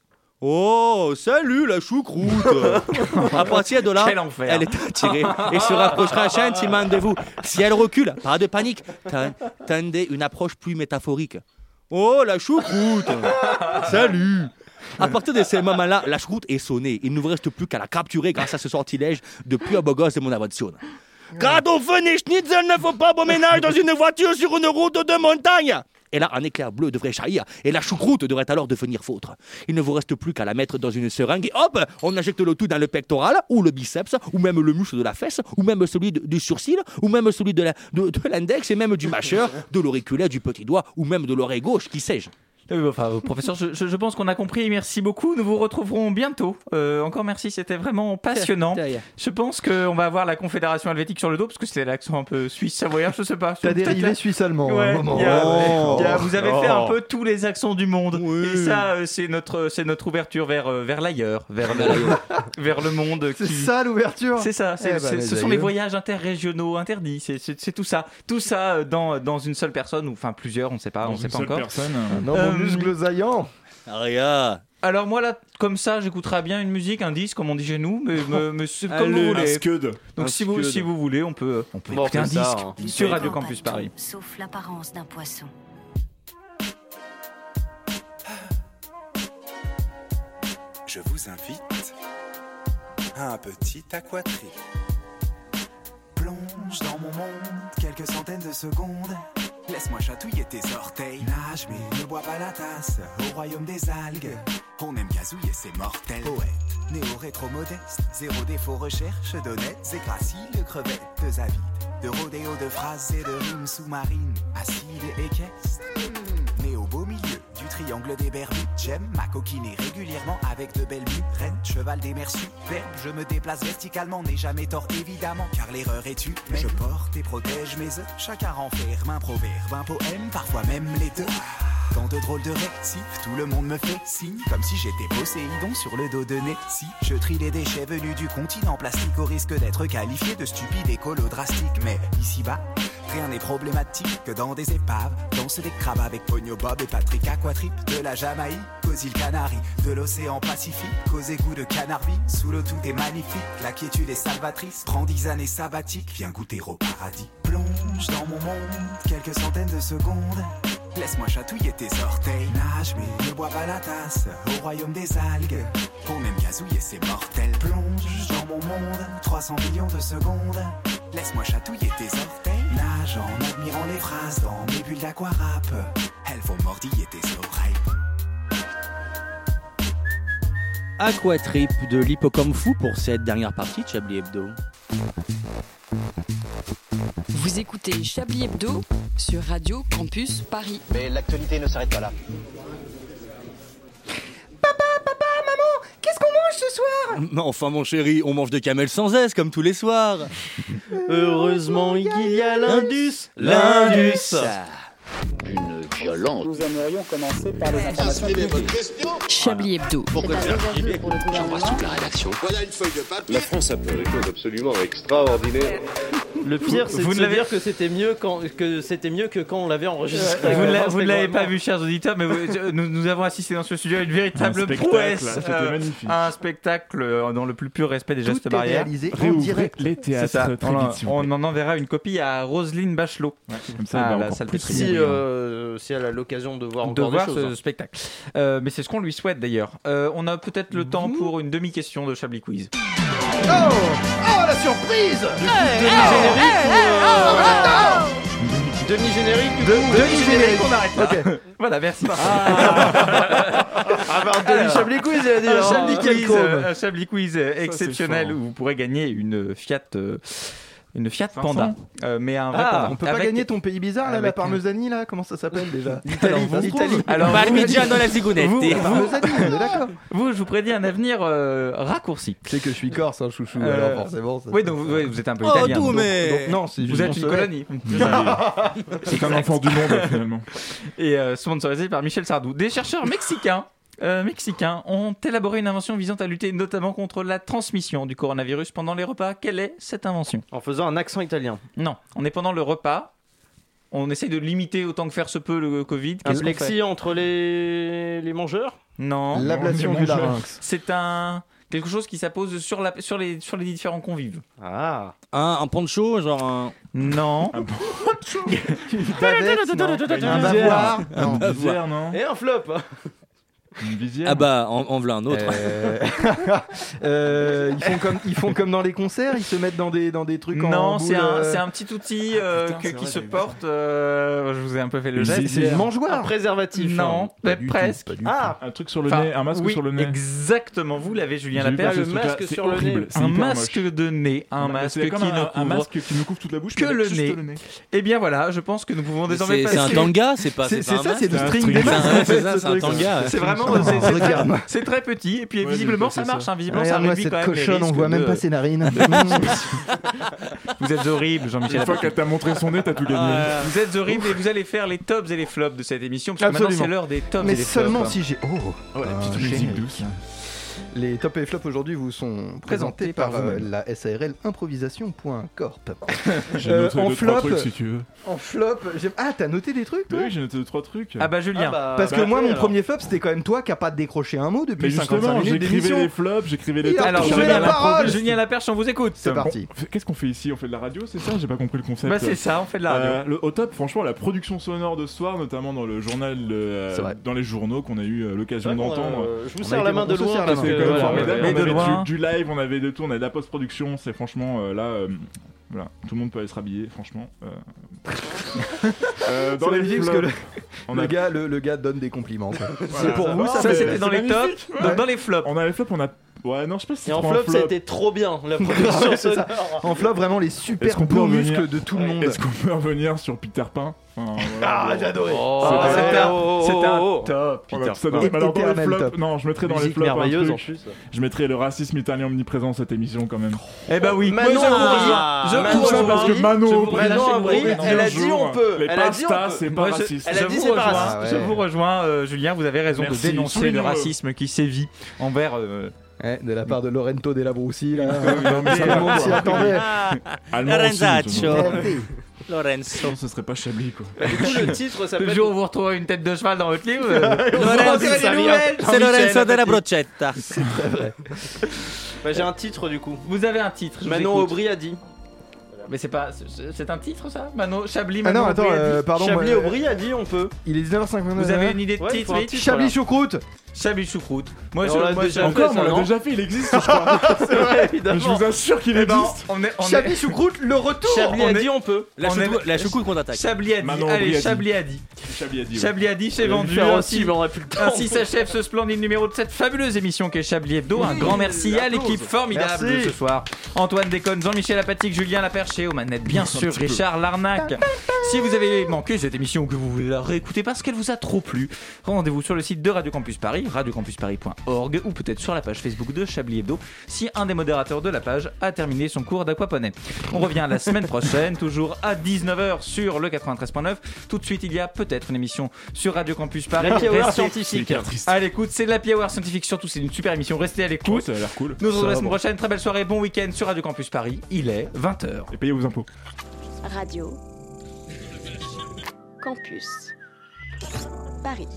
[SPEAKER 12] Oh, salut la choucroute À partir de là,
[SPEAKER 1] Quel enfer.
[SPEAKER 12] elle est attirée et se rapprochera gentiment de vous. Si elle recule, pas de panique, Ten- tendez une approche plus métaphorique. Oh, la choucroute Salut à partir de ces moments-là, la choucroute est sonnée. Il ne vous reste plus qu'à la capturer grâce à ce sortilège de pur beau gosse de mon aventure. Quand on fait des schnitzel, ne faut pas bon ménage dans une voiture sur une route de montagne Et là, un éclair bleu devrait jaillir, et la choucroute devrait alors devenir vôtre. Il ne vous reste plus qu'à la mettre dans une seringue, et hop On injecte le tout dans le pectoral, ou le biceps, ou même le muscle de la fesse, ou même celui de- du sourcil, ou même celui de la- de- de l'index, et même du mâcheur, de l'auriculaire, du petit doigt, ou même de l'oreille gauche, qui sais-je
[SPEAKER 1] Euh, enfin, euh, professeur, je, je- je pense qu'on a compris. Merci beaucoup. Nous vous retrouverons bientôt. Euh, encore merci. C'était vraiment passionnant.
[SPEAKER 12] De rien.
[SPEAKER 1] Je pense qu'on va avoir la Confédération helvétique sur le dos parce que c'est l'accent un peu suisse savoyard. Je sais pas.
[SPEAKER 4] T'as
[SPEAKER 1] C'est peut-être
[SPEAKER 4] dérivé
[SPEAKER 1] la-
[SPEAKER 4] suisse-allemand à
[SPEAKER 1] Ouais,
[SPEAKER 4] un hein, moment.
[SPEAKER 1] il y a-
[SPEAKER 4] Oh.
[SPEAKER 1] il y a- vous avez fait un
[SPEAKER 4] Oh.
[SPEAKER 1] peu tous les accents du monde. Et ça, euh, c'est notre, c'est notre ouverture vers, euh, vers l'ailleurs, vers le, vers le monde.
[SPEAKER 4] C'est
[SPEAKER 1] qui-
[SPEAKER 4] ça l'ouverture
[SPEAKER 1] C'est ça, c'est-
[SPEAKER 4] Eh ben,
[SPEAKER 1] c'est-
[SPEAKER 4] les
[SPEAKER 1] ce sont les
[SPEAKER 4] aïeux.
[SPEAKER 1] voyages interrégionaux interdits, c'est- c'est c'est tout ça. Tout ça euh, dans, dans une seule personne, ou enfin plusieurs, on ne sait pas, on sait
[SPEAKER 2] une
[SPEAKER 1] pas
[SPEAKER 2] seule
[SPEAKER 1] encore.
[SPEAKER 2] personne. hein.
[SPEAKER 4] Non,
[SPEAKER 1] Euh,
[SPEAKER 4] mon muscle zaillant
[SPEAKER 12] Aria
[SPEAKER 1] Alors moi là, comme ça, j'écouterai bien une musique, un disque, comme on dit chez nous, mais, mais- mais c'est comme
[SPEAKER 2] Allez,
[SPEAKER 1] vous
[SPEAKER 2] un
[SPEAKER 1] voulez.
[SPEAKER 2] scud. Un
[SPEAKER 1] Donc si vous,
[SPEAKER 2] scud.
[SPEAKER 1] si vous voulez, on peut, on peut
[SPEAKER 2] Bon,
[SPEAKER 1] écouter un
[SPEAKER 2] c'est ça,
[SPEAKER 1] disque
[SPEAKER 2] hein.
[SPEAKER 1] sur
[SPEAKER 2] Une
[SPEAKER 1] Radio
[SPEAKER 16] comprend
[SPEAKER 1] Campus
[SPEAKER 16] pas
[SPEAKER 1] Paris.
[SPEAKER 16] tout, Sauf l'apparence d'un poisson.
[SPEAKER 17] je vous invite à un petit aquatrip. Plonge dans mon monde, quelques centaines de secondes. Laisse-moi chatouiller tes orteils. Nage, mais ne bois pas la tasse. Au royaume des algues, on aime gazouiller, c'est mortel. Poète, néo-rétro-modeste, zéro défaut recherche d'honnêtes et gracie le crevette. Deux avis, de rodéo de phrases et de rimes sous-marines, acides et équestres. Mais au beau milieu du triangle des Bermudes, j'aime ma coquiner régulièrement avec de belles buts. Reine, cheval des mers superbes, je me déplace verticalement, n'ai jamais tort évidemment, car l'erreur est tu. Je porte et protège mes œufs, chacun renferme un proverbe, un poème, parfois même les deux. Tant de drôles de récifs, tout le monde me fait signe Comme si j'étais Poséidon sur le dos de Nessie Je trie les déchets venus du continent plastique Au risque d'être qualifié de stupide écolo drastique Mais ici-bas, rien n'est problématique Que dans des épaves, danser des crabes Avec Pogno Bob et Patrick Aquatrip De la Jamaïque aux îles Canaries De l'océan Pacifique aux égouts de Canarvie Sous l'eau tout est magnifique, la quiétude est salvatrice Prends dix années sabbatiques, viens goûter au paradis Plonge dans mon monde, quelques centaines de secondes Laisse-moi chatouiller tes orteils. Nage, mais ne bois pas la tasse. Au royaume des algues, on aime gazouiller ses mortels. Plonge dans mon monde, 300 millions de secondes. Laisse-moi chatouiller tes orteils. Nage en admirant les phrases dans mes bulles d'aquarap. Elles vont mordiller tes oreilles.
[SPEAKER 5] Aquatrip de l'hippocampe fou pour cette dernière partie de Chablis Hebdo.
[SPEAKER 11] Vous écoutez Chablis Hebdo sur Radio Campus Paris.
[SPEAKER 8] Mais l'actualité ne s'arrête pas là.
[SPEAKER 12] Qu'est-ce qu'on mange ce soir
[SPEAKER 5] Mais enfin mon chéri, on mange des camels sans aise comme tous les soirs.
[SPEAKER 3] Heureusement, il y a l'Indus. L'Indus.
[SPEAKER 8] Une violence.
[SPEAKER 9] Nous aimerions commencer par les informations publiques.
[SPEAKER 11] Chablis Hebdo.
[SPEAKER 8] Pourquoi faire J'embrasse toute la rédaction. Voilà une feuille de papier. La France a fait des choses absolument extraordinaires.
[SPEAKER 3] Le pire, c'est
[SPEAKER 1] vous ne
[SPEAKER 3] de se
[SPEAKER 1] l'avez-
[SPEAKER 3] dire que c'était mieux quand que c'était mieux que quand on l'avait enregistré.
[SPEAKER 1] Vous ne l'a- vous ne l'avez pas
[SPEAKER 3] Vraiment.
[SPEAKER 1] vu, chers auditeurs, mais vous- euh, nous, nous avons assisté dans ce studio à une véritable
[SPEAKER 2] Un spectacle,
[SPEAKER 1] prouesse. Euh,
[SPEAKER 2] c'était magnifique.
[SPEAKER 1] un spectacle euh, dans le plus pur respect des gestes
[SPEAKER 4] est
[SPEAKER 1] barrières.
[SPEAKER 4] réalisé en
[SPEAKER 2] Réouvrez
[SPEAKER 4] direct.
[SPEAKER 2] les
[SPEAKER 1] C'est
[SPEAKER 2] théâtres
[SPEAKER 1] ça.
[SPEAKER 2] très
[SPEAKER 1] On,
[SPEAKER 2] vite, s'il vous plaît.
[SPEAKER 1] on en enverra une copie à Roselyne Bachelot.
[SPEAKER 2] Comme ça, elle
[SPEAKER 1] Ah,
[SPEAKER 2] va
[SPEAKER 1] la
[SPEAKER 2] encore
[SPEAKER 1] salle
[SPEAKER 2] plus
[SPEAKER 1] Petit.
[SPEAKER 2] briller.
[SPEAKER 3] bah, Si, euh, si elle a l'occasion de voir
[SPEAKER 1] de
[SPEAKER 3] encore
[SPEAKER 1] voir
[SPEAKER 3] des
[SPEAKER 1] ce
[SPEAKER 3] choses. hein.
[SPEAKER 1] spectacle. Euh, mais c'est ce qu'on lui souhaite d'ailleurs. Euh, on a peut-être le temps pour une demi-question de Chablis Quiz.
[SPEAKER 4] Oh Oh la surprise
[SPEAKER 3] euh,
[SPEAKER 1] oh,
[SPEAKER 3] Demi générique du coup.
[SPEAKER 1] Demi-générique, on arrête là.
[SPEAKER 4] Ok.
[SPEAKER 1] oh, Voilà, merci.
[SPEAKER 3] Ah bah Anthony
[SPEAKER 1] Alors,
[SPEAKER 3] Chablis quiz, il a dit.
[SPEAKER 1] un,
[SPEAKER 3] alors,
[SPEAKER 1] Chablis
[SPEAKER 3] euh,
[SPEAKER 1] quiz,
[SPEAKER 3] quel
[SPEAKER 1] euh,
[SPEAKER 3] con.
[SPEAKER 1] un Chablis quiz, euh, exceptionnel
[SPEAKER 2] fort.
[SPEAKER 1] où vous pourrez gagner une Fiat, euh, une Fiat Panda, Euh, mais un vrai
[SPEAKER 4] Ah,
[SPEAKER 1] Panda.
[SPEAKER 4] on peut pas
[SPEAKER 1] Avec-
[SPEAKER 4] gagner ton pays bizarre là, la
[SPEAKER 1] avec-
[SPEAKER 4] parmesanie là, comment ça s'appelle déjà
[SPEAKER 1] Alors, vous-
[SPEAKER 4] L'Italie.
[SPEAKER 1] Alors,
[SPEAKER 5] Parmigiano alla zigonette.
[SPEAKER 1] Vous,
[SPEAKER 4] La
[SPEAKER 3] Bah,
[SPEAKER 1] vous,
[SPEAKER 4] parmesanie, on est d'accord.
[SPEAKER 1] vous, je vous prédis un avenir euh, raccourci.
[SPEAKER 4] C'est que je suis corse, hein, chouchou,
[SPEAKER 1] Euh,
[SPEAKER 4] alors forcément. ça-
[SPEAKER 1] Oui, donc vous, vous êtes un peu
[SPEAKER 12] Oh,
[SPEAKER 1] italien.
[SPEAKER 12] d'où,
[SPEAKER 1] donc-
[SPEAKER 12] mais-
[SPEAKER 1] donc, non, c'est
[SPEAKER 2] Juste
[SPEAKER 1] vous êtes
[SPEAKER 2] mon
[SPEAKER 1] une
[SPEAKER 2] soleil.
[SPEAKER 1] colonie.
[SPEAKER 2] C'est un enfant du monde finalement.
[SPEAKER 1] et euh, sponsorisé par Michel Sardou. Des chercheurs mexicains. euh, mexicains ont élaboré une invention visant à lutter notamment contre la transmission du coronavirus pendant les repas. Quelle est cette invention
[SPEAKER 3] En faisant un accent italien.
[SPEAKER 1] Non, on est pendant le repas. On essaye de limiter autant que faire se peut le Covid.
[SPEAKER 3] Un
[SPEAKER 1] Qu'est-ce qu'on fait
[SPEAKER 3] plexi entre les les mangeurs.
[SPEAKER 1] Hein Non.
[SPEAKER 4] L'ablation du larynx.
[SPEAKER 1] C'est un quelque chose qui s'appose sur la sur les sur les différents convives.
[SPEAKER 3] Ah.
[SPEAKER 5] Un, un poncho, genre un...
[SPEAKER 1] Non.
[SPEAKER 4] Une bavette, non Un bavoir Non.
[SPEAKER 2] Une visière, non
[SPEAKER 3] Et un flop.
[SPEAKER 2] Une visière
[SPEAKER 5] Ah bah, en, en v'là un autre.
[SPEAKER 4] Euh, euh, ils, font comme, ils font comme dans les concerts, ils se mettent dans des, dans des trucs en.
[SPEAKER 1] non,
[SPEAKER 4] boule,
[SPEAKER 1] c'est un,
[SPEAKER 4] euh, Ah,
[SPEAKER 1] c'est un petit outil euh,
[SPEAKER 2] putain,
[SPEAKER 1] que-
[SPEAKER 2] c'est
[SPEAKER 1] qui
[SPEAKER 2] vrai,
[SPEAKER 1] se
[SPEAKER 2] j'avais vu
[SPEAKER 1] porte. euh, je vous ai un peu fait le
[SPEAKER 2] Une
[SPEAKER 1] geste.
[SPEAKER 4] C'est une
[SPEAKER 3] Un
[SPEAKER 4] mangeoire.
[SPEAKER 3] préservatif. hein.
[SPEAKER 1] Non, mais presque.
[SPEAKER 3] Ah.
[SPEAKER 2] Un truc sur le
[SPEAKER 1] Enfin,
[SPEAKER 2] nez, un masque
[SPEAKER 1] oui,
[SPEAKER 2] sur le nez.
[SPEAKER 1] Exactement, vous l'avez, Julien
[SPEAKER 2] J'ai vu
[SPEAKER 1] Lapierre.
[SPEAKER 2] passer
[SPEAKER 3] le
[SPEAKER 2] ce
[SPEAKER 1] le-
[SPEAKER 2] truc-là,
[SPEAKER 3] masque
[SPEAKER 2] c'est
[SPEAKER 3] sur le
[SPEAKER 2] horrible,
[SPEAKER 3] nez.
[SPEAKER 2] c'est
[SPEAKER 1] Un
[SPEAKER 2] hyper
[SPEAKER 1] masque
[SPEAKER 2] moche.
[SPEAKER 1] de nez, un
[SPEAKER 2] Non, mais
[SPEAKER 1] masque
[SPEAKER 2] c'est
[SPEAKER 1] qui
[SPEAKER 2] comme
[SPEAKER 1] ne
[SPEAKER 2] un, un
[SPEAKER 1] couvre
[SPEAKER 2] masque qui nous couvre toute la bouche
[SPEAKER 1] que
[SPEAKER 2] mais avec
[SPEAKER 1] le
[SPEAKER 2] juste
[SPEAKER 1] nez.
[SPEAKER 2] le nez.
[SPEAKER 1] Eh bien voilà, je pense que nous pouvons
[SPEAKER 5] Mais
[SPEAKER 1] désormais
[SPEAKER 5] C'est
[SPEAKER 1] passer.
[SPEAKER 5] c'est un tanga, c'est pas
[SPEAKER 4] C'est
[SPEAKER 5] pas
[SPEAKER 4] c'est
[SPEAKER 5] un
[SPEAKER 4] ça, c'est
[SPEAKER 5] masque.
[SPEAKER 4] le
[SPEAKER 2] C'est un
[SPEAKER 4] string
[SPEAKER 2] string.
[SPEAKER 4] des
[SPEAKER 5] C'est
[SPEAKER 4] masques.
[SPEAKER 5] un- c'est ça, c'est un
[SPEAKER 4] truc.
[SPEAKER 5] tanga.
[SPEAKER 1] C'est vraiment, c'est- c'est très,
[SPEAKER 4] Regarde.
[SPEAKER 1] c'est très petit et puis
[SPEAKER 2] Ouais, j'ai
[SPEAKER 1] visiblement
[SPEAKER 2] vu passer
[SPEAKER 1] ça
[SPEAKER 2] ça.
[SPEAKER 1] marche, hein, visiblement ça
[SPEAKER 4] Regarde-moi
[SPEAKER 1] réduit
[SPEAKER 4] cette
[SPEAKER 1] quand même les
[SPEAKER 4] cochonne, on
[SPEAKER 1] risques
[SPEAKER 4] voit même
[SPEAKER 1] de-
[SPEAKER 4] pas ses narines.
[SPEAKER 1] Vous êtes horrible, Jean-Michel. Ah,
[SPEAKER 2] Une fois qu'elle t'a montré son nez, t'as tout gagné.
[SPEAKER 4] Euh,
[SPEAKER 1] Vous êtes horrible et vous allez faire les tops et les flops de cette émission parce que maintenant
[SPEAKER 4] Absolument.
[SPEAKER 1] c'est l'heure des tops
[SPEAKER 4] Mais
[SPEAKER 1] et des
[SPEAKER 4] seulement
[SPEAKER 1] flops.
[SPEAKER 4] si j'ai. Oh
[SPEAKER 2] Oh, la petite
[SPEAKER 4] Ah,
[SPEAKER 2] musique
[SPEAKER 4] génial.
[SPEAKER 2] douce.
[SPEAKER 4] Les top et flops aujourd'hui vous sont présentés
[SPEAKER 1] par
[SPEAKER 4] par euh,
[SPEAKER 1] vous-même.
[SPEAKER 4] la SARL improvisation.corp.
[SPEAKER 2] J'ai
[SPEAKER 4] Euh,
[SPEAKER 2] noté
[SPEAKER 4] en
[SPEAKER 2] deux, trois
[SPEAKER 4] flop.
[SPEAKER 2] trucs si tu veux.
[SPEAKER 4] En flop, j'aime. Ah, t'as noté des trucs,
[SPEAKER 2] Bah
[SPEAKER 4] toi
[SPEAKER 2] oui, j'ai noté deux, trois trucs.
[SPEAKER 1] Ah bah Julien,
[SPEAKER 4] Parce que
[SPEAKER 2] bah,
[SPEAKER 4] moi,
[SPEAKER 2] oui,
[SPEAKER 4] mon
[SPEAKER 2] alors.
[SPEAKER 4] premier flop, c'était quand même toi qui a pas décroché un mot depuis
[SPEAKER 2] Mais
[SPEAKER 4] 55
[SPEAKER 2] justement,
[SPEAKER 4] minutes
[SPEAKER 2] j'écrivais les
[SPEAKER 4] d'émission.
[SPEAKER 2] flops, j'écrivais
[SPEAKER 4] Il
[SPEAKER 2] les
[SPEAKER 4] a
[SPEAKER 2] tops.
[SPEAKER 4] Alors, retrouvé
[SPEAKER 2] j'écrivais
[SPEAKER 4] la
[SPEAKER 1] Julien,
[SPEAKER 2] les-
[SPEAKER 4] parole.
[SPEAKER 1] Julien Laperche, on vous écoute.
[SPEAKER 4] C'est parti.
[SPEAKER 2] Bon, Qu'est-ce qu'on fait ici On fait de la radio, c'est ça J'ai pas compris le concept.
[SPEAKER 1] Bah c'est ça, on fait de la radio.
[SPEAKER 2] Euh, le, au top, franchement, la production sonore de ce soir, notamment dans le journal, euh,
[SPEAKER 4] C'est vrai.
[SPEAKER 2] dans les journaux qu'on a eu euh, l'occasion d'entendre.
[SPEAKER 3] Euh, Je vous
[SPEAKER 4] On
[SPEAKER 3] serre
[SPEAKER 4] a
[SPEAKER 3] la
[SPEAKER 4] été
[SPEAKER 3] main de
[SPEAKER 4] bon, on se
[SPEAKER 3] loin
[SPEAKER 4] serre la
[SPEAKER 3] parce
[SPEAKER 2] C'est
[SPEAKER 4] main.
[SPEAKER 3] que
[SPEAKER 2] quand même
[SPEAKER 4] voilà,
[SPEAKER 2] formidable.
[SPEAKER 1] ouais.
[SPEAKER 2] On
[SPEAKER 1] Mais de loin.
[SPEAKER 2] avait du, du live, on avait de tout, on a de la post-production. C'est franchement euh, là, euh, voilà, tout le monde peut aller se rhabiller, franchement. euh. Euh, dans
[SPEAKER 4] C'est
[SPEAKER 2] les
[SPEAKER 4] magnifique, parce
[SPEAKER 2] flops,
[SPEAKER 4] que le-
[SPEAKER 2] on
[SPEAKER 4] le,
[SPEAKER 2] a-
[SPEAKER 4] gars, le, le gars donne des compliments. quoi.
[SPEAKER 2] voilà.
[SPEAKER 4] pour vous,
[SPEAKER 2] Ah,
[SPEAKER 1] Ça
[SPEAKER 2] mais
[SPEAKER 1] c'était
[SPEAKER 2] c'est
[SPEAKER 1] dans les tops,
[SPEAKER 2] magnifique.
[SPEAKER 1] donc dans les flops.
[SPEAKER 2] On a les flops, on a Ouais, non, je sais pas si c'est
[SPEAKER 3] Et en
[SPEAKER 2] trop
[SPEAKER 3] flop,
[SPEAKER 2] un flop.
[SPEAKER 3] c'était trop bien la production
[SPEAKER 2] Ouais, c'est ça.
[SPEAKER 3] sonore.
[SPEAKER 4] En flop, vraiment les
[SPEAKER 2] Est-ce
[SPEAKER 4] super
[SPEAKER 2] qu'on peut
[SPEAKER 4] beaux
[SPEAKER 2] revenir-
[SPEAKER 4] muscles de tout le monde.
[SPEAKER 2] Est-ce qu'on peut revenir sur Peter Pan Enfin, voilà,
[SPEAKER 4] Ah,
[SPEAKER 2] bon.
[SPEAKER 4] j'adorais.
[SPEAKER 2] Oh,
[SPEAKER 4] Ah,
[SPEAKER 2] c'était
[SPEAKER 4] c'était
[SPEAKER 2] un-
[SPEAKER 4] un-
[SPEAKER 2] c'était un
[SPEAKER 4] oh, oh.
[SPEAKER 2] top.
[SPEAKER 4] Peter
[SPEAKER 2] Voilà, tout ça
[SPEAKER 4] Pan.
[SPEAKER 2] dans- mais alors dans les
[SPEAKER 4] Éternel
[SPEAKER 2] flops,
[SPEAKER 4] top.
[SPEAKER 2] Non, je mettrais dans les
[SPEAKER 4] Musique
[SPEAKER 2] flops. un
[SPEAKER 4] merveilleuse,
[SPEAKER 2] truc.
[SPEAKER 4] en plus.
[SPEAKER 2] Je mettrais le racisme italien omniprésent cette émission quand même.
[SPEAKER 4] Eh ben oui.
[SPEAKER 2] Manon
[SPEAKER 4] Manon
[SPEAKER 2] Aubry.
[SPEAKER 4] Aubry.
[SPEAKER 2] Je
[SPEAKER 4] Manon
[SPEAKER 2] trouve ça parce
[SPEAKER 4] Aubry.
[SPEAKER 2] que Manon
[SPEAKER 4] Je vous
[SPEAKER 2] Aubry,
[SPEAKER 4] relâche
[SPEAKER 2] Manon
[SPEAKER 4] une
[SPEAKER 2] Aubry,
[SPEAKER 4] Aubry,
[SPEAKER 2] elle a
[SPEAKER 4] bien
[SPEAKER 2] dit
[SPEAKER 4] sûr.
[SPEAKER 2] on peut.
[SPEAKER 4] Les
[SPEAKER 2] Elle a dit on
[SPEAKER 4] pastas,
[SPEAKER 2] peut.
[SPEAKER 4] c'est pas
[SPEAKER 2] Moi, je-
[SPEAKER 4] raciste.
[SPEAKER 2] Elle a
[SPEAKER 1] je
[SPEAKER 2] dit
[SPEAKER 1] vous
[SPEAKER 2] c'est pas
[SPEAKER 1] rejoins,
[SPEAKER 2] raciste.
[SPEAKER 1] Je
[SPEAKER 2] Ouais.
[SPEAKER 1] vous rejoins, euh, Julien, vous avez raison
[SPEAKER 2] Merci,
[SPEAKER 1] de dénoncer le
[SPEAKER 2] soulignons-le.
[SPEAKER 1] racisme qui sévit envers. euh,
[SPEAKER 4] de la part de Lorento de la Broussi, là.
[SPEAKER 2] Non, mais
[SPEAKER 4] Tout
[SPEAKER 2] c'est
[SPEAKER 4] le monde
[SPEAKER 2] pas-
[SPEAKER 4] s'y attendait.
[SPEAKER 2] Allemand aussi,
[SPEAKER 4] Lorenzaccio.
[SPEAKER 2] tout le monde. Non, ce serait pas Chablis quoi.
[SPEAKER 3] Bah, Du coup, le titre s'appelle.
[SPEAKER 1] Le jour où vous retrouvez une tête de cheval dans votre livre. euh,
[SPEAKER 3] Lorenzo,
[SPEAKER 1] vous rentrez
[SPEAKER 3] c'est
[SPEAKER 1] des
[SPEAKER 3] Lorenzo,
[SPEAKER 1] nouvelles.
[SPEAKER 3] c'est Lorenzo
[SPEAKER 1] Michel.
[SPEAKER 3] della
[SPEAKER 5] Brochetta.
[SPEAKER 4] C'est très vrai.
[SPEAKER 3] Bah, j'ai un titre du coup.
[SPEAKER 1] Vous avez un titre. je vous
[SPEAKER 3] Manon
[SPEAKER 1] écoute.
[SPEAKER 3] Aubry a dit.
[SPEAKER 1] Mais c'est pas. c'est- C'est un titre ça Manon Chablis
[SPEAKER 4] Ah
[SPEAKER 1] Manon
[SPEAKER 4] non, attends,
[SPEAKER 1] Aubry a dit.
[SPEAKER 4] euh, pardon.
[SPEAKER 3] Chablis
[SPEAKER 4] moi, euh,
[SPEAKER 3] Aubry a dit on peut.
[SPEAKER 4] Il est 19h59.
[SPEAKER 1] Vous avez une idée de
[SPEAKER 3] Ouais, il faut
[SPEAKER 1] titre,
[SPEAKER 3] un
[SPEAKER 1] Rick
[SPEAKER 3] titre,
[SPEAKER 4] Chablis choucroute.
[SPEAKER 1] Chablis choucroute. Moi,
[SPEAKER 3] Mais
[SPEAKER 1] je,
[SPEAKER 3] on l'a
[SPEAKER 1] moi, je-
[SPEAKER 3] déjà fait, Encore, ça, on l'a non
[SPEAKER 2] déjà fait, il existe, je crois.
[SPEAKER 3] C'est vrai, évidemment.
[SPEAKER 2] Je vous assure qu'il
[SPEAKER 1] Eh ben,
[SPEAKER 2] existe.
[SPEAKER 1] on est- on est-
[SPEAKER 4] Chablis choucroute, le retour.
[SPEAKER 3] Chablis a
[SPEAKER 1] On est-
[SPEAKER 3] dit on peut.
[SPEAKER 6] La,
[SPEAKER 1] On
[SPEAKER 6] choucroute-
[SPEAKER 1] est-
[SPEAKER 6] la choucroute qu'on attaque.
[SPEAKER 1] Chablis a dit.
[SPEAKER 2] Manon Aubry a
[SPEAKER 1] Allez,
[SPEAKER 2] dit.
[SPEAKER 1] Chablis a dit.
[SPEAKER 2] Chablis a dit. ouais.
[SPEAKER 1] Chablis a dit, c'est
[SPEAKER 3] On a dû
[SPEAKER 1] vendu.
[SPEAKER 3] faire
[SPEAKER 1] ainsi-
[SPEAKER 3] aussi, mais on a plus le temps.
[SPEAKER 1] Ainsi s'achève ce splendide numéro de cette fabuleuse émission qu'est Chablis Hebdo. Un grand merci à l'équipe formidable
[SPEAKER 4] Merci.
[SPEAKER 1] de ce soir. Antoine Déconne, Jean-Michel Apatique, Julien Laperche et aux manettes, bien sûr,
[SPEAKER 2] petit peu.
[SPEAKER 1] Richard Larnac. Si vous avez manqué cette émission ou que vous voulez la réécouter parce qu'elle vous a trop plu, rendez-vous sur le site de Radio Campus Paris, radiocampusparis.org ou peut-être sur la page Facebook de Chablis Hebdo si un des modérateurs de la page a terminé son cours d'aquaponie. On revient la semaine prochaine, toujours à 19h sur le 93.9. Tout de suite, il y a peut-être une émission sur Radio Campus Paris.
[SPEAKER 3] La Hour
[SPEAKER 1] Restez-
[SPEAKER 3] scientifique.
[SPEAKER 1] à l'écoute. C'est la Hour scientifique, surtout. C'est une super émission. Restez à
[SPEAKER 2] Ouais,
[SPEAKER 1] l'écoute.
[SPEAKER 2] Oh, ça a l'air cool.
[SPEAKER 1] Nous nous retrouvons la
[SPEAKER 2] Ça,
[SPEAKER 1] semaine
[SPEAKER 2] bon.
[SPEAKER 1] prochaine. Très belle soirée. Bon week-end sur Radio Campus Paris. Il est 20h.
[SPEAKER 2] Et payez vos impôts.
[SPEAKER 11] Radio. Campus. Paris.